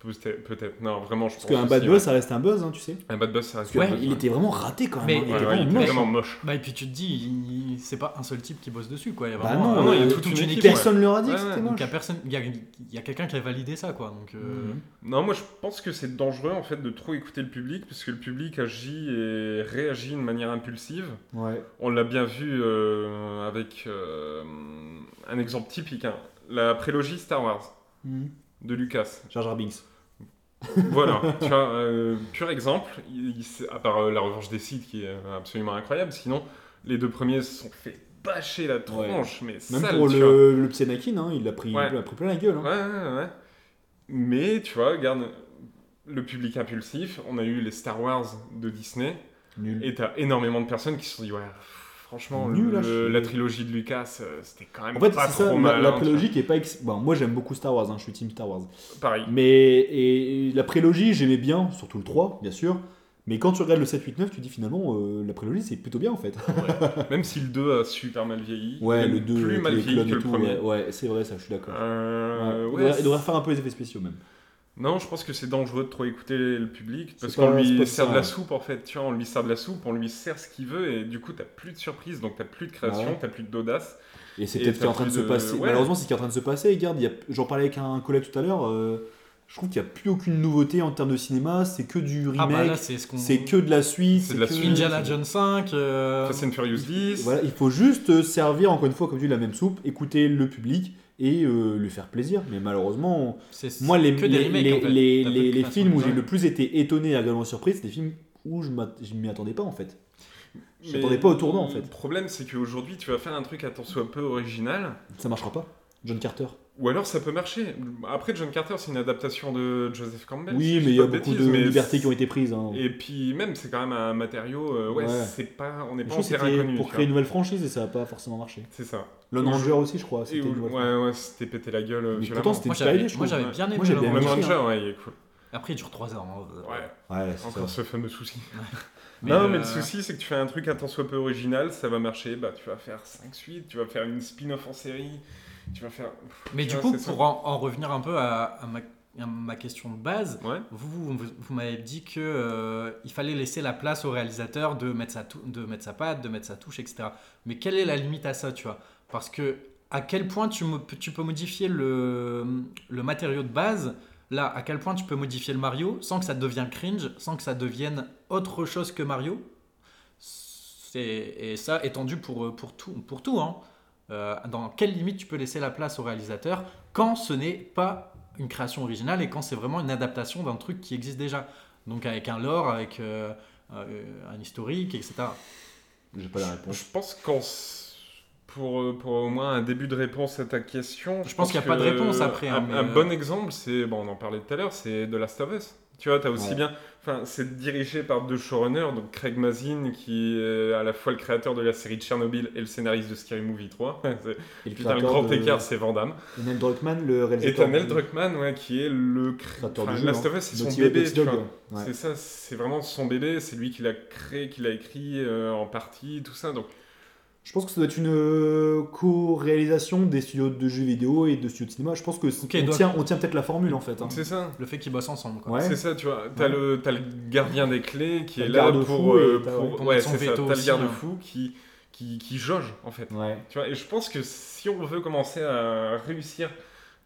[SPEAKER 3] Peut-être, peut-être. non, vraiment, je
[SPEAKER 2] Parce
[SPEAKER 3] pense
[SPEAKER 2] qu'un
[SPEAKER 3] aussi,
[SPEAKER 2] bad
[SPEAKER 3] ouais.
[SPEAKER 2] buzz, ça reste un buzz, hein, tu sais. bah,
[SPEAKER 3] Un bad buzz, ça reste
[SPEAKER 1] Ouais,
[SPEAKER 3] un buzz,
[SPEAKER 2] Il
[SPEAKER 3] ouais.
[SPEAKER 2] était vraiment raté quand même.
[SPEAKER 1] Mais-
[SPEAKER 2] hein, il
[SPEAKER 3] Ouais,
[SPEAKER 2] était
[SPEAKER 3] ouais, il
[SPEAKER 2] vraiment
[SPEAKER 3] était
[SPEAKER 2] moche.
[SPEAKER 3] vraiment moche.
[SPEAKER 1] Bah, et puis tu te dis, il- il- c'est pas un seul type qui bosse dessus, quoi. Il y a
[SPEAKER 2] Bah
[SPEAKER 1] vraiment
[SPEAKER 2] non,
[SPEAKER 1] euh,
[SPEAKER 3] il y a
[SPEAKER 2] euh,
[SPEAKER 3] toute
[SPEAKER 1] toute
[SPEAKER 3] une
[SPEAKER 1] une équipe.
[SPEAKER 3] équipe,
[SPEAKER 2] Personne leur a dit que
[SPEAKER 3] Ouais,
[SPEAKER 2] c'était
[SPEAKER 3] ouais,
[SPEAKER 1] Donc, il y
[SPEAKER 2] moche.
[SPEAKER 1] a personne, il y a, il y a quelqu'un qui a validé ça, quoi. Donc, euh,
[SPEAKER 2] Mhm.
[SPEAKER 3] Non, moi je pense que c'est dangereux en fait de trop écouter le public parce que le public agit et réagit de manière impulsive.
[SPEAKER 2] Ouais.
[SPEAKER 3] On l'a bien vu euh, avec euh, un exemple typique, hein. la prélogie Star Wars
[SPEAKER 2] Mhm.
[SPEAKER 3] de Lucas.
[SPEAKER 2] Jar Jar Binks.
[SPEAKER 3] voilà, tu vois, euh, pur exemple, il- il s'est- à part euh, La Revanche des Sith qui est euh, absolument incroyable, sinon les deux premiers se sont fait bâcher la tronche, mais
[SPEAKER 2] Même
[SPEAKER 3] sale,
[SPEAKER 2] pour
[SPEAKER 3] tu vois.
[SPEAKER 2] le, le petit Anakin, hein, il l'a pris,
[SPEAKER 3] Ouais.
[SPEAKER 2] il l'a pris plein la gueule. hein.
[SPEAKER 3] Ouais, ouais, ouais. Mais tu vois, regarde, le public impulsif, on a eu les Star Wars de Disney,
[SPEAKER 2] Nul.
[SPEAKER 3] et t'as énormément de personnes qui se sont dit, ouais, pff, franchement, le-
[SPEAKER 2] Nul à
[SPEAKER 3] le-
[SPEAKER 2] chier.
[SPEAKER 3] la trilogie de Lucas, euh, c'était quand même
[SPEAKER 2] En fait,
[SPEAKER 3] pas
[SPEAKER 2] c'est
[SPEAKER 3] trop
[SPEAKER 2] ça, la,
[SPEAKER 3] mal.
[SPEAKER 2] la
[SPEAKER 3] hein, tu
[SPEAKER 2] prélogie qui est pas. ex- Bon, moi j'aime beaucoup Star Wars, hein, je suis team Star Wars.
[SPEAKER 3] vois. Pareil.
[SPEAKER 2] Mais et, la prélogie, j'aimais bien, surtout le 3, bien sûr. Mais quand tu regardes le 7, 8, 9, tu dis finalement, euh, la prélogie c'est plutôt bien en fait.
[SPEAKER 3] Même si le 2 a super mal vieilli,
[SPEAKER 2] Ouais, [LAUGHS]
[SPEAKER 3] même
[SPEAKER 2] le 2,
[SPEAKER 3] plus
[SPEAKER 2] avec
[SPEAKER 3] mal
[SPEAKER 2] les
[SPEAKER 3] vieilli
[SPEAKER 2] clones
[SPEAKER 3] que
[SPEAKER 2] et
[SPEAKER 3] le
[SPEAKER 2] tout.
[SPEAKER 3] premier.
[SPEAKER 2] Ouais, ouais, c'est vrai, ça, je suis d'accord.
[SPEAKER 3] Euh,
[SPEAKER 2] Ouais.
[SPEAKER 3] ouais,
[SPEAKER 2] il, devrait,
[SPEAKER 3] c'est-
[SPEAKER 2] il devrait faire un peu les effets spéciaux même.
[SPEAKER 3] Non, je pense que c'est dangereux de trop écouter le public parce
[SPEAKER 2] C'est pas-
[SPEAKER 3] qu'on
[SPEAKER 2] c'est pas
[SPEAKER 3] lui
[SPEAKER 2] ça,
[SPEAKER 3] sert de
[SPEAKER 2] ouais.
[SPEAKER 3] la soupe en fait. Tu vois, on lui sert de la soupe, on lui sert ce qu'il veut et du coup, t'as plus de surprise, donc t'as plus de création,
[SPEAKER 2] Ouais.
[SPEAKER 3] t'as plus d'audace.
[SPEAKER 2] Et c'est
[SPEAKER 3] Et
[SPEAKER 2] peut-être ce qui est en
[SPEAKER 3] faire
[SPEAKER 2] train de
[SPEAKER 3] plus
[SPEAKER 2] se
[SPEAKER 3] de-
[SPEAKER 2] passer.
[SPEAKER 3] ouais.
[SPEAKER 2] Malheureusement, c'est ce qui est en train de se passer. Regarde, il y a- j'en parlais avec un collègue tout à l'heure. euh, je trouve qu'il n'y a plus aucune nouveauté en termes de cinéma. C'est que du remake.
[SPEAKER 1] Ah, bah là, c'est ce qu'on.
[SPEAKER 2] c'est que de la suite.
[SPEAKER 3] C'est de la
[SPEAKER 2] que-
[SPEAKER 3] suite.
[SPEAKER 1] Indiana Jones 5. euh,
[SPEAKER 3] Fast and Furious 10.
[SPEAKER 2] Voilà, il faut juste servir encore une fois comme tu dis la même soupe, écouter le public et euh, lui faire plaisir. Mais malheureusement,
[SPEAKER 1] c'est
[SPEAKER 2] moi les
[SPEAKER 1] que des
[SPEAKER 2] les-
[SPEAKER 1] remakes,
[SPEAKER 2] les-
[SPEAKER 1] en fait.
[SPEAKER 2] les-
[SPEAKER 1] T'as peu de
[SPEAKER 2] les- les
[SPEAKER 1] création
[SPEAKER 2] films où j'ai
[SPEAKER 1] originale.
[SPEAKER 2] le plus été étonné à grande surprise, c'est des films où je m'att- je m'y attendais pas en fait. Je
[SPEAKER 3] Mais
[SPEAKER 2] m'attendais pas au tournant en
[SPEAKER 3] Le
[SPEAKER 2] fait.
[SPEAKER 3] problème, c'est qu'aujourd'hui, tu vas faire un truc à ton soit peu original.
[SPEAKER 2] Ça marchera pas. John Carter.
[SPEAKER 3] Ou alors ça peut marcher. Après, John Carter, c'est une adaptation de Joseph Campbell. si
[SPEAKER 2] oui,
[SPEAKER 3] je
[SPEAKER 2] mais
[SPEAKER 3] dis
[SPEAKER 2] il y a
[SPEAKER 3] pas
[SPEAKER 2] beaucoup
[SPEAKER 3] bêtises,
[SPEAKER 2] de
[SPEAKER 3] mais
[SPEAKER 2] libertés
[SPEAKER 3] c'est-
[SPEAKER 2] qui ont été prises. hein.
[SPEAKER 3] Et puis même, c'est quand même un matériau. euh, ouais,
[SPEAKER 2] Ouais.
[SPEAKER 3] c'est pas, on n'est
[SPEAKER 2] Je
[SPEAKER 3] pas en
[SPEAKER 2] trouve que
[SPEAKER 3] terrain
[SPEAKER 2] c'était
[SPEAKER 3] connu.
[SPEAKER 2] pour
[SPEAKER 3] tu
[SPEAKER 2] créer une
[SPEAKER 3] vois.
[SPEAKER 2] nouvelle franchise et ça n'a pas forcément marché.
[SPEAKER 3] C'est ça.
[SPEAKER 2] Lone
[SPEAKER 3] Et-
[SPEAKER 2] Ranger aussi, je crois. C'était
[SPEAKER 3] Et
[SPEAKER 2] une
[SPEAKER 3] où-
[SPEAKER 2] nouvelle
[SPEAKER 3] ouais, ouais, c'était pété la gueule. euh,
[SPEAKER 2] franchise. Mais
[SPEAKER 3] violemment.
[SPEAKER 2] pourtant, c'était
[SPEAKER 1] Moi,
[SPEAKER 2] une super
[SPEAKER 1] j'avais-
[SPEAKER 2] idée, je
[SPEAKER 1] moi,
[SPEAKER 2] trouve.
[SPEAKER 1] j'avais bien aimé
[SPEAKER 2] Moi, j'avais
[SPEAKER 1] le
[SPEAKER 2] bien
[SPEAKER 1] Lone
[SPEAKER 3] Même
[SPEAKER 2] aimé.
[SPEAKER 1] Ranger.
[SPEAKER 3] Ranger, ouais, il est cool.
[SPEAKER 1] Après, il dure 3 heures. hein.
[SPEAKER 3] Ouais.
[SPEAKER 2] Ouais, c'est
[SPEAKER 3] Encore
[SPEAKER 2] ça.
[SPEAKER 3] ce fameux souci. [LAUGHS]
[SPEAKER 1] Mais,
[SPEAKER 3] non,
[SPEAKER 1] euh,
[SPEAKER 3] mais le souci, c'est que tu fais un truc un tant soit peu original, ça va marcher, bah, tu vas faire 5 suites, tu vas faire une spin-off en série, tu vas faire.
[SPEAKER 1] Mais du
[SPEAKER 3] Ouais,
[SPEAKER 1] coup,
[SPEAKER 3] c'est ça.
[SPEAKER 1] pour en, en revenir un peu à, à ma, à ma question de base,
[SPEAKER 3] Ouais.
[SPEAKER 1] vous, vous, vous m'avez dit que euh, il fallait laisser la place au réalisateur de mettre sa, tou- de mettre sa patte, de mettre sa touche, etc. Mais quelle est la limite à ça, tu vois Parce que à quel point tu, mo- tu peux modifier le, le matériau de base Là, à quel point tu peux modifier le Mario sans que ça devienne cringe, sans que ça devienne autre chose que Mario s- C'est- Et ça, étendu pour, euh, pour tout. Pour tout hein. Euh, dans quelle limite tu peux laisser la place au réalisateur quand ce n'est pas une création originale et quand c'est vraiment une adaptation d'un truc qui existe déjà Donc avec un lore, avec euh, euh, un historique, etc.
[SPEAKER 2] J'ai pas la réponse.
[SPEAKER 3] Je pense qu'en s- pour, euh, pour au moins un début de réponse à ta question,
[SPEAKER 1] Je pense qu'il y a pas de réponse
[SPEAKER 3] euh,
[SPEAKER 1] après, hein,
[SPEAKER 3] un,
[SPEAKER 1] mais,
[SPEAKER 3] un
[SPEAKER 1] euh,
[SPEAKER 3] bon exemple, c'est bon, on en parlait tout à l'heure, c'est The Last of Us. Tu vois, t'as aussi
[SPEAKER 2] Ouais.
[SPEAKER 3] bien, enfin, c'est dirigé par deux showrunners, donc Craig Mazin qui est à la fois le créateur de la série Tchernobyl et le scénariste de Scary
[SPEAKER 1] [LAUGHS]
[SPEAKER 3] Movie 3. C'est-
[SPEAKER 2] Et le
[SPEAKER 3] Putain, le
[SPEAKER 2] créateur
[SPEAKER 3] grand
[SPEAKER 2] de-
[SPEAKER 3] écart, c'est Van Damme.
[SPEAKER 2] Neil Druckmann, le
[SPEAKER 3] Et
[SPEAKER 2] réalisateur.
[SPEAKER 3] t'as Neil
[SPEAKER 2] du-
[SPEAKER 3] Druckmann, ouais, qui est le créateur
[SPEAKER 2] Créateur du
[SPEAKER 3] de
[SPEAKER 2] jeu,
[SPEAKER 3] Last
[SPEAKER 2] hein.
[SPEAKER 3] of Us, c'est son
[SPEAKER 2] Naughty Dog,
[SPEAKER 3] bébé.
[SPEAKER 2] Naughty
[SPEAKER 3] tu
[SPEAKER 2] Dog,
[SPEAKER 3] vois.
[SPEAKER 2] ouais.
[SPEAKER 3] C'est ça, c'est vraiment son bébé, c'est lui qui l'a créé, qui l'a écrit euh, en partie, tout ça. Donc
[SPEAKER 2] Je pense que ça doit être une euh, co-réalisation des studios de jeux vidéo et de studios de cinéma. Je pense que c-
[SPEAKER 1] Ok,
[SPEAKER 2] on,
[SPEAKER 1] donc-
[SPEAKER 2] tient, on tient peut-être la formule en fait. hein.
[SPEAKER 3] c'est ça.
[SPEAKER 1] Le fait qu'ils bossent ensemble. Quoi.
[SPEAKER 2] Ouais.
[SPEAKER 3] C'est ça, tu vois. T'as
[SPEAKER 2] Ouais.
[SPEAKER 3] le, t'as le gardien des clés qui
[SPEAKER 2] T'as
[SPEAKER 3] est
[SPEAKER 2] le
[SPEAKER 3] là
[SPEAKER 2] garde-fou
[SPEAKER 3] pour. euh,
[SPEAKER 2] et t'as-
[SPEAKER 3] pour-
[SPEAKER 1] ouais, pour
[SPEAKER 3] ouais,
[SPEAKER 1] mettre son
[SPEAKER 3] c'est ça.
[SPEAKER 1] veto
[SPEAKER 3] T'as le
[SPEAKER 1] aussi,
[SPEAKER 2] hein.
[SPEAKER 3] garde-fou qui, qui, qui jauge, en fait.
[SPEAKER 2] Ouais.
[SPEAKER 3] Tu vois, et je pense que si on veut commencer à réussir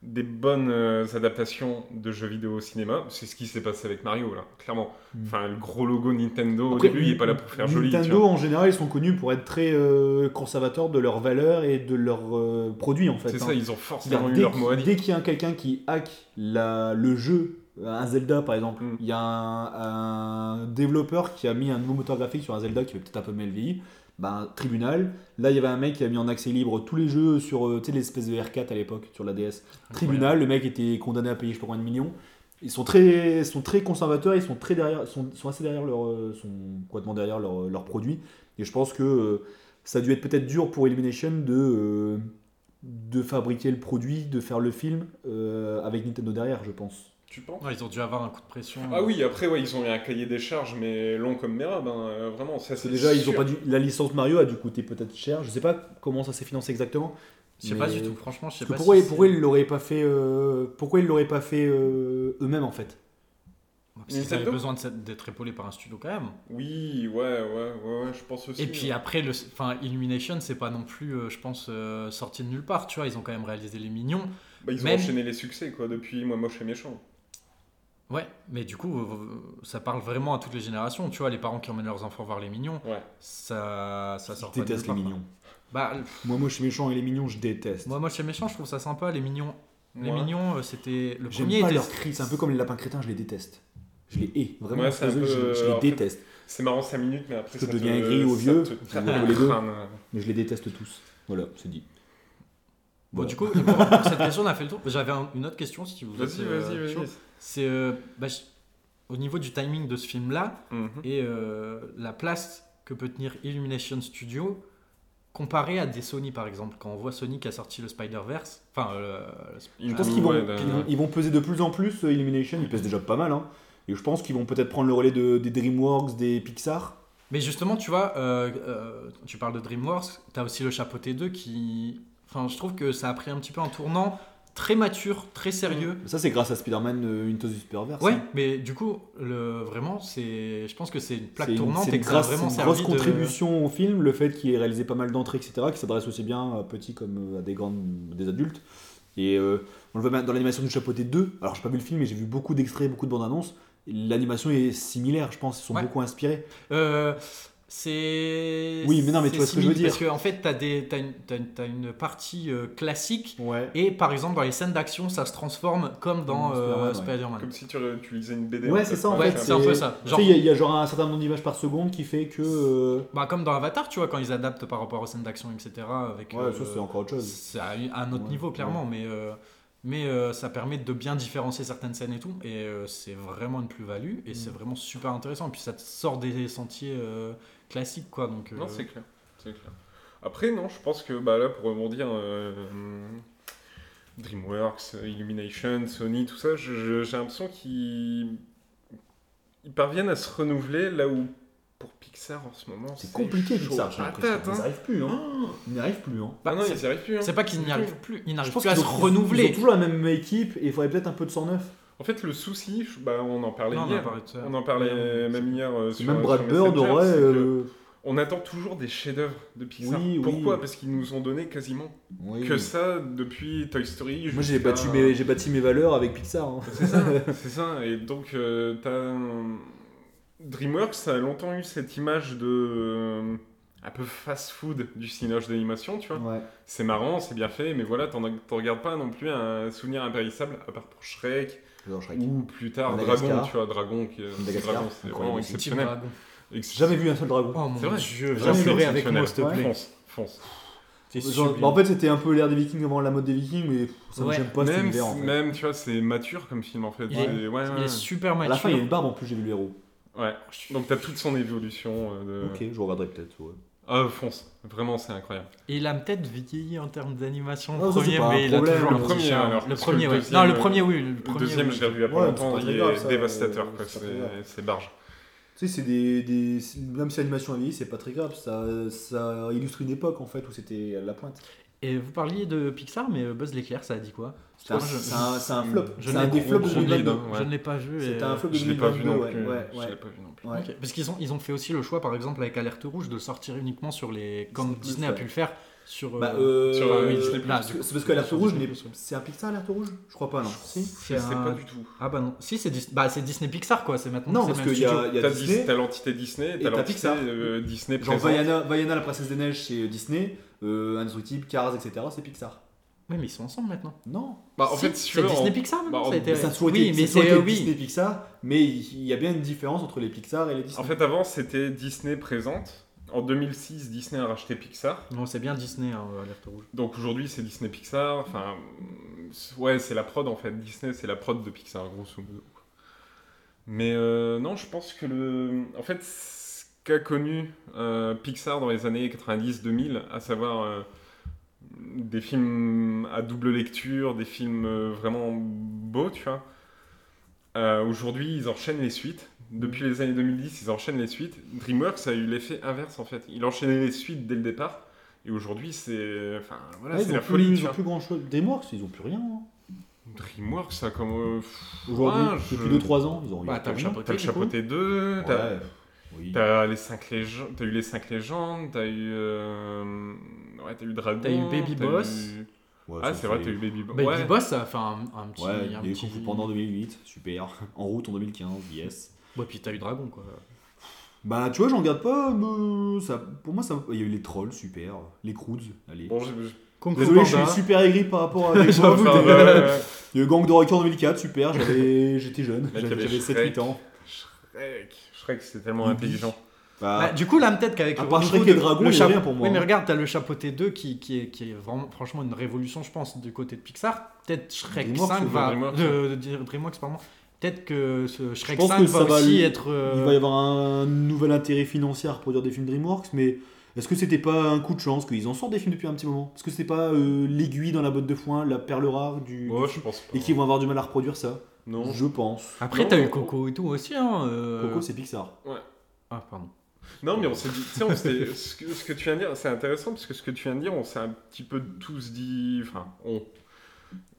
[SPEAKER 3] des bonnes euh, adaptations de jeux vidéo au cinéma, c'est ce qui s'est passé avec Mario, là, clairement.
[SPEAKER 2] Mm.
[SPEAKER 3] Enfin, le gros logo Nintendo,
[SPEAKER 2] Après,
[SPEAKER 3] au début, il est pas là pour faire joli. tu
[SPEAKER 2] Nintendo
[SPEAKER 3] vois.
[SPEAKER 2] en général, ils sont connus pour être très euh, conservateurs de leurs valeurs et de leurs euh, produits en fait.
[SPEAKER 3] C'est
[SPEAKER 2] hein.
[SPEAKER 3] ça, ils ont forcément
[SPEAKER 2] C'est-à-dire,
[SPEAKER 3] eu
[SPEAKER 2] dès
[SPEAKER 3] leur
[SPEAKER 2] qu'il-
[SPEAKER 3] mot à dire.
[SPEAKER 2] Dès qu'il y a quelqu'un qui hack la- le jeu, euh, un Zelda par exemple,
[SPEAKER 3] Mm.
[SPEAKER 2] il y a un, un développeur qui a mis un nouveau moteur graphique sur un Zelda qui est peut-être un peu mal vieilli, ben, tribunal. Là, il y avait un mec qui a mis en accès libre tous les jeux sur euh, tu sais, l'espèce de R4 à l'époque, sur la DS. Tribunal, le mec était condamné à payer je sais pas combien de millions. Ils sont très, sont très conservateurs, ils sont, très derrière, sont, sont assez derrière leur, euh, sont complètement derrière leurs leur produits. Et je pense que euh, ça a dû être peut-être dur pour Elimination de, euh, de fabriquer le produit, de faire le film euh, avec Nintendo derrière, je pense.
[SPEAKER 3] Tu penses
[SPEAKER 1] Ouais, ils ont dû avoir un coup de pression.
[SPEAKER 3] Ah oui, après, ouais, ils ont eu un cahier des charges, mais long comme merde, ben, euh, vraiment. Ça,
[SPEAKER 2] Parce
[SPEAKER 3] c'est
[SPEAKER 2] que déjà, ils ont
[SPEAKER 3] sûr.
[SPEAKER 2] pas dû, la licence Mario a dû coûter peut-être cher. Je sais pas comment ça s'est financé exactement.
[SPEAKER 1] Je sais
[SPEAKER 2] mais-
[SPEAKER 1] pas du tout, franchement, je sais
[SPEAKER 2] Parce que
[SPEAKER 1] pas.
[SPEAKER 2] pourquoi,
[SPEAKER 1] si
[SPEAKER 2] ils-
[SPEAKER 1] c'est-
[SPEAKER 2] pourquoi ils l'auraient pas fait, euh, pourquoi ils l'auraient pas fait euh, eux-mêmes en fait
[SPEAKER 1] Parce qu'ils
[SPEAKER 3] Nintendo
[SPEAKER 1] avaient besoin de s'être- d'être épaulés par un studio quand même.
[SPEAKER 3] Oui, ouais, ouais, ouais, ouais, je pense aussi. hein.
[SPEAKER 1] Et puis hein, après, le, enfin, Illumination, c'est pas non plus, euh, je pense, euh, sorti de nulle part. Tu vois, ils ont quand même réalisé Les Mignons.
[SPEAKER 3] Bah, ils ont
[SPEAKER 1] même-
[SPEAKER 3] enchaîné les succès, quoi, depuis Moi Moche et Méchant.
[SPEAKER 1] Ouais, mais du coup, euh, ça parle vraiment à toutes les générations. Tu vois, les parents qui emmènent leurs enfants voir Les Mignons,
[SPEAKER 3] Ouais.
[SPEAKER 1] ça, ça sort pas de
[SPEAKER 2] Je
[SPEAKER 1] nulle
[SPEAKER 2] déteste les
[SPEAKER 1] part, quoi.
[SPEAKER 2] mignons.
[SPEAKER 1] Bah,
[SPEAKER 2] Moi, moi, je suis méchant et les mignons, je déteste.
[SPEAKER 1] moi, moi, chez Méchant, je trouve ça sympa. Les Mignons, les
[SPEAKER 3] Ouais.
[SPEAKER 1] Mignons, euh, c'était le
[SPEAKER 2] J'aime
[SPEAKER 1] premier.
[SPEAKER 2] pas
[SPEAKER 1] était-
[SPEAKER 2] leur cri, c'est un peu comme les lapins crétins, je les déteste. Je les hais, vraiment.
[SPEAKER 3] Ouais, c'est un
[SPEAKER 2] je,
[SPEAKER 3] peu,
[SPEAKER 2] je- je
[SPEAKER 3] euh, en fait-
[SPEAKER 2] les déteste.
[SPEAKER 3] C'est marrant 5 minutes, mais après
[SPEAKER 2] Parce que
[SPEAKER 3] ça
[SPEAKER 2] je deviens
[SPEAKER 3] te-
[SPEAKER 2] aigri au
[SPEAKER 3] ça
[SPEAKER 2] vieux,
[SPEAKER 3] te
[SPEAKER 2] je
[SPEAKER 3] tape [LAUGHS]
[SPEAKER 2] deviens
[SPEAKER 3] le
[SPEAKER 2] les deux.
[SPEAKER 3] crâne.
[SPEAKER 2] Mais je les déteste tous. Voilà, c'est dit.
[SPEAKER 3] Ah
[SPEAKER 1] Bon,
[SPEAKER 2] Voilà.
[SPEAKER 1] du coup, pour, pour cette question, on a fait le tour. J'avais un- une autre question, si vous
[SPEAKER 3] Vas-y,
[SPEAKER 1] êtes, euh,
[SPEAKER 3] vas-y,
[SPEAKER 1] chaud.
[SPEAKER 3] vas-y.
[SPEAKER 1] C'est euh, bah, je- au niveau du timing de ce film-là.
[SPEAKER 3] Mhm.
[SPEAKER 1] et euh, la place que peut tenir Illumination Studio comparée à des Sony par exemple. Quand on voit Sony qui a sorti le Spider-Verse, enfin, euh, le Sp-
[SPEAKER 2] Je pense qu'ils
[SPEAKER 3] Ouais,
[SPEAKER 2] vont,
[SPEAKER 3] là,
[SPEAKER 2] qu'ils
[SPEAKER 3] là.
[SPEAKER 2] vont- ils vont peser de plus en plus euh, Illumination, ils pèsent déjà pas mal. Hein. Et je pense qu'ils vont peut-être prendre le relais de- des DreamWorks, des Pixar.
[SPEAKER 1] mais justement, tu vois, euh, euh, tu parles de DreamWorks, tu as aussi le Chapeau T2 qui. Enfin, je trouve que ça a pris un petit peu un tournant très mature, très sérieux.
[SPEAKER 2] Ça, c'est grâce à Spider-Man euh, Into the Spider-Verse.
[SPEAKER 1] Ouais,
[SPEAKER 2] hein.
[SPEAKER 1] mais du coup, le, vraiment, c'est, je pense que c'est une plaque
[SPEAKER 2] C'est une,
[SPEAKER 1] tournante
[SPEAKER 2] c'est
[SPEAKER 1] et
[SPEAKER 2] une
[SPEAKER 1] que ça a
[SPEAKER 2] grâce-
[SPEAKER 1] vraiment
[SPEAKER 2] c'est une
[SPEAKER 1] servi
[SPEAKER 2] grosse
[SPEAKER 1] de...
[SPEAKER 2] contribution au film, le fait qu'il ait réalisé pas mal d'entrées, etc., qui s'adresse aussi bien à petits comme euh, à des grandes, des adultes. Et euh, on le voit même dans l'animation du Chapeauté 2. Alors, j'ai pas vu le film, mais j'ai vu beaucoup d'extraits, beaucoup de bandes annonces. L'animation est similaire, je pense. Ils sont
[SPEAKER 1] Ouais.
[SPEAKER 2] beaucoup inspirés.
[SPEAKER 1] Euh, c'est.
[SPEAKER 2] Oui, mais non, mais tu
[SPEAKER 1] c'est
[SPEAKER 2] vois ce que je veux
[SPEAKER 1] simili- Parce
[SPEAKER 2] dire.
[SPEAKER 1] qu'en fait, t'as des- t'as une, t'as une- t'as une partie euh, classique
[SPEAKER 2] Ouais.
[SPEAKER 1] Et par exemple, dans les scènes d'action, ça se transforme comme dans
[SPEAKER 2] Dans
[SPEAKER 1] euh,
[SPEAKER 2] Spider-Man,
[SPEAKER 1] Spider-Man.
[SPEAKER 3] Comme si tu, tu lisais une BD.
[SPEAKER 2] Ouais, c'est ça, en
[SPEAKER 1] Ouais,
[SPEAKER 2] fait,
[SPEAKER 1] c'est un peu ça.
[SPEAKER 2] Tu sais,
[SPEAKER 1] Genre,
[SPEAKER 2] il y, a- il y a genre un certain nombre d'images par seconde qui fait que. euh,
[SPEAKER 1] bah, comme dans Avatar, tu vois, quand ils adaptent par rapport aux scènes d'action, etc. Avec,
[SPEAKER 2] Ouais,
[SPEAKER 1] euh,
[SPEAKER 2] ça, c'est encore autre chose.
[SPEAKER 1] c'est à un- à un autre
[SPEAKER 2] Ouais,
[SPEAKER 1] niveau, clairement, mais, euh, mais euh, ça permet de bien différencier certaines scènes et tout. Et euh, c'est vraiment une plus-value, et
[SPEAKER 2] Mm.
[SPEAKER 1] c'est vraiment super intéressant. Et puis ça te sort des sentiers euh, classiques, quoi. Donc, euh,
[SPEAKER 3] Non, c'est clair. c'est clair. Après, non, je pense que bah, là, pour rebondir, euh, hum, DreamWorks, Illumination, Sony, tout ça, je- je- j'ai l'impression qu'ils ils parviennent à se renouveler là où pour Pixar en ce moment,
[SPEAKER 2] C'est compliqué,
[SPEAKER 3] chaud
[SPEAKER 2] Pixar.
[SPEAKER 3] à
[SPEAKER 2] j'ai l'impression.
[SPEAKER 3] patate,
[SPEAKER 2] Ils n'y
[SPEAKER 3] hein.
[SPEAKER 2] arrivent plus, hein. Ils n'y arrivent plus, hein.
[SPEAKER 1] bah,
[SPEAKER 3] Ah non,
[SPEAKER 1] c'est-
[SPEAKER 3] ils n'y arrivent plus. hein.
[SPEAKER 1] c'est pas qu'ils n'y
[SPEAKER 3] C'est
[SPEAKER 1] arrivent
[SPEAKER 3] tout.
[SPEAKER 1] plus, ils n'arrivent
[SPEAKER 2] Je pense
[SPEAKER 1] plus à
[SPEAKER 2] qu'ils
[SPEAKER 1] se
[SPEAKER 2] ont- Ils ont
[SPEAKER 1] renouveler.
[SPEAKER 2] toujours la même équipe et il faudrait peut-être un peu de 109.
[SPEAKER 3] En fait, le souci, je- bah, on en parlait
[SPEAKER 1] Non, on en
[SPEAKER 3] hier.
[SPEAKER 1] parlait de ça.
[SPEAKER 3] On en parlait même hier euh, sur
[SPEAKER 2] Même
[SPEAKER 3] sur
[SPEAKER 2] Brad Bird
[SPEAKER 3] Messenger,
[SPEAKER 2] aurait.
[SPEAKER 3] c'est que
[SPEAKER 2] euh,
[SPEAKER 3] On attend toujours des chefs-d'œuvre de Pixar.
[SPEAKER 2] Oui, oui.
[SPEAKER 3] Pourquoi Parce qu'ils nous ont donné quasiment
[SPEAKER 2] Oui.
[SPEAKER 3] que ça depuis Toy Story.
[SPEAKER 2] Moi j'ai
[SPEAKER 3] jusqu'à-
[SPEAKER 2] battu, mes, j'ai bâti mes valeurs avec Pixar. hein.
[SPEAKER 3] C'est ça, c'est ça. Et donc, euh, t'as. euh, DreamWorks a longtemps eu cette image de. euh, un peu fast-food du cinoche d'animation, tu vois.
[SPEAKER 2] Ouais.
[SPEAKER 3] C'est marrant, c'est bien fait, mais voilà, t'en t'en regardes pas non plus un souvenir impérissable, à part pour Shrek,
[SPEAKER 2] J'adore Shrek.
[SPEAKER 3] ou plus tard
[SPEAKER 2] Madagascar.
[SPEAKER 3] Dragon, tu vois, Dragon, qui
[SPEAKER 2] Madagascar,
[SPEAKER 3] Dragon, c'est vraiment
[SPEAKER 2] incroyable.
[SPEAKER 1] Petit
[SPEAKER 3] exceptionnel.
[SPEAKER 1] dragon.
[SPEAKER 3] Ex-
[SPEAKER 2] Jamais vu un seul dragon.
[SPEAKER 1] Oh mon
[SPEAKER 3] C'est vrai.
[SPEAKER 1] dieu, viens
[SPEAKER 3] Vraiment
[SPEAKER 1] pleurer avec
[SPEAKER 3] exceptionnel.
[SPEAKER 1] moi, s'il te plaît.
[SPEAKER 3] Fonce, fonce.
[SPEAKER 1] T'es
[SPEAKER 2] Genre,
[SPEAKER 1] sublime.
[SPEAKER 2] bah, en fait, c'était un peu l'ère des Vikings avant la mode des Vikings, mais pff, ça me
[SPEAKER 1] Ouais.
[SPEAKER 2] j'aime pas cet
[SPEAKER 3] même,
[SPEAKER 2] univers en fait.
[SPEAKER 3] même, tu vois, c'est mature comme film en fait.
[SPEAKER 1] Il
[SPEAKER 3] C'est-
[SPEAKER 1] est-
[SPEAKER 3] ouais, ouais,
[SPEAKER 1] Il
[SPEAKER 3] ouais.
[SPEAKER 1] est super
[SPEAKER 2] euh, À
[SPEAKER 1] mature.
[SPEAKER 2] la fin, il y a une barbe en plus, j'ai vu le héros.
[SPEAKER 3] Ouais.
[SPEAKER 1] Oh,
[SPEAKER 3] Donc t'as toute son évolution. euh, de...
[SPEAKER 2] Ok, je regarderai peut-être. Ouais.
[SPEAKER 3] Ah, fonce. Vraiment, c'est incroyable.
[SPEAKER 1] Et il a peut-être vieilli en termes d'animation. Le
[SPEAKER 2] Ah, ça, c'est
[SPEAKER 1] premier,
[SPEAKER 2] pas un
[SPEAKER 1] mais il a
[SPEAKER 2] problème.
[SPEAKER 1] toujours
[SPEAKER 2] Le
[SPEAKER 1] un petit
[SPEAKER 3] premier,
[SPEAKER 1] charme.
[SPEAKER 3] alors,
[SPEAKER 1] Le
[SPEAKER 3] parce que
[SPEAKER 1] premier,
[SPEAKER 3] le
[SPEAKER 1] oui.
[SPEAKER 3] deuxième,
[SPEAKER 1] Non, le premier, oui. Le
[SPEAKER 3] Le
[SPEAKER 1] premier,
[SPEAKER 3] deuxième,
[SPEAKER 1] oui.
[SPEAKER 3] je l'ai revu il y a pas
[SPEAKER 2] Ouais, c'est
[SPEAKER 3] longtemps,
[SPEAKER 2] pas
[SPEAKER 3] il est
[SPEAKER 2] grave, ça,
[SPEAKER 3] dévastateur,
[SPEAKER 2] euh,
[SPEAKER 3] quoi.
[SPEAKER 2] c'est
[SPEAKER 3] C'est
[SPEAKER 2] pas grave.
[SPEAKER 3] c'est barge.
[SPEAKER 2] Tu sais, c'est des, des- Même si l'animation a vieilli, c'est pas très grave. Ça, ça illustre une époque en fait où c'était à la pointe.
[SPEAKER 1] Et vous parliez de Pixar, mais euh, Buzz l'éclair, ça a dit quoi
[SPEAKER 2] C'est un,
[SPEAKER 1] Moi, je-
[SPEAKER 2] c'est un- c'est un
[SPEAKER 3] je-
[SPEAKER 2] flop.
[SPEAKER 1] je
[SPEAKER 2] C'est
[SPEAKER 1] n'ai
[SPEAKER 2] un des
[SPEAKER 1] trop
[SPEAKER 2] flops de
[SPEAKER 1] compris,
[SPEAKER 2] 2022.
[SPEAKER 3] non. Ouais.
[SPEAKER 1] Je ne l'ai pas vu. et-
[SPEAKER 2] C'était un flop de
[SPEAKER 3] Je l'ai pas vu
[SPEAKER 2] 2022.
[SPEAKER 3] non
[SPEAKER 2] Ouais,
[SPEAKER 3] plus.
[SPEAKER 2] ouais,
[SPEAKER 3] Je
[SPEAKER 2] ouais.
[SPEAKER 3] l'ai pas vu non plus.
[SPEAKER 2] Ouais.
[SPEAKER 1] Ok, Parce qu'ils ont, ils ont fait aussi le choix, par exemple, avec Alerte Rouge, de sortir uniquement sur les. Comme
[SPEAKER 2] Plus,
[SPEAKER 1] Disney a
[SPEAKER 2] ouais.
[SPEAKER 1] pu le faire sur. euh,
[SPEAKER 2] Bah, euh,
[SPEAKER 3] Sur, euh, oui, Disney+.
[SPEAKER 1] là,
[SPEAKER 2] parce
[SPEAKER 1] du
[SPEAKER 2] que-
[SPEAKER 1] coup.
[SPEAKER 2] c'est parce que l'alerte rouge, mais
[SPEAKER 1] Disney+, ouais.
[SPEAKER 2] c'est un Pixar l'alerte rouge Je crois pas, non. Si.
[SPEAKER 3] Je
[SPEAKER 1] C'est
[SPEAKER 3] sais
[SPEAKER 1] un-
[SPEAKER 3] pas du tout.
[SPEAKER 1] Ah bah non. Si, c'est Dis- bah, c'est Disney Pixar, quoi. C'est maintenant.
[SPEAKER 2] Non,
[SPEAKER 1] c'est
[SPEAKER 2] parce
[SPEAKER 1] le
[SPEAKER 2] qu'il
[SPEAKER 1] même
[SPEAKER 2] y a,
[SPEAKER 1] studio.
[SPEAKER 2] il y a
[SPEAKER 3] T'as
[SPEAKER 2] Disney.
[SPEAKER 3] Dis- t'as l'entité Disney,
[SPEAKER 2] et t'as
[SPEAKER 3] t'as l'entité
[SPEAKER 2] Pixar.
[SPEAKER 3] euh, Disney
[SPEAKER 2] Genre
[SPEAKER 3] présente.
[SPEAKER 2] Vaiana, Vaiana, la princesse des neiges, c'est Disney. Euh, Indestructible, Cars, etc. C'est Pixar.
[SPEAKER 1] Oui, mais ils sont ensemble maintenant.
[SPEAKER 2] Non.
[SPEAKER 3] Bah, en
[SPEAKER 1] Si,
[SPEAKER 3] fait, si tu
[SPEAKER 1] c'est
[SPEAKER 3] veux,
[SPEAKER 1] Disney
[SPEAKER 3] en-
[SPEAKER 1] Pixar maintenant.
[SPEAKER 3] bah,
[SPEAKER 1] ça a
[SPEAKER 3] en-
[SPEAKER 1] été-
[SPEAKER 2] Ça a toujours été,
[SPEAKER 1] oui, mais
[SPEAKER 2] ça
[SPEAKER 1] c'est
[SPEAKER 2] a toujours été
[SPEAKER 1] euh,
[SPEAKER 2] Disney
[SPEAKER 1] oui.
[SPEAKER 2] Pixar, mais il il y a bien une différence entre les Pixar et les Disney.
[SPEAKER 3] En fait, avant, c'était Disney présente. En 2006, Disney a racheté Pixar.
[SPEAKER 1] Non, c'est bien Disney, hein, euh, Alerte Rouge.
[SPEAKER 3] Donc aujourd'hui, c'est Disney Pixar. Enfin, c'est- ouais, c'est la prod en fait. Disney, c'est la prod de Pixar, grosso modo. quoi. Mais euh, non, je pense que le. En fait, ce qu'a connu euh, Pixar dans les années 90-2000, à savoir euh, des films à double lecture, des films euh, vraiment beaux, tu vois. Euh, aujourd'hui, ils enchaînent les suites. Depuis les années 2010, ils enchaînent les suites. DreamWorks a eu l'effet inverse en fait. Il enchaînait les suites dès le départ. Et aujourd'hui, c'est. Enfin, voilà,
[SPEAKER 2] Ouais,
[SPEAKER 3] c'est
[SPEAKER 2] ils,
[SPEAKER 3] la
[SPEAKER 2] ont
[SPEAKER 3] folie.
[SPEAKER 2] plus,
[SPEAKER 3] tu
[SPEAKER 2] ils ont
[SPEAKER 3] vois.
[SPEAKER 2] plus grand chose. Dreamworks, ils ont plus rien. hein.
[SPEAKER 3] DreamWorks, ça, comme. euh, pff,
[SPEAKER 2] Aujourd'hui,
[SPEAKER 3] ouais, je-
[SPEAKER 2] depuis 2-3 ans, ils ont rien.
[SPEAKER 1] Bah, t'as le
[SPEAKER 2] rien.
[SPEAKER 3] T'as
[SPEAKER 1] chapeauté.
[SPEAKER 3] le
[SPEAKER 1] du coup.
[SPEAKER 3] chapeauté 2, t'as
[SPEAKER 2] Ouais. Oui.
[SPEAKER 3] t'as les cinq légendes, t'as eu les 5 légendes, t'as eu. euh, Ouais, t'as eu Dragon.
[SPEAKER 1] T'as eu Baby Boss.
[SPEAKER 3] eu-
[SPEAKER 2] Ouais,
[SPEAKER 3] Ah,
[SPEAKER 2] ça,
[SPEAKER 3] c'est vrai, t'as eu Baby Boss.
[SPEAKER 1] Baby
[SPEAKER 3] Ouais.
[SPEAKER 1] Bah, Boss, ça a fait un, un petit.
[SPEAKER 2] Ouais, il y
[SPEAKER 1] un
[SPEAKER 2] a eu
[SPEAKER 1] petit-
[SPEAKER 2] Kung Fu Panda en 2008, super. En route en 2015, yes.
[SPEAKER 1] Ouais, puis t'as eu Dragon, quoi.
[SPEAKER 2] Bah, tu vois, j'en garde pas. mais ça, pour moi, ça. Il y a eu les trolls, super. Les Croods, allez.
[SPEAKER 3] Bon, j'ai- j'ai-
[SPEAKER 1] Kung Fu
[SPEAKER 2] Désolé, je
[SPEAKER 1] Panda.
[SPEAKER 2] suis super aigri par rapport
[SPEAKER 3] [LAUGHS]
[SPEAKER 2] à.
[SPEAKER 1] J'avoue,
[SPEAKER 2] J'avoue,
[SPEAKER 3] enfin,
[SPEAKER 2] des-
[SPEAKER 3] ouais, ouais, ouais.
[SPEAKER 2] Il y a eu Gang de Rocker en 2004, super.
[SPEAKER 3] [LAUGHS]
[SPEAKER 2] j'avais- J'étais jeune,
[SPEAKER 3] Là, t'avais
[SPEAKER 2] j'avais
[SPEAKER 3] Shrek.
[SPEAKER 2] 7-8 ans.
[SPEAKER 3] euh, Shrek, Shrek, c'est tellement
[SPEAKER 2] Ubi.
[SPEAKER 3] intelligent.
[SPEAKER 1] Bah,
[SPEAKER 2] Bah,
[SPEAKER 1] du coup, là, peut-être qu'avec
[SPEAKER 2] à
[SPEAKER 1] le
[SPEAKER 2] part
[SPEAKER 1] renouveau
[SPEAKER 2] Shrek et
[SPEAKER 1] de-
[SPEAKER 2] Dragon,
[SPEAKER 1] le
[SPEAKER 2] il y a
[SPEAKER 1] chape-
[SPEAKER 2] rien pour moi,
[SPEAKER 1] Oui, mais
[SPEAKER 2] hein.
[SPEAKER 1] regarde, t'as le chapeauté 2 qui, qui, est, qui est vraiment, franchement, une révolution, je pense, du côté de Pixar. Peut-être Shrek
[SPEAKER 2] Dreamworks
[SPEAKER 1] 5
[SPEAKER 2] ou
[SPEAKER 1] va.
[SPEAKER 3] Dreamworks
[SPEAKER 1] de- de- de- DreamWorks, pardon. Peut-être que ce Shrek
[SPEAKER 2] pense
[SPEAKER 1] 5
[SPEAKER 2] que
[SPEAKER 1] va
[SPEAKER 2] ça va
[SPEAKER 1] aussi
[SPEAKER 2] lui-
[SPEAKER 1] être. euh,
[SPEAKER 2] Il va y avoir un nouvel intérêt financier à reproduire des films Dreamworks, mais est-ce que c'était pas un coup de chance qu'ils en sortent des films depuis un petit moment Est-ce que c'était pas euh, l'aiguille dans la botte de foin, la perle rare du.
[SPEAKER 3] Oh, je pense pas.
[SPEAKER 2] Et qu'ils vont avoir du mal à reproduire ça
[SPEAKER 3] Non.
[SPEAKER 2] Je pense.
[SPEAKER 1] Après,
[SPEAKER 3] Non,
[SPEAKER 1] t'as eu
[SPEAKER 3] non.
[SPEAKER 1] Coco et tout aussi. Hein, euh,
[SPEAKER 2] Coco, c'est Pixar.
[SPEAKER 1] Ah, pardon.
[SPEAKER 3] Non, mais on s'est dit, tu sais, on s'était- ce, que, ce que tu viens de dire, c'est intéressant parce que ce que tu viens de dire, on s'est un petit peu tous dit. Enfin, on.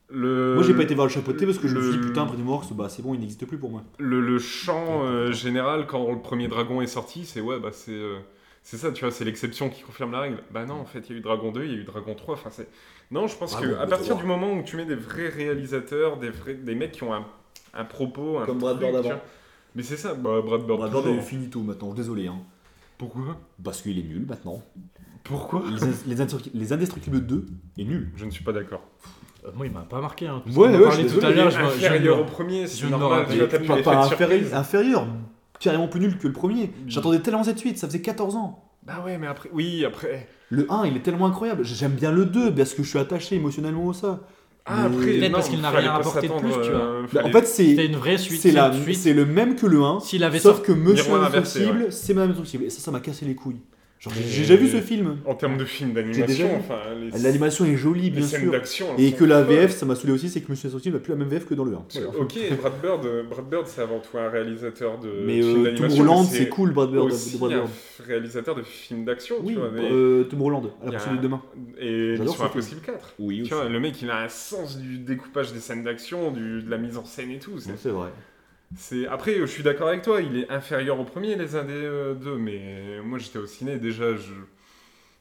[SPEAKER 3] Le,
[SPEAKER 2] Moi, j'ai pas été voir le chapeauté parce que je me suis dit,
[SPEAKER 3] euh, le-
[SPEAKER 2] putain, Dreamworks, bah c'est bon, il n'existe plus pour moi.
[SPEAKER 3] Le, le chant euh, général, quand le premier dragon est sorti, c'est ouais, bah c'est. euh, c'est ça, tu vois, c'est l'exception qui confirme la règle. Bah non, en fait, il y a eu Dragon 2, il y a eu Dragon 3. Enfin, c'est. Non, je
[SPEAKER 1] Ah
[SPEAKER 3] pense
[SPEAKER 2] Dragon
[SPEAKER 3] que à
[SPEAKER 2] 2,
[SPEAKER 3] partir
[SPEAKER 2] 3.
[SPEAKER 3] du moment où tu mets des vrais réalisateurs, des, vrais, des mecs qui ont un, un propos, un
[SPEAKER 2] Comme Brad
[SPEAKER 3] truc,
[SPEAKER 2] Bird
[SPEAKER 3] tu
[SPEAKER 2] avant.
[SPEAKER 3] vois. Mais c'est ça, bah, Brad Bird.
[SPEAKER 2] Brad Bird
[SPEAKER 3] toujours.
[SPEAKER 2] est finito maintenant, désolé. Hein.
[SPEAKER 3] Pourquoi
[SPEAKER 2] Parce qu'il est nul maintenant.
[SPEAKER 3] Pourquoi
[SPEAKER 2] Les, les Indestructi- les Indestructibles 2 est nul.
[SPEAKER 3] Je ne suis pas d'accord.
[SPEAKER 1] Euh, moi, il m'a pas marqué. Hein, parce
[SPEAKER 2] Ouais,
[SPEAKER 1] qu'on en
[SPEAKER 2] ouais,
[SPEAKER 1] parlait
[SPEAKER 2] je suis
[SPEAKER 1] tout à l'heure. Je, je-
[SPEAKER 3] Inférieur au premier, c'est
[SPEAKER 1] je
[SPEAKER 3] normal.
[SPEAKER 1] n'aurais
[SPEAKER 3] Tu vois,
[SPEAKER 2] Et
[SPEAKER 3] t'as plus
[SPEAKER 2] pas-
[SPEAKER 3] l'effet
[SPEAKER 2] pas
[SPEAKER 3] de surprise.
[SPEAKER 2] inféri-
[SPEAKER 3] Mm.
[SPEAKER 2] inférieur, carrément plus nul que le premier. J'attendais tellement cette suite, ça faisait 14 ans.
[SPEAKER 3] Bah ouais, mais après, oui, après.
[SPEAKER 2] Le 1, il est tellement incroyable. J'aime bien le 2 parce que je suis attaché émotionnellement à ça. Mais-
[SPEAKER 1] Peut-être
[SPEAKER 3] Ah, non,
[SPEAKER 1] parce qu'il n'a
[SPEAKER 3] fallait
[SPEAKER 1] rien
[SPEAKER 3] pas
[SPEAKER 1] apporté de plus,
[SPEAKER 3] s'attendre,
[SPEAKER 1] tu vois.
[SPEAKER 3] euh,
[SPEAKER 2] Bah,
[SPEAKER 3] fallait-
[SPEAKER 2] en fait,
[SPEAKER 1] C'était
[SPEAKER 2] c'est
[SPEAKER 1] une vraie suite.
[SPEAKER 2] c'est la-
[SPEAKER 1] une suite.
[SPEAKER 2] c'est le même que le 1,
[SPEAKER 1] S'il avait
[SPEAKER 2] sauf
[SPEAKER 1] sorti-
[SPEAKER 2] que Monsieur
[SPEAKER 3] Miroir inversé,
[SPEAKER 2] Indestructible, c'est Madame Indestructible. Et ça, ça m'a cassé les couilles. Genre,
[SPEAKER 3] Mais-
[SPEAKER 2] J'ai déjà vu ce film.
[SPEAKER 3] En termes de films
[SPEAKER 2] J'ai déjà
[SPEAKER 3] d'animation,
[SPEAKER 2] vu.
[SPEAKER 3] enfin, les,
[SPEAKER 2] L'animation est jolie,
[SPEAKER 3] les
[SPEAKER 2] bien
[SPEAKER 3] scènes
[SPEAKER 2] sûr.
[SPEAKER 3] d'action. elles
[SPEAKER 2] Et
[SPEAKER 3] sont
[SPEAKER 2] que la
[SPEAKER 3] folles.
[SPEAKER 2] VF, ça m'a saoulé aussi, c'est que Monsieur Indestructible n'a plus la même VF que dans le 1.
[SPEAKER 3] Parce que, Ok, Brad Bird, euh, Brad Bird, c'est avant tout un réalisateur de
[SPEAKER 2] Mais
[SPEAKER 3] films
[SPEAKER 2] euh, Tom
[SPEAKER 3] d'animation.
[SPEAKER 2] Holland,
[SPEAKER 3] mais
[SPEAKER 2] c'est cool, Brad Bird.
[SPEAKER 3] aussi
[SPEAKER 2] Brad Bird.
[SPEAKER 3] un réalisateur de films d'action,
[SPEAKER 2] Oui,
[SPEAKER 3] tu vois. mais-
[SPEAKER 2] euh, Tom Holland, à
[SPEAKER 3] il y
[SPEAKER 2] la
[SPEAKER 3] a-
[SPEAKER 2] poursuite de demain.
[SPEAKER 3] Et
[SPEAKER 2] J'adore
[SPEAKER 3] Mission
[SPEAKER 2] ce film.
[SPEAKER 3] Impossible 4.
[SPEAKER 2] Oui,
[SPEAKER 3] Tu vois, le mec, il a un sens du découpage des scènes d'action, du- de la mise en scène et tout. c'est-
[SPEAKER 2] C'est vrai.
[SPEAKER 3] C'est après, je suis d'accord avec euh, toi, il est inférieur au premier les indés 2, mais moi j'étais au ciné déjà, je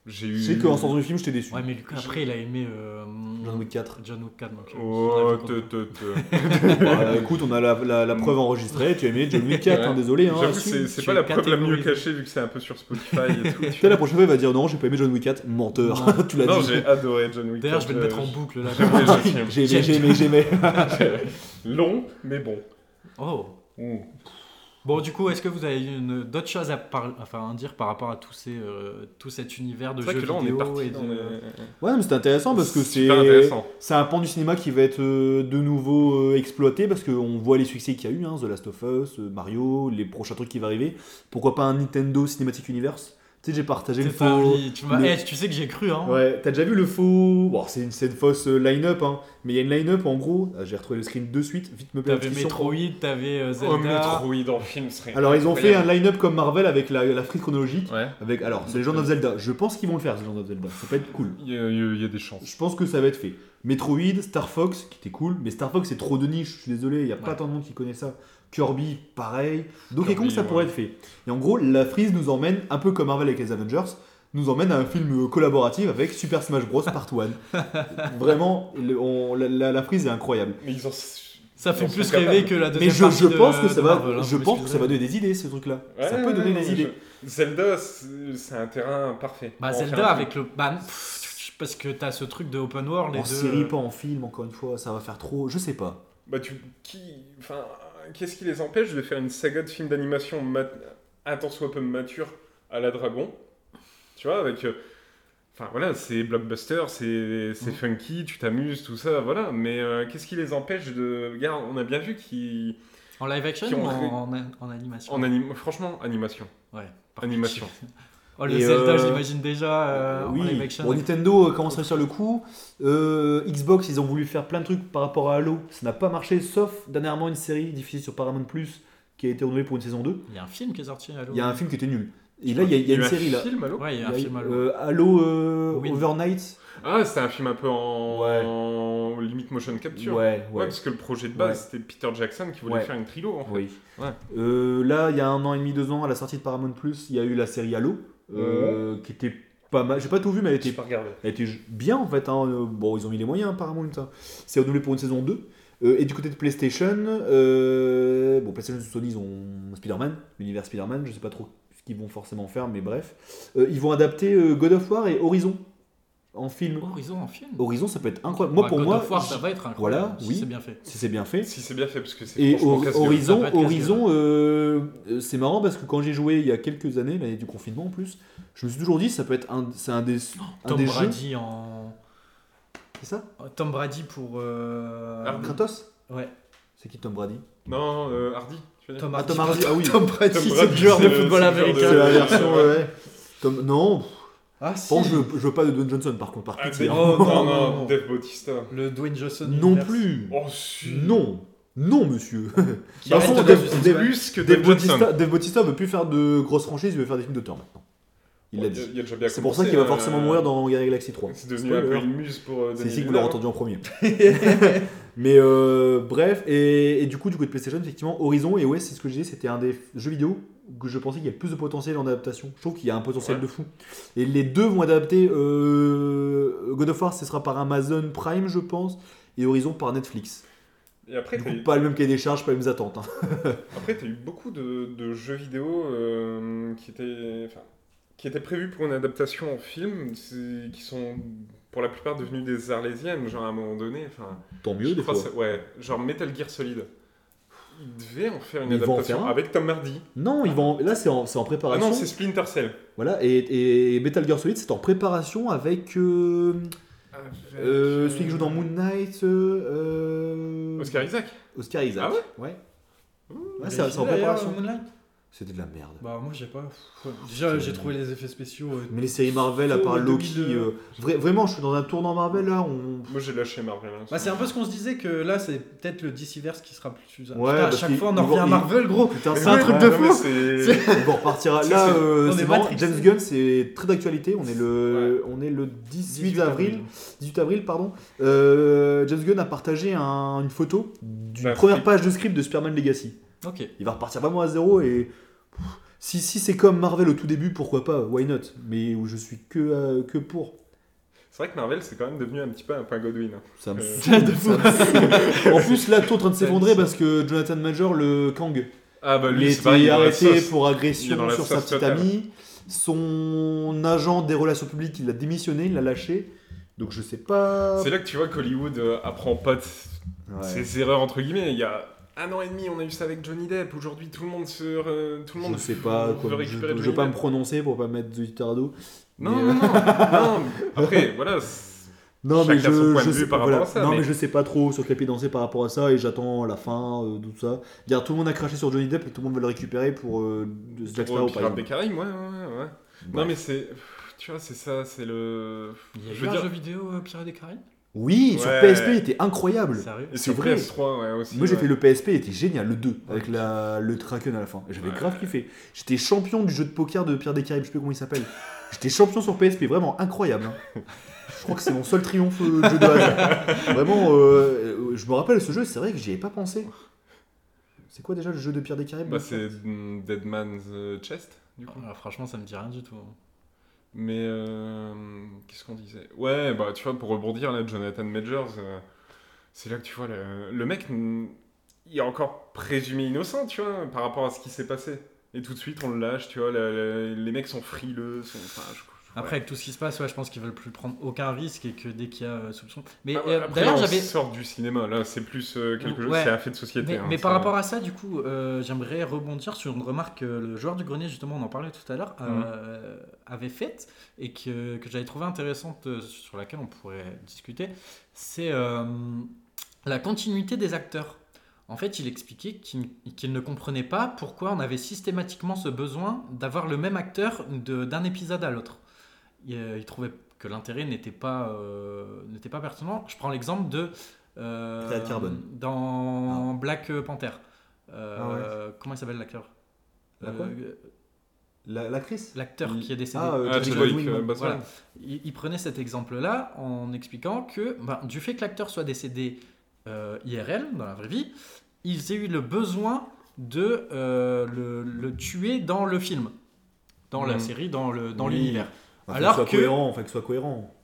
[SPEAKER 3] J'ai
[SPEAKER 2] Je
[SPEAKER 3] eu.
[SPEAKER 2] sais qu'en sortant du film, j'étais déçu.
[SPEAKER 1] Ouais, mais Lucas, après, il a aimé euh,
[SPEAKER 2] John Wick 4.
[SPEAKER 1] John Wick 4. Donc, euh, son
[SPEAKER 2] [LAUGHS]
[SPEAKER 3] Oh,
[SPEAKER 1] avis,
[SPEAKER 3] te,
[SPEAKER 1] quoi.
[SPEAKER 3] te, te.
[SPEAKER 2] Bah, écoute, on a la, la- la preuve enregistrée, tu as aimé John Wick 4, hein,
[SPEAKER 3] Mm. Ouais.
[SPEAKER 2] désolé. Hein,
[SPEAKER 3] J'avoue,
[SPEAKER 2] assume.
[SPEAKER 3] c'est c'est
[SPEAKER 1] tu
[SPEAKER 3] pas
[SPEAKER 1] es
[SPEAKER 3] la preuve la mieux
[SPEAKER 1] catégorisé.
[SPEAKER 3] cachée vu que c'est un peu sur Spotify et tout. tu
[SPEAKER 2] [LAUGHS] Peut-être la prochaine fois, il va dire non, j'ai pas aimé John Wick 4,
[SPEAKER 1] Non.
[SPEAKER 2] menteur, [LAUGHS] tu l'as
[SPEAKER 3] vois. Non,
[SPEAKER 2] dit.
[SPEAKER 3] j'ai adoré John Wick.
[SPEAKER 1] D'ailleurs, je vais le
[SPEAKER 3] euh,
[SPEAKER 1] mettre en boucle là.
[SPEAKER 3] j'aime bien ce film.
[SPEAKER 2] [LAUGHS] J'ai aimé, j'ai aimé, j'ai aimé.
[SPEAKER 3] Euh, [LAUGHS] Long, mais bon.
[SPEAKER 1] Oh.
[SPEAKER 3] Ouh.
[SPEAKER 1] Bon, du coup, est-ce que vous avez une- d'autres choses à, par- enfin, à dire par rapport à tous ces, euh, tout cet univers de
[SPEAKER 3] C'est vrai
[SPEAKER 1] jeux
[SPEAKER 3] que là, on est
[SPEAKER 1] vidéo
[SPEAKER 3] parti.
[SPEAKER 1] et
[SPEAKER 3] dans
[SPEAKER 1] de-
[SPEAKER 3] les-
[SPEAKER 2] Ouais, non, mais c'est intéressant parce que c'est.
[SPEAKER 3] Super intéressant.
[SPEAKER 2] C'est un pan du cinéma qui va être euh, de nouveau euh, exploité parce qu'on voit les succès qu'il y a eu, hein, The Last of Us, euh, Mario, les prochains trucs qui vont arriver. Pourquoi pas un Nintendo Cinematic Universe Tu sais, j'ai partagé le
[SPEAKER 1] T'es
[SPEAKER 2] faux.
[SPEAKER 1] pas ami, tu, m'as-
[SPEAKER 2] le-
[SPEAKER 1] eh, tu sais que j'ai cru, hein.
[SPEAKER 2] Ouais, t'as déjà vu le faux. Bon, c'est une, c'est une fausse euh, line-up, hein, mais il y a une line-up en gros. Ah, J'ai retrouvé le screen de suite, vite me plaît.
[SPEAKER 1] T'avais Metroid, t'avais euh,
[SPEAKER 3] Oh,
[SPEAKER 1] Zelda.
[SPEAKER 3] Metroid dans le film serait.
[SPEAKER 2] Alors, ils ont fait un
[SPEAKER 3] incroyable.
[SPEAKER 2] line-up comme Marvel avec la, la frise chronologique.
[SPEAKER 3] Ouais.
[SPEAKER 2] Avec, alors, c'est Legend of Zelda. Je pense qu'ils vont le faire, The Legend of Zelda. Ça peut être cool.
[SPEAKER 3] Il y, a- il y a- il y a des chances.
[SPEAKER 2] Je pense que ça va être fait. Metroid, Star Fox, qui était cool, mais Star Fox c'est trop de niche, je suis désolé, il n'y a pas
[SPEAKER 1] Ouais.
[SPEAKER 2] tant de monde qui connaît ça. Kirby, pareil. Donkey
[SPEAKER 3] Kirby,
[SPEAKER 2] Kong, ça
[SPEAKER 3] ouais.
[SPEAKER 2] pourrait être fait. Et en gros, la frise nous emmène, un peu comme Marvel avec les Avengers, nous emmène à un film euh, collaboratif avec Super Smash
[SPEAKER 1] [LAUGHS]
[SPEAKER 2] Bros. Part 1. Vraiment, le- on- la, la- la frise est incroyable.
[SPEAKER 3] Mais ils ont.
[SPEAKER 1] Ça fait
[SPEAKER 3] Ils sont
[SPEAKER 1] plus
[SPEAKER 3] capables.
[SPEAKER 1] rêver que la
[SPEAKER 2] Mais
[SPEAKER 1] deuxième
[SPEAKER 2] je,
[SPEAKER 1] partie
[SPEAKER 2] je
[SPEAKER 1] de-
[SPEAKER 2] pense que ça
[SPEAKER 1] de
[SPEAKER 2] va,
[SPEAKER 1] Marvel, hein,
[SPEAKER 2] je
[SPEAKER 1] vous
[SPEAKER 2] pense que ça va
[SPEAKER 1] m'excuserez.
[SPEAKER 2] donner des idées, ce truc-là. ça
[SPEAKER 3] Ouais,
[SPEAKER 2] peut
[SPEAKER 3] ouais,
[SPEAKER 2] donner
[SPEAKER 3] ouais,
[SPEAKER 2] des
[SPEAKER 3] je-
[SPEAKER 2] idées.
[SPEAKER 3] Zelda, c'est c'est un terrain parfait.
[SPEAKER 1] Bah,
[SPEAKER 3] pour en
[SPEAKER 1] Zelda
[SPEAKER 3] faire un
[SPEAKER 1] avec le. Bah, pff, parce que t'as ce truc de open world et
[SPEAKER 2] En
[SPEAKER 1] de.
[SPEAKER 2] série, pas en film, encore une fois, ça va faire trop, je sais pas.
[SPEAKER 3] Bah tu qui enfin qu'est-ce qui les empêche de faire une saga de films d'animation mat- un tant soit peu mature à la Dragon Tu vois avec euh, enfin voilà, c'est blockbuster, c'est c'est
[SPEAKER 1] Mhm.
[SPEAKER 2] Mmh.
[SPEAKER 3] funky, tu t'amuses tout ça, voilà, mais euh, qu'est-ce qui les empêche de regarde, on a bien vu qui
[SPEAKER 1] En live action
[SPEAKER 3] qui ont
[SPEAKER 1] ou
[SPEAKER 3] créé-
[SPEAKER 1] en, en- en animation
[SPEAKER 3] en anime franchement animation.
[SPEAKER 1] Ouais.
[SPEAKER 3] Animation.
[SPEAKER 1] Oh, le
[SPEAKER 2] Et,
[SPEAKER 1] Zelda,
[SPEAKER 2] euh,
[SPEAKER 1] je l'imagine déjà euh, en live
[SPEAKER 2] oui,
[SPEAKER 1] action.
[SPEAKER 2] bon, Nintendo euh, commence à sur le coup. Euh, Xbox, ils ont voulu faire plein de trucs par rapport à Halo. Ça n'a pas marché, sauf dernièrement une série diffusée sur Paramount Plus qui a été renouvelée pour une saison 2.
[SPEAKER 1] Il y a un film qui est sorti à
[SPEAKER 2] Il y a un film qui était nul. Et là, il y a, il y a une
[SPEAKER 3] eu un
[SPEAKER 2] série là.
[SPEAKER 3] film, allô
[SPEAKER 1] Ouais, il y a un
[SPEAKER 2] Il y a-
[SPEAKER 1] film à l'eau.
[SPEAKER 2] euh, Halo euh,
[SPEAKER 1] Oui.
[SPEAKER 2] Overnight.
[SPEAKER 3] Ah, c'était un film un peu en,
[SPEAKER 2] Ouais.
[SPEAKER 3] en limite motion capture.
[SPEAKER 2] Ouais,
[SPEAKER 3] Ouais,
[SPEAKER 2] ouais.
[SPEAKER 3] parce que le projet de base, c'était Peter Jackson qui voulait
[SPEAKER 2] Ouais.
[SPEAKER 3] faire une trilo. en fait.
[SPEAKER 2] Oui.
[SPEAKER 3] Ouais.
[SPEAKER 2] Euh, là, il y a un an et demi, deux ans, à la sortie de Paramount Plus, il y a eu la série Halo euh, qui était pas mal. J'ai pas tout vu, mais elle était
[SPEAKER 3] J'ai pas regardé.
[SPEAKER 2] Elle était bien en fait. hein. Euh, Bon, ils ont mis les moyens apparemment. ça. C'est renouvelé pour une saison 2. Euh, et du côté de PlayStation, euh, bon, PlayStation Sony, ils ont Spider-Man, l'univers Spider-Man. Je sais pas trop ce qu'ils vont forcément faire, mais bref. Euh, ils vont adapter euh, God of War et Horizon en film.
[SPEAKER 1] Horizon en film
[SPEAKER 2] Horizon, ça peut être incroyable. Moi,
[SPEAKER 1] Bah,
[SPEAKER 2] pour
[SPEAKER 1] God
[SPEAKER 2] moi,
[SPEAKER 1] of War, ça
[SPEAKER 2] j-
[SPEAKER 1] va être incroyable.
[SPEAKER 2] Voilà,
[SPEAKER 1] si
[SPEAKER 2] oui.
[SPEAKER 1] C'est bien fait.
[SPEAKER 2] si c'est bien fait.
[SPEAKER 3] Si c'est bien fait, parce que c'est
[SPEAKER 2] Et
[SPEAKER 3] franchement
[SPEAKER 2] Hor-
[SPEAKER 3] casse-gueule.
[SPEAKER 1] Ça
[SPEAKER 2] Horizon,
[SPEAKER 1] peut être
[SPEAKER 2] Horizon euh, euh, c'est marrant parce que quand j'ai joué il y a quelques années, l'année du confinement en plus, je me suis toujours dit ça peut être un, c'est un des, un
[SPEAKER 1] Tom
[SPEAKER 2] des jeux.
[SPEAKER 1] Brady en.
[SPEAKER 2] C'est ça
[SPEAKER 1] Tom Brady pour. euh,
[SPEAKER 3] Ah,
[SPEAKER 2] Kratos
[SPEAKER 1] Ouais.
[SPEAKER 2] C'est qui Tom Brady
[SPEAKER 3] Non, euh, Hardy, tu veux dire
[SPEAKER 1] Tom
[SPEAKER 2] Ah,
[SPEAKER 1] Brady.
[SPEAKER 2] Tom Hardy, ah oui.
[SPEAKER 1] [LAUGHS] Tom Brady,
[SPEAKER 3] Tom
[SPEAKER 1] c'est
[SPEAKER 3] Brady,
[SPEAKER 1] le joueur de
[SPEAKER 3] c'est le-
[SPEAKER 1] football
[SPEAKER 3] c'est le joueur de-
[SPEAKER 2] C'est
[SPEAKER 1] américain.
[SPEAKER 2] la version, ouais. ouais. Tom, non,
[SPEAKER 1] Ah,
[SPEAKER 2] je
[SPEAKER 1] si.
[SPEAKER 2] pense que je, je veux pas de Don Johnson par contre, par
[SPEAKER 3] Ah,
[SPEAKER 2] pitié.
[SPEAKER 3] Dave-
[SPEAKER 2] hein.
[SPEAKER 1] Oh, non,
[SPEAKER 3] non, non,
[SPEAKER 1] non.
[SPEAKER 3] Dave Bautista.
[SPEAKER 1] Le Dwayne Johnson.
[SPEAKER 2] Non
[SPEAKER 1] inverse.
[SPEAKER 2] plus.
[SPEAKER 3] Oh, si.
[SPEAKER 2] Non. Non, monsieur. [LAUGHS]
[SPEAKER 1] Qui
[SPEAKER 2] Dans
[SPEAKER 1] arrête
[SPEAKER 2] son-
[SPEAKER 1] de
[SPEAKER 2] Dave-
[SPEAKER 1] réussir.
[SPEAKER 3] C'est
[SPEAKER 2] Dave-
[SPEAKER 3] plus que
[SPEAKER 2] Dave
[SPEAKER 3] Dave Johnson.
[SPEAKER 2] Bautista, Dave Bautista veut plus faire de grosses franchises, il veut faire des films d'auteur maintenant. Il l'a dit.
[SPEAKER 3] y a déjà bien
[SPEAKER 2] C'est pour ça
[SPEAKER 3] commencé,
[SPEAKER 2] qu'il va
[SPEAKER 3] euh,
[SPEAKER 2] forcément mourir dans Guardians of the Galaxy 3.
[SPEAKER 3] C'est devenu un
[SPEAKER 2] Spoiler.
[SPEAKER 3] peu une muse pour euh,
[SPEAKER 2] C'est
[SPEAKER 3] Denis
[SPEAKER 2] ici que vous
[SPEAKER 3] Villeneuve.
[SPEAKER 2] l'aurez entendu en premier. hein. [LAUGHS] Mais euh, bref, et, et du coup, du côté de PlayStation, effectivement, Horizon, et ouais, c'est ce que je disais, c'était un des jeux vidéo que je pensais qu'il y avait plus de potentiel en adaptation. Je trouve qu'il y a un potentiel
[SPEAKER 3] Ouais.
[SPEAKER 2] de fou. Et les deux vont adapter euh, God of War, ce sera par Amazon Prime, je pense, et Horizon par Netflix.
[SPEAKER 3] Et après,
[SPEAKER 2] Du
[SPEAKER 3] t'as
[SPEAKER 2] coup,
[SPEAKER 3] eu,
[SPEAKER 2] pas le même cahier des charges, pas les mêmes attentes. hein.
[SPEAKER 3] après, t'as eu beaucoup de, de jeux vidéo euh, qui étaient, enfin, qui étaient prévus pour une adaptation en film, c'est- qui sont pour la plupart devenus des arlésiennes, genre à un moment donné. Enfin,
[SPEAKER 2] [LAUGHS] Tant
[SPEAKER 3] je
[SPEAKER 2] mieux, des
[SPEAKER 3] crois
[SPEAKER 2] fois.
[SPEAKER 3] que c'est- ouais, genre Metal Gear Solid. Ils devaient en faire une
[SPEAKER 2] Mais ils vont en
[SPEAKER 3] adaptation
[SPEAKER 2] faire un.
[SPEAKER 3] avec Tom Hardy.
[SPEAKER 2] Non, ils vont, là, c'est en, c'est en
[SPEAKER 3] Ah
[SPEAKER 2] préparation.
[SPEAKER 3] non, c'est Splinter Cell.
[SPEAKER 2] voilà, et, et Metal Gear Solid, c'est en préparation avec euh, euh, celui qui joue dans Moon Knight. euh, euh,
[SPEAKER 3] Oscar Isaac
[SPEAKER 2] Oscar Isaac.
[SPEAKER 3] Ah
[SPEAKER 2] ouais Ouais.
[SPEAKER 1] Vous
[SPEAKER 2] c'est
[SPEAKER 1] l'avez
[SPEAKER 2] c'est Ah, en
[SPEAKER 1] vu, d'ailleurs,
[SPEAKER 2] préparation.
[SPEAKER 1] Moonlight
[SPEAKER 2] C'était de la merde.
[SPEAKER 1] Bah, moi, j'ai pas. Ouais. Déjà, j'ai trouvé les effets spéciaux. euh,
[SPEAKER 2] Mais les séries Marvel, à
[SPEAKER 1] Faux
[SPEAKER 2] part Loki,
[SPEAKER 1] 2000,
[SPEAKER 2] euh, vra- vraiment, je suis dans un tournant Marvel là. On...
[SPEAKER 3] Moi j'ai lâché Marvel. hein.
[SPEAKER 1] Bah, c'est un peu ce qu'on se disait que là, c'est peut-être le DCverse qui sera plus. Putain,
[SPEAKER 2] Ouais,
[SPEAKER 1] à
[SPEAKER 2] parce
[SPEAKER 1] chaque
[SPEAKER 2] qu'ils-
[SPEAKER 1] fois, on en
[SPEAKER 2] ils vont-
[SPEAKER 1] revient à
[SPEAKER 2] ils-
[SPEAKER 1] Marvel, gros.
[SPEAKER 2] Putain,
[SPEAKER 3] Mais
[SPEAKER 2] c'est un
[SPEAKER 3] ouais,
[SPEAKER 2] truc
[SPEAKER 3] ouais,
[SPEAKER 2] de
[SPEAKER 3] Ah, non, mais
[SPEAKER 2] fou. [LAUGHS]
[SPEAKER 3] [LAUGHS] c'est-
[SPEAKER 2] On repartira.
[SPEAKER 3] C'est-
[SPEAKER 2] Là,
[SPEAKER 3] c'est-
[SPEAKER 2] euh,
[SPEAKER 1] on est
[SPEAKER 2] c'est marrant,
[SPEAKER 1] matrixé.
[SPEAKER 2] James Gunn, c'est très d'actualité. On est le, on est le 18, avril. 18 avril, pardon. Euh, James Gunn a partagé un- une photo d'une
[SPEAKER 3] La
[SPEAKER 2] première
[SPEAKER 3] flic.
[SPEAKER 2] page de script de Superman Legacy.
[SPEAKER 1] Ok.
[SPEAKER 2] Il va repartir vraiment à zéro et. Pff, Si, si c'est comme Marvel au tout début, pourquoi pas Why not Mais où je suis que, euh, que pour.
[SPEAKER 3] C'est vrai que Marvel, c'est quand même devenu un petit peu un point Godwin. hein.
[SPEAKER 2] Ça me
[SPEAKER 3] Euh,
[SPEAKER 2] saoule, ça me saoule. En plus, là, tout en train de s'effondrer parce que Jonathan Major, le Kang,
[SPEAKER 3] Ah bah
[SPEAKER 2] il
[SPEAKER 3] lui,
[SPEAKER 2] a
[SPEAKER 3] c'est pareil, il
[SPEAKER 2] été
[SPEAKER 3] est dans la
[SPEAKER 2] arrêté
[SPEAKER 3] sauce.
[SPEAKER 2] pour
[SPEAKER 3] Il est dans
[SPEAKER 2] agression
[SPEAKER 3] la
[SPEAKER 2] sur sa
[SPEAKER 3] sauce
[SPEAKER 2] petite
[SPEAKER 3] totale.
[SPEAKER 2] amie. Son agent des relations publiques, il a démissionné, il l'a lâché. Donc je sais pas.
[SPEAKER 3] C'est là que tu vois qu'Hollywood euh, apprend pas de
[SPEAKER 2] Ouais.
[SPEAKER 3] ses erreurs, entre guillemets. Il y a un an et demi, on a eu ça avec Johnny Depp. Aujourd'hui, tout le monde se... re- tout le
[SPEAKER 2] Je
[SPEAKER 3] monde
[SPEAKER 2] sais
[SPEAKER 3] veut-
[SPEAKER 2] pas,
[SPEAKER 3] veut
[SPEAKER 2] quoi, je,
[SPEAKER 3] récupérer
[SPEAKER 2] je veux
[SPEAKER 3] Johnny
[SPEAKER 2] pas me
[SPEAKER 3] Depp.
[SPEAKER 2] prononcer pour pas mettre du tardo.
[SPEAKER 3] Non,
[SPEAKER 2] Mais- euh,
[SPEAKER 3] non, non, non.
[SPEAKER 2] [LAUGHS]
[SPEAKER 3] Après, voilà. c'est-
[SPEAKER 2] Non, mais
[SPEAKER 3] Chacun
[SPEAKER 2] je,
[SPEAKER 3] son point
[SPEAKER 2] je
[SPEAKER 3] de vue
[SPEAKER 2] sais,
[SPEAKER 3] par
[SPEAKER 2] voilà.
[SPEAKER 3] rapport à ça,
[SPEAKER 2] non mais...
[SPEAKER 3] mais-
[SPEAKER 2] je sais pas trop sur quel pied danser par rapport à ça et j'attends la fin, euh, tout ça. Dire tout le monde a craché sur Johnny Depp et tout le monde veut le récupérer pour euh, de- Jack
[SPEAKER 3] Pour
[SPEAKER 2] Sparrow par
[SPEAKER 3] Pirates
[SPEAKER 2] exemple.
[SPEAKER 3] des Caraïbes, ouais, ouais, ouais. ouais. Non, mais c'est... pff, Tu vois, c'est ça, c'est le...
[SPEAKER 1] Il y a
[SPEAKER 3] Je
[SPEAKER 1] eu
[SPEAKER 3] veux
[SPEAKER 1] un
[SPEAKER 3] dire-
[SPEAKER 1] jeu vidéo euh, Pirates des Caraïbes
[SPEAKER 2] Oui, sur
[SPEAKER 3] Ouais.
[SPEAKER 2] PSP, il était incroyable.
[SPEAKER 1] Sérieux
[SPEAKER 3] Et sur
[SPEAKER 2] vrai.
[SPEAKER 3] PS3, ouais, aussi.
[SPEAKER 2] Moi j'ai
[SPEAKER 3] ouais.
[SPEAKER 2] fait le PSP, il était génial, le 2, avec la, le Kraken à la fin. J'avais grave kiffé. J'étais champion du jeu de poker de Pierre des Caraïbes, je sais plus comment il s'appelle. J'étais champion sur PSP, vraiment incroyable. hein. Je crois que c'est mon seul triomphe euh, de jeu de hasard. Vraiment, euh, euh, je me rappelle ce jeu, c'est vrai que j'y avais pas pensé. C'est quoi déjà le jeu de Pierre des Caraïbes
[SPEAKER 3] Bah, c'est mm, Dead Man's euh, Chest, du coup.
[SPEAKER 1] Ah, Franchement, ça me dit rien du tout. hein.
[SPEAKER 3] Mais euh, qu'est-ce qu'on disait Ouais, bah tu vois, pour rebondir là, Jonathan Majors, euh, c'est là que tu vois, le, le mec, n- il est encore présumé innocent, tu vois, par rapport à ce qui s'est passé. Et tout de suite, on le lâche, tu vois, la- la- les mecs sont frileux, sont... enfin, je- je-
[SPEAKER 1] Après, avec tout ce qui se passe, ouais, je pense qu'ils veulent plus prendre aucun risque et que dès qu'il y a euh, soupçon.
[SPEAKER 3] ouais.
[SPEAKER 1] Mais
[SPEAKER 3] Ah,
[SPEAKER 1] euh,
[SPEAKER 3] après,
[SPEAKER 1] d'ailleurs,
[SPEAKER 3] on
[SPEAKER 1] j'avais.
[SPEAKER 3] sort du cinéma, là, c'est plus euh, quelque chose,
[SPEAKER 1] Ouais.
[SPEAKER 3] c'est un fait de société.
[SPEAKER 1] Mais,
[SPEAKER 3] hein,
[SPEAKER 1] mais par
[SPEAKER 3] ça-
[SPEAKER 1] rapport à ça, du coup, euh, j'aimerais rebondir sur une remarque que le joueur du grenier, justement, on en parlait tout à l'heure,
[SPEAKER 3] Mm.
[SPEAKER 1] euh, avait faite et que, que j'avais trouvé intéressante, euh, sur laquelle on pourrait discuter. C'est euh, la continuité des acteurs. En fait, il expliquait qu'il qu'il ne comprenait pas pourquoi on avait systématiquement ce besoin d'avoir le même acteur de- d'un épisode à l'autre. Il, euh, il trouvait que l'intérêt n'était pas, euh, n'était pas pertinent. Je prends l'exemple de... euh,
[SPEAKER 2] Brad Carbone. Ah.
[SPEAKER 1] Dans Black Panther. Euh, Comment il s'appelle l'acteur
[SPEAKER 2] La quoi
[SPEAKER 1] Euh,
[SPEAKER 2] La- L'actrice
[SPEAKER 1] L'acteur
[SPEAKER 2] Il-
[SPEAKER 1] qui est décédé.
[SPEAKER 2] Ah, euh,
[SPEAKER 3] Ah,
[SPEAKER 2] Chadwick
[SPEAKER 3] Chadwick,
[SPEAKER 2] Boseman.
[SPEAKER 3] euh, Boseman.
[SPEAKER 1] Voilà. il, il prenait cet exemple-là en expliquant que ben, du fait que l'acteur soit décédé euh, IRL, dans la vraie vie, ils aient eu le besoin de euh, le, le tuer dans le film, dans la
[SPEAKER 3] Mhm.
[SPEAKER 1] série, dans le- dans
[SPEAKER 2] Oui.
[SPEAKER 1] l'univers.
[SPEAKER 2] Enfin,
[SPEAKER 1] Alors
[SPEAKER 2] faut
[SPEAKER 1] que-
[SPEAKER 2] que... soit cohérent, enfin que ce soit cohérent.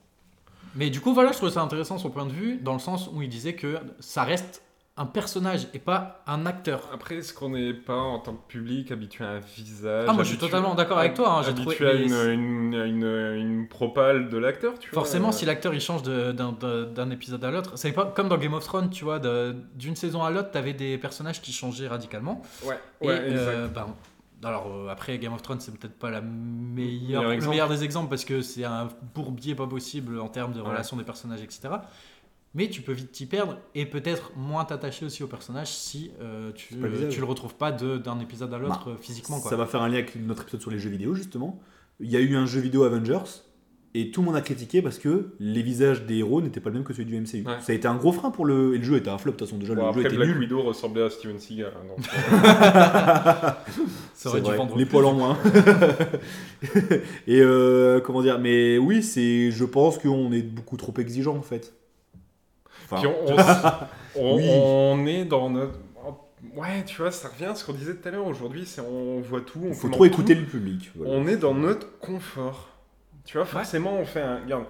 [SPEAKER 1] Mais du coup, voilà, je trouve ça intéressant son point de vue, dans le sens où il disait que ça reste un personnage et pas un acteur.
[SPEAKER 3] Après, est-ce qu'on n'est pas, en tant que public, habitué à un visage
[SPEAKER 1] Ah, moi je suis
[SPEAKER 3] habitué-
[SPEAKER 1] totalement d'accord avec toi. hein, j'ai
[SPEAKER 3] habitué
[SPEAKER 1] trouvé,
[SPEAKER 3] à
[SPEAKER 1] mais
[SPEAKER 3] une,
[SPEAKER 1] c'est-
[SPEAKER 3] une, une, une propale de l'acteur, tu vois.
[SPEAKER 1] Forcément,
[SPEAKER 3] euh,
[SPEAKER 1] si l'acteur il change de- d'un- d'un d'un épisode à l'autre, c'est pas comme dans Game of Thrones, tu vois, de- d'une saison à l'autre, t'avais des personnages qui changeaient radicalement.
[SPEAKER 3] Ouais,
[SPEAKER 1] Et,
[SPEAKER 3] ouais, exact.
[SPEAKER 1] euh, ben, alors euh, après Game of Thrones, c'est peut-être pas la meilleure,
[SPEAKER 3] Meilleur
[SPEAKER 1] le
[SPEAKER 3] exemple.
[SPEAKER 1] meilleur des exemples parce que c'est un bourbier pas possible en termes de
[SPEAKER 3] Ouais.
[SPEAKER 1] relations des personnages, etc. Mais tu peux vite t'y perdre et peut-être moins t'attacher aussi au personnage si euh, tu,
[SPEAKER 2] C'est pas le
[SPEAKER 1] euh,
[SPEAKER 2] visage.
[SPEAKER 1] tu le retrouves pas de- d'un épisode à l'autre euh, physiquement. Quoi.
[SPEAKER 2] Bah, Ça va faire un lien avec notre épisode sur les jeux vidéo, justement. Il y a eu un jeu vidéo Avengers, et tout le monde a critiqué parce que les visages des héros n'étaient pas le même que celui du MCU.
[SPEAKER 3] Ouais.
[SPEAKER 2] Ça a été un gros frein pour le. Et le jeu était un flop, de toute façon, déjà, le
[SPEAKER 3] Bon,
[SPEAKER 2] jeu
[SPEAKER 3] après,
[SPEAKER 2] était
[SPEAKER 3] Black
[SPEAKER 2] nul.
[SPEAKER 3] Widow ressemblait à Steven Seagal. hein, donc, euh,
[SPEAKER 1] Ça aurait dû
[SPEAKER 2] C'est vrai,
[SPEAKER 1] vendre
[SPEAKER 2] Les
[SPEAKER 1] plus. [LAUGHS]
[SPEAKER 2] poils en moins. [LAUGHS] et euh, comment dire Mais oui, c'est. Je pense qu'on est beaucoup trop exigeant, en fait. Enfin,
[SPEAKER 3] puis on,
[SPEAKER 2] [LAUGHS]
[SPEAKER 3] on s- on-
[SPEAKER 2] Ah. Oui.
[SPEAKER 3] on est dans notre. Ouais, tu vois, ça revient à ce qu'on disait tout à l'heure aujourd'hui, c'est on voit tout, on
[SPEAKER 2] il faut
[SPEAKER 3] commande
[SPEAKER 2] trop
[SPEAKER 3] tout.
[SPEAKER 2] écouter le public. voilà.
[SPEAKER 3] On est dans notre confort. Tu vois, forcément, on fait un. Regarde,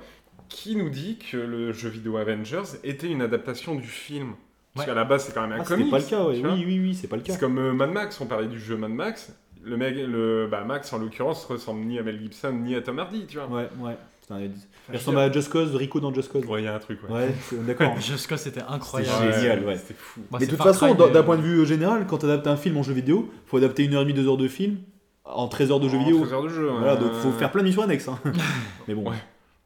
[SPEAKER 3] qui nous dit que le jeu vidéo Avengers était une adaptation du film Parce
[SPEAKER 1] Ouais.
[SPEAKER 3] qu'à la base, c'est quand même un
[SPEAKER 2] Ah,
[SPEAKER 3] comics.
[SPEAKER 2] c'était pas le cas, ouais.
[SPEAKER 3] tu vois.
[SPEAKER 2] oui, oui, oui, c'est pas le cas.
[SPEAKER 3] C'est comme euh, Mad Max, on parlait du jeu Mad Max. Le mec, le, bah, Max, en l'occurrence, ressemble ni à Mel Gibson ni à Tom Hardy, tu vois.
[SPEAKER 2] Ouais, ouais. Putain, il y a- il ressemble à Just Cause, Rico dans Just Cause.
[SPEAKER 3] Ouais, il y a un truc, ouais.
[SPEAKER 2] Ouais, c'est- d'accord.
[SPEAKER 1] Jusque c'était
[SPEAKER 2] C'est
[SPEAKER 1] incroyable.
[SPEAKER 2] génial, ouais.
[SPEAKER 3] C'était fou.
[SPEAKER 1] Bah,
[SPEAKER 2] mais
[SPEAKER 1] c'est
[SPEAKER 2] de toute
[SPEAKER 1] Far
[SPEAKER 2] façon,
[SPEAKER 1] Cry,
[SPEAKER 2] d'un
[SPEAKER 1] mais-
[SPEAKER 2] d'un point de vue général, quand tu adaptes un film en jeu vidéo, faut adapter 1h30, 2h de film en 13 heures de jeu
[SPEAKER 3] En
[SPEAKER 2] vidéo.
[SPEAKER 3] 13 heures de jeu.
[SPEAKER 2] Voilà,
[SPEAKER 3] hein.
[SPEAKER 2] donc faut faire plein de missions
[SPEAKER 1] [LAUGHS]
[SPEAKER 2] annexes. hein. mais bon.
[SPEAKER 3] Ouais.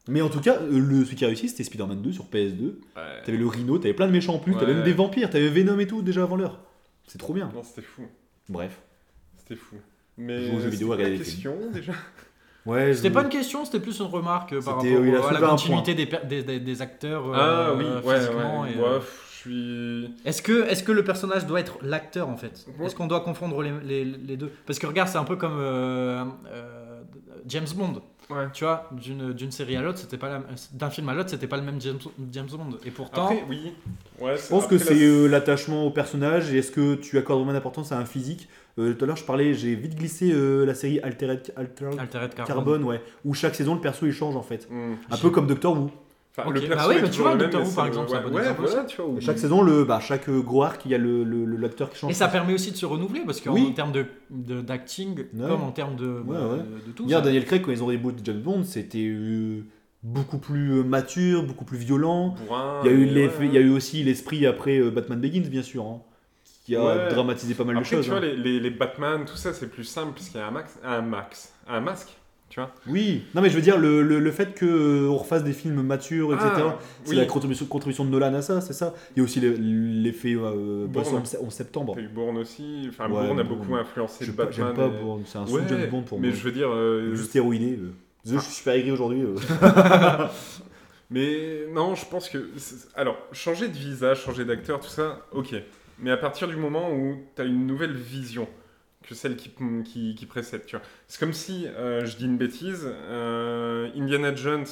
[SPEAKER 2] Mais en tout cas, euh, le, celui qui a réussi, c'était Spider-Man 2 sur PS2.
[SPEAKER 3] Ouais.
[SPEAKER 2] T'avais le Rhino, t'avais plein de méchants en plus, t'avais
[SPEAKER 3] Ouais.
[SPEAKER 2] même des vampires, t'avais Venom et tout déjà avant l'heure. C'est trop bien.
[SPEAKER 3] Non, c'était fou.
[SPEAKER 2] Bref.
[SPEAKER 3] C'était fou. Mais.
[SPEAKER 2] Jouer aux jeux
[SPEAKER 3] c'était
[SPEAKER 2] vidéo,
[SPEAKER 3] quoi la
[SPEAKER 2] regarder des
[SPEAKER 3] question déjà.
[SPEAKER 2] Ouais,
[SPEAKER 1] C'était pas une question, c'était plus une remarque euh, par
[SPEAKER 2] C'était,
[SPEAKER 1] rapport
[SPEAKER 2] oui, il a
[SPEAKER 1] euh, à la
[SPEAKER 2] soulevé un
[SPEAKER 1] continuité des, per- des, des- des acteurs euh,
[SPEAKER 3] Ah oui, ouais,
[SPEAKER 1] physiquement.
[SPEAKER 3] ouais.
[SPEAKER 1] et,
[SPEAKER 3] Ouais,
[SPEAKER 1] euh,
[SPEAKER 3] pff, je suis.
[SPEAKER 1] Est-ce que, est que le personnage doit être l'acteur en fait
[SPEAKER 3] Ouais.
[SPEAKER 1] Est-ce qu'on doit confondre les, les- les deux Parce que regarde, c'est un peu comme euh, euh, James Bond.
[SPEAKER 3] Ouais.
[SPEAKER 1] Tu vois, d'une d'une série à l'autre, c'était pas la- d'un film à l'autre, c'était pas le même James, James Bond. Et pourtant,
[SPEAKER 3] Après, oui. Ouais,
[SPEAKER 2] Je pense que c'est euh, l'attachement au personnage et est-ce que tu accordes vraiment d'importance à un physique. Euh, tout à l'heure, je parlais, j'ai vite glissé euh, la série Altered, Altered
[SPEAKER 1] Altered Carbon.
[SPEAKER 2] Carbon, ouais, où chaque saison le perso il change en fait.
[SPEAKER 3] Hmm.
[SPEAKER 2] Un peu comme Doctor Who.
[SPEAKER 1] Ok, bah oui, mais tu vois, Doctor Who, par exemple, c'est un
[SPEAKER 3] ouais,
[SPEAKER 1] bon
[SPEAKER 3] ouais,
[SPEAKER 1] exemple
[SPEAKER 3] voilà, tu vois. où-
[SPEAKER 2] Chaque saison, le, bah, chaque euh, gros arc, il y a le, le, le- l'acteur qui change.
[SPEAKER 1] Et ça permet aussi de se renouveler parce qu'en
[SPEAKER 2] Oui.
[SPEAKER 1] en termes de, de- d'acting,
[SPEAKER 2] Ouais.
[SPEAKER 1] comme en termes de, bah,
[SPEAKER 2] ouais.
[SPEAKER 1] de- de tout.
[SPEAKER 2] Hier,
[SPEAKER 1] ça-
[SPEAKER 2] Daniel Craig, quand ils ont rebooté James Bond, c'était euh, beaucoup plus euh, mature, beaucoup plus violent.
[SPEAKER 3] Bourrin, euh,
[SPEAKER 2] Il y a eu,
[SPEAKER 3] mais
[SPEAKER 2] l'eff-
[SPEAKER 3] Ah, ouais,
[SPEAKER 2] il y a eu aussi l'esprit après euh, Batman Begins, bien sûr, hein, qui a
[SPEAKER 3] Ouais.
[SPEAKER 2] dramatisé pas mal
[SPEAKER 3] Après,
[SPEAKER 2] de choses.
[SPEAKER 3] tu vois,
[SPEAKER 2] hein.
[SPEAKER 3] les, les, les Batman, tout ça, c'est plus simple parce qu'il y a un max, un max, un masque, tu vois.
[SPEAKER 2] Oui, non mais je veux dire, le, le, le fait qu'on refasse des films matures, etc.,
[SPEAKER 3] Ah,
[SPEAKER 2] c'est
[SPEAKER 3] oui.
[SPEAKER 2] la contribution, contribution de Nolan à ça, c'est ça. Il y a aussi le- l'effet euh,
[SPEAKER 3] Bourne.
[SPEAKER 2] Bourne en, se- en septembre.
[SPEAKER 3] T'as eu Bourne aussi. Enfin,
[SPEAKER 2] Ouais,
[SPEAKER 3] Bourne a
[SPEAKER 2] Bourne.
[SPEAKER 3] beaucoup influencé
[SPEAKER 2] Je-
[SPEAKER 3] le Batman.
[SPEAKER 2] J'aime pas
[SPEAKER 3] et-
[SPEAKER 2] Bourne, c'est un
[SPEAKER 3] Ouais,
[SPEAKER 2] sous James Bond pour
[SPEAKER 3] mais
[SPEAKER 2] moi.
[SPEAKER 3] je veux dire. euh,
[SPEAKER 2] Juste héroïné. euh. Désolé, Je suis super aigri aujourd'hui. euh.
[SPEAKER 3] Mais non, je pense que. c'est- Alors, changer de visage, changer d'acteur, tout ça, ok. Mais à partir du moment où tu as une nouvelle vision que celle qui, qui, qui précède, tu vois. C'est comme si, euh, je dis une bêtise, euh, Indiana Jones,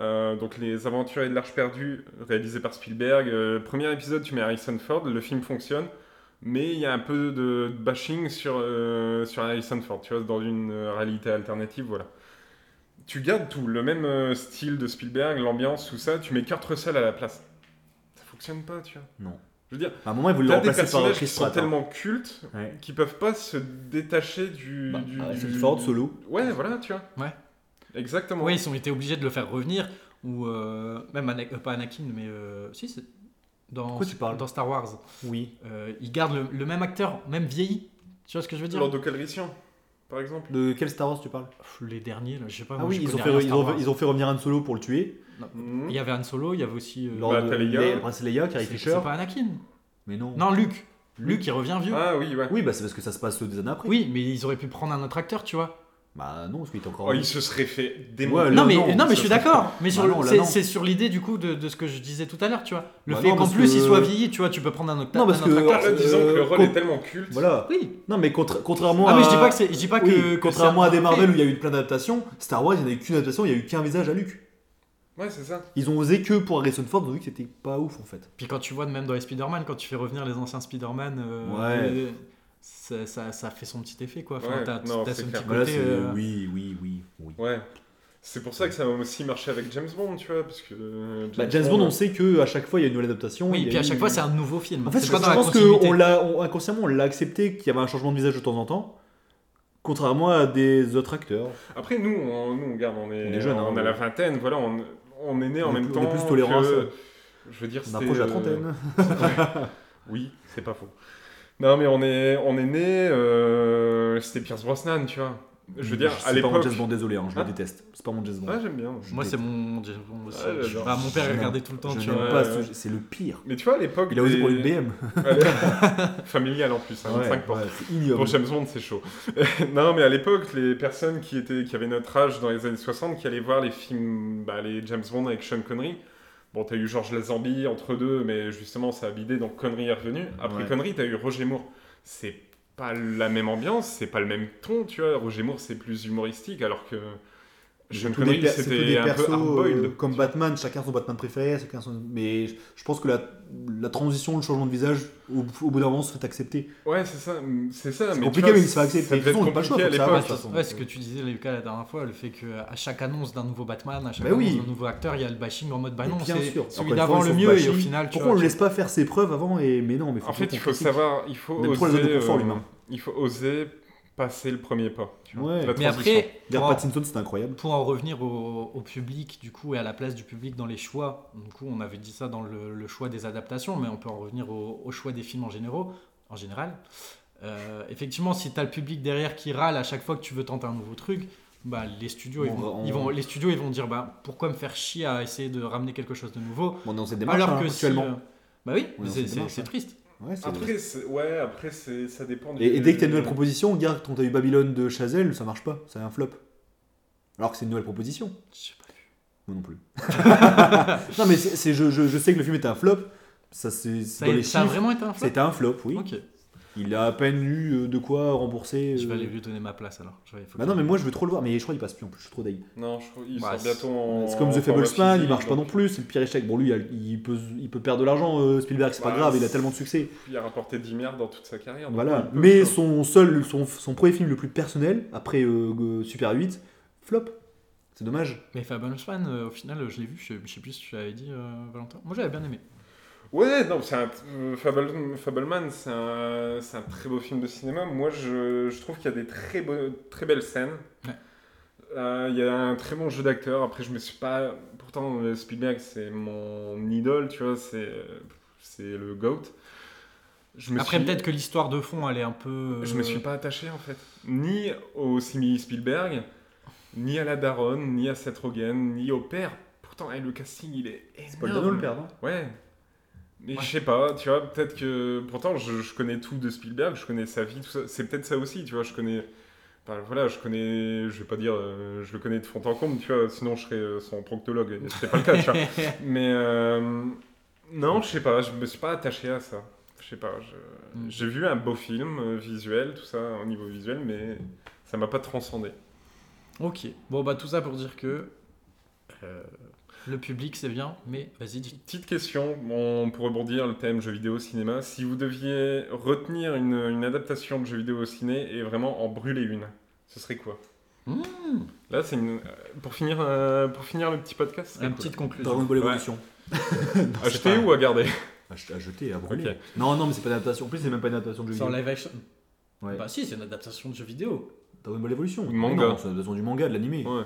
[SPEAKER 3] euh, donc Les Aventuriers de l'Arche Perdue, réalisé par Spielberg, euh, premier épisode, tu mets Harrison Ford, le film fonctionne, mais il y a un peu de, de bashing sur, euh, sur Harrison Ford, tu vois, dans une euh, réalité alternative, voilà tu gardes tout, le même euh, style de Spielberg, l'ambiance, tout ça, tu mets Kurt Russell à la place. Ça fonctionne pas, tu vois.
[SPEAKER 2] Non.
[SPEAKER 3] Je veux dire,
[SPEAKER 2] À un moment, ils voulaient le
[SPEAKER 3] t'as des
[SPEAKER 2] remplacer par
[SPEAKER 3] personnages qui
[SPEAKER 2] Chris
[SPEAKER 3] sont
[SPEAKER 2] Pratt. hein.
[SPEAKER 3] tellement cultes
[SPEAKER 2] Ouais.
[SPEAKER 3] qui peuvent pas se détacher du.
[SPEAKER 2] Bah,
[SPEAKER 3] du-
[SPEAKER 2] Harrison
[SPEAKER 3] du-
[SPEAKER 2] Ford, Solo.
[SPEAKER 3] Ouais, voilà, tu vois.
[SPEAKER 1] Ouais.
[SPEAKER 3] Exactement.
[SPEAKER 1] Ouais, ils ont été obligés de le faire revenir. Ou euh, même Ana- euh, pas Anakin, mais euh, si, Oh, c'est dans,
[SPEAKER 2] Pourquoi tu parles
[SPEAKER 1] dans Star Wars.
[SPEAKER 2] Oui.
[SPEAKER 1] Euh, ils gardent le, le même acteur, même vieilli. Tu vois ce que je veux dire
[SPEAKER 3] Lord Calrissian, par exemple.
[SPEAKER 2] De quel Star Wars tu parles
[SPEAKER 1] Pff, Les derniers, là, je sais pas.
[SPEAKER 2] Ah
[SPEAKER 1] moi,
[SPEAKER 2] oui,
[SPEAKER 1] je
[SPEAKER 2] ils ont,
[SPEAKER 1] connais
[SPEAKER 2] fait,
[SPEAKER 1] rien à
[SPEAKER 2] ils,
[SPEAKER 1] Star
[SPEAKER 2] ont,
[SPEAKER 1] Wars.
[SPEAKER 2] ils ont fait revenir Han Solo pour le tuer.
[SPEAKER 3] Mhm.
[SPEAKER 1] Il y avait Han Solo, il y avait aussi. euh,
[SPEAKER 2] Lord-
[SPEAKER 3] Bah, t'as Leia.
[SPEAKER 2] Leia, Prince Leia, Carrie
[SPEAKER 1] c'est c'est
[SPEAKER 2] Fisher.
[SPEAKER 1] pas Anakin.
[SPEAKER 2] Mais non.
[SPEAKER 1] Non, Luke.
[SPEAKER 2] Luke.
[SPEAKER 1] Luke, il revient vieux.
[SPEAKER 3] Ah oui, ouais.
[SPEAKER 2] Oui, bah c'est parce que ça se passe des années après.
[SPEAKER 1] Oui, mais ils auraient pu prendre un autre acteur, tu vois.
[SPEAKER 2] Bah non, parce qu'il est encore.
[SPEAKER 3] Oh, il se serait fait
[SPEAKER 2] Ouais,
[SPEAKER 3] démonter.
[SPEAKER 2] là,
[SPEAKER 1] non, mais, non,
[SPEAKER 2] non,
[SPEAKER 1] mais
[SPEAKER 2] Euh, ça
[SPEAKER 1] je suis
[SPEAKER 2] serait-
[SPEAKER 1] d'accord. Mais sur
[SPEAKER 2] Bah
[SPEAKER 1] le-
[SPEAKER 2] non, là,
[SPEAKER 1] c'est
[SPEAKER 2] non.
[SPEAKER 1] c'est sur l'idée du coup de, de ce que je disais tout à l'heure, tu vois. Le
[SPEAKER 2] Bah
[SPEAKER 1] fait
[SPEAKER 2] non,
[SPEAKER 1] qu'en
[SPEAKER 2] parce
[SPEAKER 1] plus
[SPEAKER 2] que-
[SPEAKER 1] il soit vieilli, tu vois, tu peux prendre un autre,
[SPEAKER 2] Non, parce
[SPEAKER 1] un autre
[SPEAKER 2] que-
[SPEAKER 1] acteur.
[SPEAKER 3] Ah, Là, disons que le
[SPEAKER 2] Euh,
[SPEAKER 3] rôle
[SPEAKER 2] com-
[SPEAKER 3] est tellement culte.
[SPEAKER 2] Voilà.
[SPEAKER 1] Oui.
[SPEAKER 2] Non, mais contra- contrairement
[SPEAKER 1] Ah,
[SPEAKER 2] à.
[SPEAKER 1] mais je dis pas que c'est. Je dis pas que.
[SPEAKER 2] Oui,
[SPEAKER 1] que
[SPEAKER 2] contrairement
[SPEAKER 1] c'est
[SPEAKER 2] à des
[SPEAKER 1] un-
[SPEAKER 2] Marvel où il y a eu plein d'adaptations, Star Wars, il n'y en a eu qu'une adaptation, il n'y a eu qu'un visage à Luke.
[SPEAKER 3] Ouais, c'est ça.
[SPEAKER 2] Ils ont osé que pour Harrison Ford, ils ont vu que c'était pas ouf en fait.
[SPEAKER 1] Puis quand tu vois même dans les Spider-Man, quand tu fais revenir les anciens Spider-Man, euh,
[SPEAKER 2] Ouais.
[SPEAKER 1] euh, ça, ça- ça fait son petit effet quoi. Enfin,
[SPEAKER 3] Ouais,
[SPEAKER 1] t'as
[SPEAKER 3] non,
[SPEAKER 1] t'as
[SPEAKER 3] c'est
[SPEAKER 1] ce petit
[SPEAKER 3] clair.
[SPEAKER 2] Voilà,
[SPEAKER 1] côté.
[SPEAKER 2] c'est.
[SPEAKER 1] euh,
[SPEAKER 2] Oui, oui, oui, oui.
[SPEAKER 3] Ouais. C'est pour ça que ça a aussi marché avec James Bond, tu vois, parce que. euh,
[SPEAKER 2] Bah, James Bond, on sait que à chaque fois il y a une nouvelle adaptation.
[SPEAKER 1] Oui,
[SPEAKER 2] il
[SPEAKER 1] et
[SPEAKER 2] y a
[SPEAKER 1] puis à
[SPEAKER 2] eu-
[SPEAKER 1] chaque fois c'est un nouveau film.
[SPEAKER 2] En fait,
[SPEAKER 1] C'est
[SPEAKER 2] je,
[SPEAKER 1] pas
[SPEAKER 2] je
[SPEAKER 1] dans la
[SPEAKER 2] pense
[SPEAKER 1] continuité.
[SPEAKER 2] qu'on l'a on- inconsciemment on l'a accepté qu'il y avait un changement de visage de temps en temps, contrairement à des autres acteurs.
[SPEAKER 3] Après, nous, on, nous, on garde, on est,
[SPEAKER 2] On est jeunes, hein,
[SPEAKER 3] on a
[SPEAKER 2] on-
[SPEAKER 3] la vingtaine, voilà, on, on est né en
[SPEAKER 2] On est
[SPEAKER 3] même
[SPEAKER 2] plus- on
[SPEAKER 3] temps.
[SPEAKER 2] est plus tolérant à
[SPEAKER 3] que-
[SPEAKER 2] ça.
[SPEAKER 3] Je veux dire,
[SPEAKER 2] On
[SPEAKER 3] c'était,
[SPEAKER 2] approche de la
[SPEAKER 3] euh,
[SPEAKER 2] trentaine.
[SPEAKER 3] Oui, c'est pas faux. Non, mais on est, on est né. euh, c'était Pierce Brosnan, tu vois. Je veux dire, à
[SPEAKER 2] Mm, C'est pas mon
[SPEAKER 3] l'époque.
[SPEAKER 2] James Bond, désolé, hein, je
[SPEAKER 3] Hein
[SPEAKER 2] le déteste. C'est pas mon James Bond.
[SPEAKER 3] Ah, j'aime bien.
[SPEAKER 2] Je
[SPEAKER 1] Moi c'est
[SPEAKER 2] déteste.
[SPEAKER 1] mon James Bond aussi.
[SPEAKER 3] Ouais,
[SPEAKER 1] Je sais
[SPEAKER 3] j'adore.
[SPEAKER 1] pas, mon père
[SPEAKER 2] Je
[SPEAKER 1] regardait tout le temps,
[SPEAKER 2] Je
[SPEAKER 1] tu
[SPEAKER 2] n'aime
[SPEAKER 1] vois.
[SPEAKER 3] vois.
[SPEAKER 2] pas
[SPEAKER 3] Ouais,
[SPEAKER 2] ce
[SPEAKER 3] ouais.
[SPEAKER 2] jeu, c'est le pire.
[SPEAKER 3] Mais tu vois, à l'époque.
[SPEAKER 2] Il a osé
[SPEAKER 3] des-
[SPEAKER 2] pour
[SPEAKER 3] [LAUGHS]
[SPEAKER 2] une BM.
[SPEAKER 3] à l'époque- Familial en plus, hein, 25
[SPEAKER 2] Ouais, ouais, c'est ignoble.
[SPEAKER 3] Pour James Bond, c'est chaud. [LAUGHS] non, mais à l'époque, les personnes qui, étaient, qui avaient notre âge dans les années 60, qui allaient voir les films, bah, les James Bond avec Sean Connery, bon, t'as eu Georges Lazenby entre deux, mais justement, ça a bidé, donc Connery est revenu. Après
[SPEAKER 2] Ouais.
[SPEAKER 3] Connery, t'as eu Roger Moore. C'est pas la même ambiance, c'est pas le même ton, tu vois. Roger Moore, c'est plus humoristique, alors que
[SPEAKER 2] J'ai
[SPEAKER 3] Sean
[SPEAKER 2] tous des
[SPEAKER 3] Connery,
[SPEAKER 2] per- c'est tous
[SPEAKER 3] c'était
[SPEAKER 2] des
[SPEAKER 3] un
[SPEAKER 2] persos,
[SPEAKER 3] peu hard-boiled.
[SPEAKER 2] euh, comme Batman, chacun son Batman préféré, chacun son. Mais je, je pense que la, la transition, le changement de visage, au, au bout d'un moment, se fait accepter.
[SPEAKER 3] Ouais, c'est ça. C'est ça,
[SPEAKER 2] C'est
[SPEAKER 3] mais
[SPEAKER 2] compliqué,
[SPEAKER 3] tu vois,
[SPEAKER 2] mais il se fait accepter.
[SPEAKER 3] ça
[SPEAKER 2] De
[SPEAKER 3] devait
[SPEAKER 2] toute façon, on
[SPEAKER 3] être
[SPEAKER 2] n'a pas le choix,
[SPEAKER 3] compliqué à
[SPEAKER 2] faut que
[SPEAKER 1] Ouais,
[SPEAKER 2] ça
[SPEAKER 3] l'époque.
[SPEAKER 1] c'est-
[SPEAKER 2] toute façon.
[SPEAKER 1] ouais, ce que tu disais, Lucas, la dernière fois, le fait qu'à chaque annonce d'un nouveau Batman, à chaque
[SPEAKER 2] Bah oui.
[SPEAKER 1] annonce d'un nouveau acteur, il y a le bashing en mode bah non,
[SPEAKER 2] Mais bien
[SPEAKER 1] c'est
[SPEAKER 2] sûr. Encore
[SPEAKER 1] celui
[SPEAKER 2] une
[SPEAKER 1] d'avant
[SPEAKER 2] fois,
[SPEAKER 1] le
[SPEAKER 2] ils sont
[SPEAKER 1] mieux, et au
[SPEAKER 2] bashing.
[SPEAKER 1] final, tu
[SPEAKER 2] Pourquoi on
[SPEAKER 1] vois,
[SPEAKER 2] le laisse pas faire ses preuves avant et mais non, mais faut
[SPEAKER 3] En fait,
[SPEAKER 2] qu'on
[SPEAKER 3] il faut
[SPEAKER 2] critique.
[SPEAKER 3] savoir, il faut
[SPEAKER 2] On aime trop les
[SPEAKER 3] oser,
[SPEAKER 2] zones de confort,
[SPEAKER 3] euh,
[SPEAKER 2] l'humain.
[SPEAKER 3] il faut oser passer le premier pas. tu vois.
[SPEAKER 2] Ouais.
[SPEAKER 3] La
[SPEAKER 1] Mais
[SPEAKER 3] transition.
[SPEAKER 1] après, pour
[SPEAKER 2] Regarde
[SPEAKER 1] en,
[SPEAKER 2] Pattinson, c'est incroyable.
[SPEAKER 1] pour en revenir au, au public, du coup, et à la place du public dans les choix, du coup, on avait dit ça dans le, le choix des adaptations, mais on peut en revenir au, au choix des films en, généraux, en général. Euh, effectivement, si tu as le public derrière qui râle à chaque fois que tu veux tenter un nouveau truc, bah, les, studios, ils
[SPEAKER 2] On-
[SPEAKER 1] vont,
[SPEAKER 2] on-
[SPEAKER 1] ils vont, les studios ils vont dire bah, pourquoi me faire chier à essayer de ramener quelque chose de nouveau
[SPEAKER 2] Bon, on est dans cette démarche
[SPEAKER 1] Alors
[SPEAKER 2] hein,
[SPEAKER 1] que si,
[SPEAKER 2] actuellement.
[SPEAKER 1] euh, Bah oui,
[SPEAKER 2] On
[SPEAKER 1] mais
[SPEAKER 2] est dans
[SPEAKER 1] c'est-
[SPEAKER 2] cette
[SPEAKER 1] c'est
[SPEAKER 2] démarche,
[SPEAKER 1] c'est
[SPEAKER 2] hein.
[SPEAKER 1] triste.
[SPEAKER 2] Ouais, c'est-
[SPEAKER 3] Après, c'est- ouais, après c'est- ça dépend. du-
[SPEAKER 2] et, et dès que t'as une nouvelle proposition, regarde, quand t'as eu Babylone de Chazelle, ça marche pas, c'est un flop. Alors que c'est une nouvelle proposition.
[SPEAKER 1] Je sais pas.
[SPEAKER 2] Moi non plus. [LAUGHS] non, mais c'est, c'est- je, je- je sais que le film était un flop. Ça, c'est, c'est
[SPEAKER 1] Ça,
[SPEAKER 2] dans
[SPEAKER 1] a-
[SPEAKER 2] les
[SPEAKER 1] ça a
[SPEAKER 2] chiffres.
[SPEAKER 1] vraiment été un flop
[SPEAKER 2] C'était un flop, oui.
[SPEAKER 1] Ok.
[SPEAKER 2] Il a à peine eu euh, de quoi rembourser.
[SPEAKER 1] Je vais
[SPEAKER 2] euh,
[SPEAKER 1] aller lui donner ma place alors. Je vais- il faut
[SPEAKER 2] Bah
[SPEAKER 1] que-
[SPEAKER 2] non, mais moi je veux trop le voir, mais je crois qu'il passe plus en plus, je suis trop deg.
[SPEAKER 3] Non, je trouve il
[SPEAKER 1] Bah,
[SPEAKER 3] sort
[SPEAKER 1] c'est-
[SPEAKER 3] bientôt en.
[SPEAKER 2] C'est comme The
[SPEAKER 3] en format
[SPEAKER 2] Fablesman, il
[SPEAKER 3] physique,
[SPEAKER 2] marche pas non
[SPEAKER 3] donc
[SPEAKER 2] plus, c'est le pire échec. Bon, lui, il a- il peut, il peut perdre de l'argent, euh, Spielberg, c'est pas
[SPEAKER 3] Bah,
[SPEAKER 2] grave, il a
[SPEAKER 3] c'est-
[SPEAKER 2] tellement de succès.
[SPEAKER 3] Il a rapporté 10 milliards dans toute sa carrière. donc
[SPEAKER 2] Voilà.
[SPEAKER 3] il peut,
[SPEAKER 2] Mais
[SPEAKER 3] quoi.
[SPEAKER 2] son seul, son, son premier film le plus personnel, après euh, euh, Super 8, flop. C'est dommage.
[SPEAKER 1] Mais Fablesman, euh, au final, euh, je l'ai vu. Je, je sais plus si tu l'avais dit, euh, Valentin. Moi, j'avais bien aimé.
[SPEAKER 3] Ouais, non, c'est un. euh, Fable- Fableman, c'est un, c'est un très beau film de cinéma. Moi, je, je trouve qu'il y a des très, beaux- très belles scènes.
[SPEAKER 1] Ouais.
[SPEAKER 3] Euh, Il y a un très bon jeu d'acteur. Après, je me suis pas. Pourtant, euh, Spielberg, c'est mon idole, tu vois, c'est euh, c'est le GOAT. Je me
[SPEAKER 1] Après,
[SPEAKER 3] suis-
[SPEAKER 1] peut-être que l'histoire de fond, elle est un peu. euh,
[SPEAKER 3] Je me suis pas attaché en fait, ni au simili Spielberg, ni à la daronne, ni à Seth Rogen, ni au père. Pourtant, eh, le casting il est énorme.
[SPEAKER 2] Paul Dano le perd, non
[SPEAKER 3] Ouais. Mais
[SPEAKER 1] Ouais.
[SPEAKER 3] je sais pas, tu vois, peut-être que. Pourtant, je, je connais tout de Spielberg, je connais sa vie, tout ça. C'est peut-être ça aussi, tu vois, je connais. Enfin, voilà, je connais. Je vais pas dire. euh, je le connais de fond en comble, tu vois, sinon je serais euh, son proctologue. et C'était pas le cas,
[SPEAKER 1] [LAUGHS]
[SPEAKER 3] tu vois. Mais. euh, non, je sais pas, je me suis pas attaché à ça. Je sais pas, je-
[SPEAKER 1] Mm.
[SPEAKER 3] j'ai vu un beau film, euh, visuel, tout ça, au niveau visuel, mais ça m'a pas transcendé.
[SPEAKER 1] Ok. Bon, bah, tout ça pour dire que. euh, le public, c'est bien, mais vas-y, dis.
[SPEAKER 3] Petite question, bon, pour rebondir le thème jeux vidéo cinéma, si vous deviez retenir une, une adaptation de jeux vidéo au ciné et vraiment en brûler une, ce serait quoi
[SPEAKER 1] Mmh.
[SPEAKER 3] Là, c'est une euh, pour finir euh, pour finir le petit podcast. c'est
[SPEAKER 1] Une
[SPEAKER 3] cool.
[SPEAKER 1] petite
[SPEAKER 2] Dragon
[SPEAKER 1] conclusion.
[SPEAKER 2] Ball Evolution. Non, c'est
[SPEAKER 3] Acheter
[SPEAKER 2] pas-
[SPEAKER 3] ou à garder
[SPEAKER 2] à, jet- à jeter, à brûler.
[SPEAKER 3] Ok.
[SPEAKER 2] Non, non, mais c'est pas une adaptation. En plus, c'est même pas une adaptation de jeu
[SPEAKER 1] C'est en
[SPEAKER 2] vidéo.
[SPEAKER 1] live action.
[SPEAKER 2] Ouais.
[SPEAKER 1] Bah, si, c'est une adaptation de jeu vidéo.
[SPEAKER 2] Dragon Ball Evolution.
[SPEAKER 3] Ou de manga.
[SPEAKER 2] Non, c'est une adaptation du manga, de l'animé.
[SPEAKER 3] Ouais.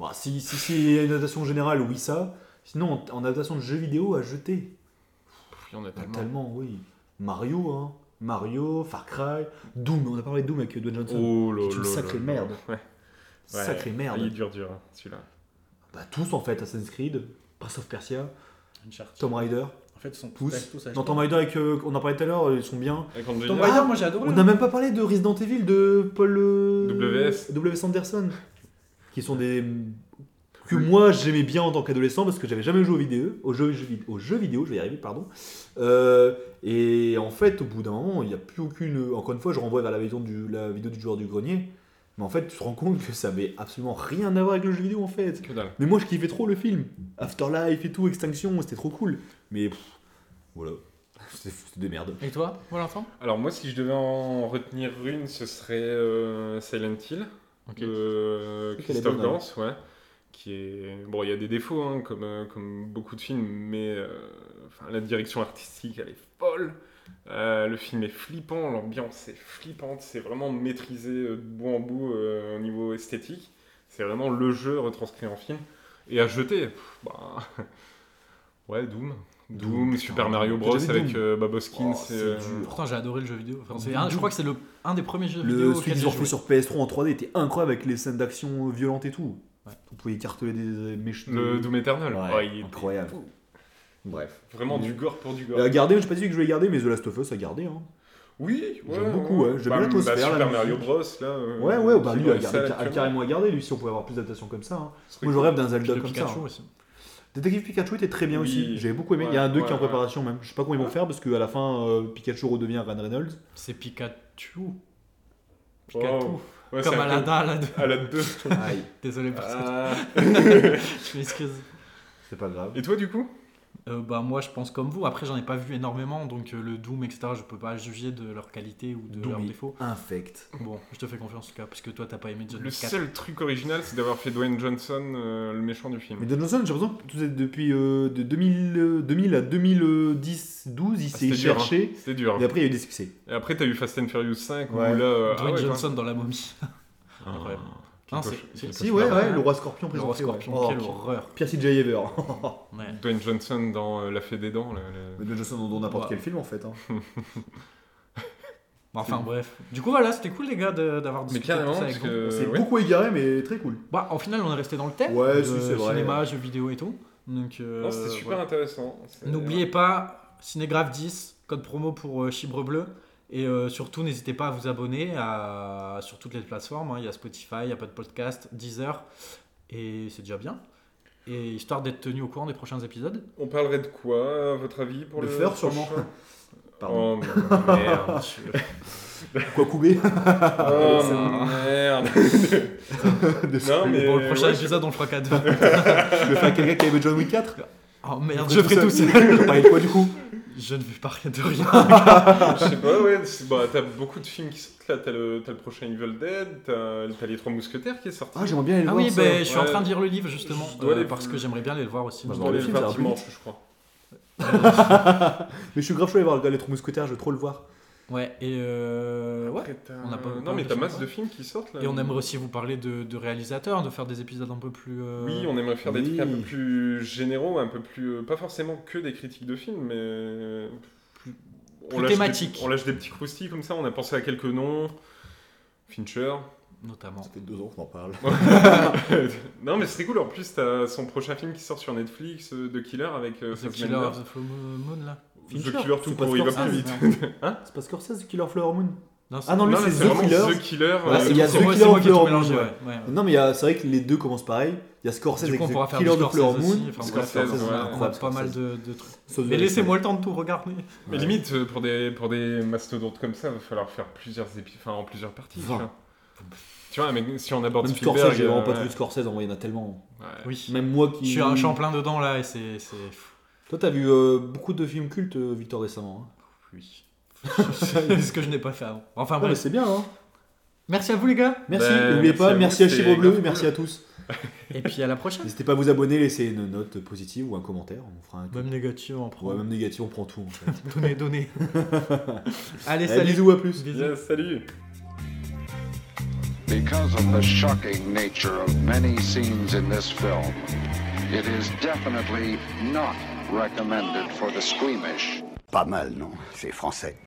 [SPEAKER 2] Bah, si si, si, il y a une adaptation générale, oui, ça. Sinon, en, en adaptation de jeu vidéo, à jeter.
[SPEAKER 3] Il y en a
[SPEAKER 2] Bah,
[SPEAKER 3] tellement.
[SPEAKER 2] Tellement, oui. Mario, hein. Mario, Far Cry, Doom. On a parlé de Doom avec Dwayne Johnson.
[SPEAKER 3] Oh là
[SPEAKER 2] C'est une
[SPEAKER 3] là
[SPEAKER 2] sacrée
[SPEAKER 3] là
[SPEAKER 2] merde.
[SPEAKER 3] là. Ouais. Ouais.
[SPEAKER 2] Sacrée
[SPEAKER 3] Il est
[SPEAKER 2] merde.
[SPEAKER 3] dur dur hein, celui-là.
[SPEAKER 2] Bah, tous en fait, Assassin's Creed, Prince of Persia,
[SPEAKER 1] Uncharted.
[SPEAKER 2] Tomb Raider,
[SPEAKER 1] En fait, ils sont
[SPEAKER 2] tous.
[SPEAKER 1] tous à
[SPEAKER 2] Dans
[SPEAKER 1] jeter.
[SPEAKER 2] Tomb Raider, avec, euh, on en parlait tout à l'heure, ils sont bien.
[SPEAKER 3] Avec Angelina.
[SPEAKER 1] Tomb
[SPEAKER 2] Ah,
[SPEAKER 1] Raider, moi, j'ai adoré. hein.
[SPEAKER 2] On n'a même pas parlé de Resident Evil de Paul euh,
[SPEAKER 3] WS.
[SPEAKER 2] W. Sanderson, qui sont des que moi j'aimais bien en tant qu'adolescent parce que j'avais jamais joué aux vidéos, aux jeux, jeux vid- aux jeux vidéo, je vais y arriver, pardon. Euh, et en fait, au bout d'un moment, il n'y a plus aucune. Encore une fois, je renvoie vers la vidéo du, la vidéo du joueur du grenier, mais en fait, tu te rends compte que ça avait absolument rien à voir avec le jeu vidéo en fait.
[SPEAKER 3] Que dalle.
[SPEAKER 2] Mais moi, je kiffais trop le film, Afterlife et tout, Extinction, c'était trop cool. Mais pff, voilà, [LAUGHS] c'est c'est des merdes.
[SPEAKER 1] Et toi, Valentin
[SPEAKER 3] Alors moi, si je devais en retenir une, ce serait euh, Silent Hill.
[SPEAKER 1] Ok.
[SPEAKER 2] Euh,
[SPEAKER 3] de
[SPEAKER 2] Ok, elle est
[SPEAKER 3] Christophe
[SPEAKER 2] bonne, hein. ouais.
[SPEAKER 3] Gans, ouais, qui est bon, il y a des défauts hein, comme euh, comme beaucoup de films, mais euh, enfin, la direction artistique elle est folle. Euh, le film est flippant, l'ambiance est flippante, c'est vraiment maîtrisé euh, de bout en bout euh, au niveau esthétique. C'est vraiment le jeu retranscrit en film et à jeter. pff, bah, [LAUGHS] ouais, Doom. Doom,
[SPEAKER 2] Doom, putain.
[SPEAKER 3] Super Mario
[SPEAKER 2] J'ai
[SPEAKER 3] Bros
[SPEAKER 2] jamais
[SPEAKER 3] avec
[SPEAKER 2] Doom.
[SPEAKER 3] euh, Baboskin,
[SPEAKER 2] Oh,
[SPEAKER 3] c'est
[SPEAKER 2] c'est
[SPEAKER 3] euh,
[SPEAKER 2] dur.
[SPEAKER 1] Pourtant, j'ai adoré le jeu vidéo. Enfin, c'est un- je crois que c'est le- un des premiers jeux vidéo.
[SPEAKER 2] Le celui
[SPEAKER 1] auxquels
[SPEAKER 2] qu'ils
[SPEAKER 1] j'ai
[SPEAKER 2] ont refait
[SPEAKER 1] joué.
[SPEAKER 2] sur PS3 en 3D était incroyable avec les scènes d'action violentes et tout.
[SPEAKER 1] Ouais.
[SPEAKER 2] On pouvait écarteler des méchants.
[SPEAKER 3] le Doom Eternal.
[SPEAKER 2] Ouais,
[SPEAKER 3] Ouais, il est
[SPEAKER 2] incroyable. Bref.
[SPEAKER 3] vraiment
[SPEAKER 2] Il est-
[SPEAKER 3] du gore pour du gore.
[SPEAKER 2] Euh, à garder, je sais pas si que je vais garder, mais The Last of Us à garder. Hein.
[SPEAKER 3] Oui, ouais,
[SPEAKER 2] J'aime beaucoup, ouais. J'aime bien l'atmosphère,
[SPEAKER 3] Bah,
[SPEAKER 2] la
[SPEAKER 3] Super Mario
[SPEAKER 2] musique.
[SPEAKER 3] Bros, là. euh,
[SPEAKER 2] Ouais, ouais, bah
[SPEAKER 3] qui
[SPEAKER 2] lui,
[SPEAKER 3] doit
[SPEAKER 2] à garder,
[SPEAKER 3] être sale
[SPEAKER 2] ca- à-
[SPEAKER 3] actuellement.
[SPEAKER 2] carrément à garder, lui, si on pouvait avoir plus d'adaptations comme ça. hein.
[SPEAKER 3] Ce serait
[SPEAKER 2] Moi, je
[SPEAKER 3] cool.
[SPEAKER 2] rêve d'un Zelda
[SPEAKER 1] Le
[SPEAKER 2] comme
[SPEAKER 1] Pikachu
[SPEAKER 2] ça. hein.
[SPEAKER 1] aussi.
[SPEAKER 2] Détective Pikachu était très bien
[SPEAKER 3] Oui.
[SPEAKER 2] aussi, j'avais beaucoup aimé. Il y a un 2 qui est en
[SPEAKER 3] Ouais, ouais.
[SPEAKER 2] préparation même. Je sais pas comment ils vont faire parce qu'à la fin, euh, Pikachu redevient Ryan
[SPEAKER 3] [LAUGHS]
[SPEAKER 2] Reynolds.
[SPEAKER 1] C'est Pikachu.
[SPEAKER 3] Oh.
[SPEAKER 1] Pikachu.
[SPEAKER 3] Ouais, c'est
[SPEAKER 1] Comme
[SPEAKER 3] un peu-
[SPEAKER 1] Aladdin, Aladdin.
[SPEAKER 3] À
[SPEAKER 2] [LAUGHS]
[SPEAKER 3] la 2.
[SPEAKER 2] Aïe,
[SPEAKER 1] Désolé pour ça.
[SPEAKER 3] Euh.
[SPEAKER 1] [LAUGHS] Je m'excuse.
[SPEAKER 2] c'est pas grave.
[SPEAKER 3] Et toi, du coup
[SPEAKER 1] Euh, bah, moi, je pense comme vous. Après, j'en ai pas vu énormément. Donc, euh, le Doom, etc., je peux pas juger de leur qualité ou de
[SPEAKER 2] Doom
[SPEAKER 1] leurs
[SPEAKER 2] est
[SPEAKER 1] défauts. Mm.
[SPEAKER 2] Infect.
[SPEAKER 1] Bon, je te fais confiance, en tout cas, parce que toi, t'as pas aimé John
[SPEAKER 3] Le
[SPEAKER 1] 4.
[SPEAKER 3] seul truc original, c'est d'avoir fait Dwayne Johnson euh, le méchant du
[SPEAKER 2] Mais
[SPEAKER 3] film.
[SPEAKER 2] Don Johnson, j'ai l'impression que tout est- depuis euh, de 2000, euh, 2000 à 2010, 12, il
[SPEAKER 3] Ah,
[SPEAKER 2] s'est
[SPEAKER 3] c'était dur, hein.
[SPEAKER 2] cherché.
[SPEAKER 3] C'était dur.
[SPEAKER 2] Et après, il y a eu des succès.
[SPEAKER 3] Et après, t'as eu Fast and Furious 5
[SPEAKER 2] Ouais.
[SPEAKER 3] où là. euh, ah
[SPEAKER 1] Dwayne
[SPEAKER 3] ouais,
[SPEAKER 1] Johnson dans la momie.
[SPEAKER 3] quoi.
[SPEAKER 1] Incroyable.
[SPEAKER 3] Quel
[SPEAKER 1] Non, c'est-
[SPEAKER 3] cauche-
[SPEAKER 1] c'est-
[SPEAKER 3] quel
[SPEAKER 1] si,
[SPEAKER 2] Si,
[SPEAKER 3] cauchemar.
[SPEAKER 2] ouais, ouais,
[SPEAKER 1] ouais.
[SPEAKER 2] le roi scorpion
[SPEAKER 1] Le roi
[SPEAKER 2] présenté.
[SPEAKER 1] Scorpion,
[SPEAKER 2] ouais.
[SPEAKER 1] quelle
[SPEAKER 2] Oh,
[SPEAKER 1] horreur.
[SPEAKER 2] Pierre CJ Ever.
[SPEAKER 1] [LAUGHS] Ouais.
[SPEAKER 3] Dwayne Johnson dans euh, La Fée des Dents. là, le-
[SPEAKER 2] Dwayne Johnson dans n'importe
[SPEAKER 1] Ouais.
[SPEAKER 2] quel film en fait. hein.
[SPEAKER 1] Bon, Enfin, bref. Du coup, voilà, c'était cool, les gars, de- d'avoir
[SPEAKER 3] Mais
[SPEAKER 1] discuté de
[SPEAKER 3] carrément,
[SPEAKER 1] tout ça
[SPEAKER 3] parce
[SPEAKER 1] avec vous.
[SPEAKER 3] que.
[SPEAKER 2] C'est
[SPEAKER 3] ouais.
[SPEAKER 2] beaucoup égaré mais très cool.
[SPEAKER 1] Bah, en final, on est resté dans le thème.
[SPEAKER 2] Ouais,
[SPEAKER 1] de
[SPEAKER 2] si, c'est vrai.
[SPEAKER 1] Cinéma, jeux vidéo et tout. Donc, euh,
[SPEAKER 3] Non, c'était super
[SPEAKER 1] voilà.
[SPEAKER 3] intéressant. C'est-
[SPEAKER 1] Euh, N'oubliez pas, Cinégraphe 10, code promo pour euh, Chibre Bleu. Et euh, surtout, n'hésitez pas à vous abonner à- sur toutes les plateformes. hein. Il y a Spotify, il y a pas de podcast, Deezer. Et c'est déjà bien. Et histoire d'être tenu au courant des prochains épisodes.
[SPEAKER 3] On parlerait de quoi, à votre avis, pour
[SPEAKER 2] Le
[SPEAKER 3] le.
[SPEAKER 2] fleur, sûrement.
[SPEAKER 3] prochain
[SPEAKER 2] Pardon.
[SPEAKER 3] Oh
[SPEAKER 2] [LAUGHS]
[SPEAKER 3] [LAUGHS] merde.
[SPEAKER 2] Quoi couper [LAUGHS]
[SPEAKER 3] oh merde.
[SPEAKER 1] [LAUGHS]
[SPEAKER 3] [LAUGHS] non, mais.
[SPEAKER 1] Pour le prochain
[SPEAKER 3] ouais,
[SPEAKER 1] épisode, on le fera qu'à deux.
[SPEAKER 3] [LAUGHS]
[SPEAKER 2] Je vais faire quelqu'un qui avait John Wick 4
[SPEAKER 1] Oh merde, je ferai tout seul.
[SPEAKER 2] [LAUGHS] On parlait de quoi du coup
[SPEAKER 1] Je ne vais parler de
[SPEAKER 3] Ah,
[SPEAKER 1] rien.
[SPEAKER 3] Je sais pas, ouais, c'est- bah, t'as beaucoup de films qui sortent là, t'as le, t'as le prochain Evil Dead, t'as t'as les Trois Mousquetaires qui est sorti.
[SPEAKER 2] Ah, j'aimerais bien aller le
[SPEAKER 1] Ah
[SPEAKER 2] voir.
[SPEAKER 1] oui,
[SPEAKER 2] ça.
[SPEAKER 1] ben, je suis en
[SPEAKER 3] Ouais.
[SPEAKER 1] train de lire le livre justement.
[SPEAKER 3] Je dois
[SPEAKER 1] euh,
[SPEAKER 3] aller-
[SPEAKER 1] parce que j'aimerais bien aller le voir aussi.
[SPEAKER 2] Bah,
[SPEAKER 3] Je
[SPEAKER 2] dans
[SPEAKER 3] dois
[SPEAKER 2] le
[SPEAKER 3] aller le
[SPEAKER 2] film,
[SPEAKER 3] voir
[SPEAKER 2] ça a plus
[SPEAKER 3] dimanche, je crois.
[SPEAKER 2] Mais je suis grave chaud à aller voir le gars, les trois mousquetaires, je veux trop le voir.
[SPEAKER 1] Ouais, et euh, ouais.
[SPEAKER 3] Après, t'as-
[SPEAKER 1] on a pas- pas
[SPEAKER 3] non, mais
[SPEAKER 1] de
[SPEAKER 3] t'as
[SPEAKER 1] film,
[SPEAKER 3] masse
[SPEAKER 1] ouais.
[SPEAKER 3] de films qui sortent là.
[SPEAKER 1] Et on aimerait aussi vous parler de, de réalisateurs, de faire des épisodes un peu plus. euh,
[SPEAKER 3] Oui, on aimerait faire des
[SPEAKER 2] Oui.
[SPEAKER 3] trucs un peu plus généraux, un peu plus. euh, Pas forcément que des critiques de films, mais. euh, Plus,
[SPEAKER 1] Plus
[SPEAKER 3] lâche des-
[SPEAKER 1] thématiques.
[SPEAKER 3] on lâche des petits croustilles comme ça, on a pensé à quelques noms.
[SPEAKER 1] [LAUGHS]
[SPEAKER 3] Fincher.
[SPEAKER 1] Notamment.
[SPEAKER 2] fait deux ans qu'on en parle.
[SPEAKER 3] non, mais c'est cool, en plus, t'as son prochain film qui sort sur Netflix, euh, The Killer, avec. euh,
[SPEAKER 1] The
[SPEAKER 3] Fassbender.
[SPEAKER 1] Killer of the Flow Moon là. Ah,
[SPEAKER 2] Fincher,
[SPEAKER 3] The Killer
[SPEAKER 2] c'est
[SPEAKER 3] tout
[SPEAKER 2] pas
[SPEAKER 3] court, il va plus
[SPEAKER 2] Scorsese.
[SPEAKER 3] vite.
[SPEAKER 2] C'est pas Scorsese, The Killer of Flower Moon
[SPEAKER 1] Non,
[SPEAKER 2] Ah non, lui
[SPEAKER 3] Non, mais
[SPEAKER 2] c'est
[SPEAKER 3] c'est
[SPEAKER 2] The
[SPEAKER 3] vraiment
[SPEAKER 2] Killer.
[SPEAKER 3] The Killer.
[SPEAKER 2] Ouais,
[SPEAKER 3] euh,
[SPEAKER 2] il y a
[SPEAKER 1] c'est
[SPEAKER 2] The
[SPEAKER 1] moi- c'est
[SPEAKER 2] Killer
[SPEAKER 1] moi
[SPEAKER 2] of
[SPEAKER 1] qui ai tout
[SPEAKER 2] Flower
[SPEAKER 1] mélangé.
[SPEAKER 2] Moon,
[SPEAKER 1] Ouais. ouais, ouais.
[SPEAKER 2] Non, mais il y a- c'est vrai que les deux commencent pareil. Il y a Scorsese
[SPEAKER 1] Du coup, on
[SPEAKER 2] avec
[SPEAKER 1] pourra
[SPEAKER 2] The
[SPEAKER 1] faire
[SPEAKER 2] Killer
[SPEAKER 1] du
[SPEAKER 2] of Flower
[SPEAKER 1] Scorsese aussi.
[SPEAKER 2] Moon.
[SPEAKER 1] enfin,
[SPEAKER 3] Scorsese,
[SPEAKER 1] on a-
[SPEAKER 3] ouais.
[SPEAKER 1] on a pas
[SPEAKER 2] Scorsese.
[SPEAKER 1] mal de, de trucs.
[SPEAKER 2] Ça devait
[SPEAKER 1] Mais
[SPEAKER 2] être
[SPEAKER 1] laissez-moi le temps de tout regarder.
[SPEAKER 3] Mais
[SPEAKER 2] Ouais.
[SPEAKER 3] limite, euh, pour des, pour des mastodontes comme ça, il va falloir faire plusieurs épi- enfin, en plusieurs parties. Tu
[SPEAKER 2] Vingt.
[SPEAKER 3] vois. Tu vois, mais si on aborde
[SPEAKER 2] Même
[SPEAKER 3] Spielberg...
[SPEAKER 2] Scorsese, j'ai
[SPEAKER 3] euh,
[SPEAKER 2] vraiment pas
[SPEAKER 3] ouais.
[SPEAKER 2] vu Scorsese, en vrai, il y en a tellement.
[SPEAKER 3] Ouais.
[SPEAKER 1] Oui.
[SPEAKER 2] Même moi qui.
[SPEAKER 1] Je suis un champ plein dedans là et c'est. c'est-
[SPEAKER 2] Toi, t'as vu euh, beaucoup de films cultes, euh, Victor, récemment. hein.
[SPEAKER 1] Oui. c'est ce que je n'ai pas fait avant. Enfin,
[SPEAKER 2] Ouais, mais
[SPEAKER 1] bref.
[SPEAKER 2] c'est bien, hein.
[SPEAKER 1] Ah, bah, Merci à vous les gars.
[SPEAKER 2] Merci,
[SPEAKER 3] Ben,
[SPEAKER 2] n'oubliez
[SPEAKER 3] merci
[SPEAKER 2] pas,
[SPEAKER 3] à vous,
[SPEAKER 2] merci à
[SPEAKER 3] c'est
[SPEAKER 2] Chibre
[SPEAKER 3] grave
[SPEAKER 2] Bleu,
[SPEAKER 3] cool.
[SPEAKER 2] merci à tous.
[SPEAKER 1] Et puis à la prochaine.
[SPEAKER 2] N'hésitez pas à vous abonner, laisser une note positive ou un commentaire, on fera un
[SPEAKER 1] Même négative en
[SPEAKER 2] Ouais,
[SPEAKER 1] pro.
[SPEAKER 2] même négatif, on prend tout en fait.
[SPEAKER 1] Donnez, donnez. Allez,
[SPEAKER 2] Allez,
[SPEAKER 1] salut.
[SPEAKER 2] bisous, à plus.
[SPEAKER 1] Bisous.
[SPEAKER 3] Yes, salut
[SPEAKER 6] Because of the shocking nature of many scenes in this film, it is definitely not recommended for the squeamish.
[SPEAKER 7] Pas mal, non C'est français.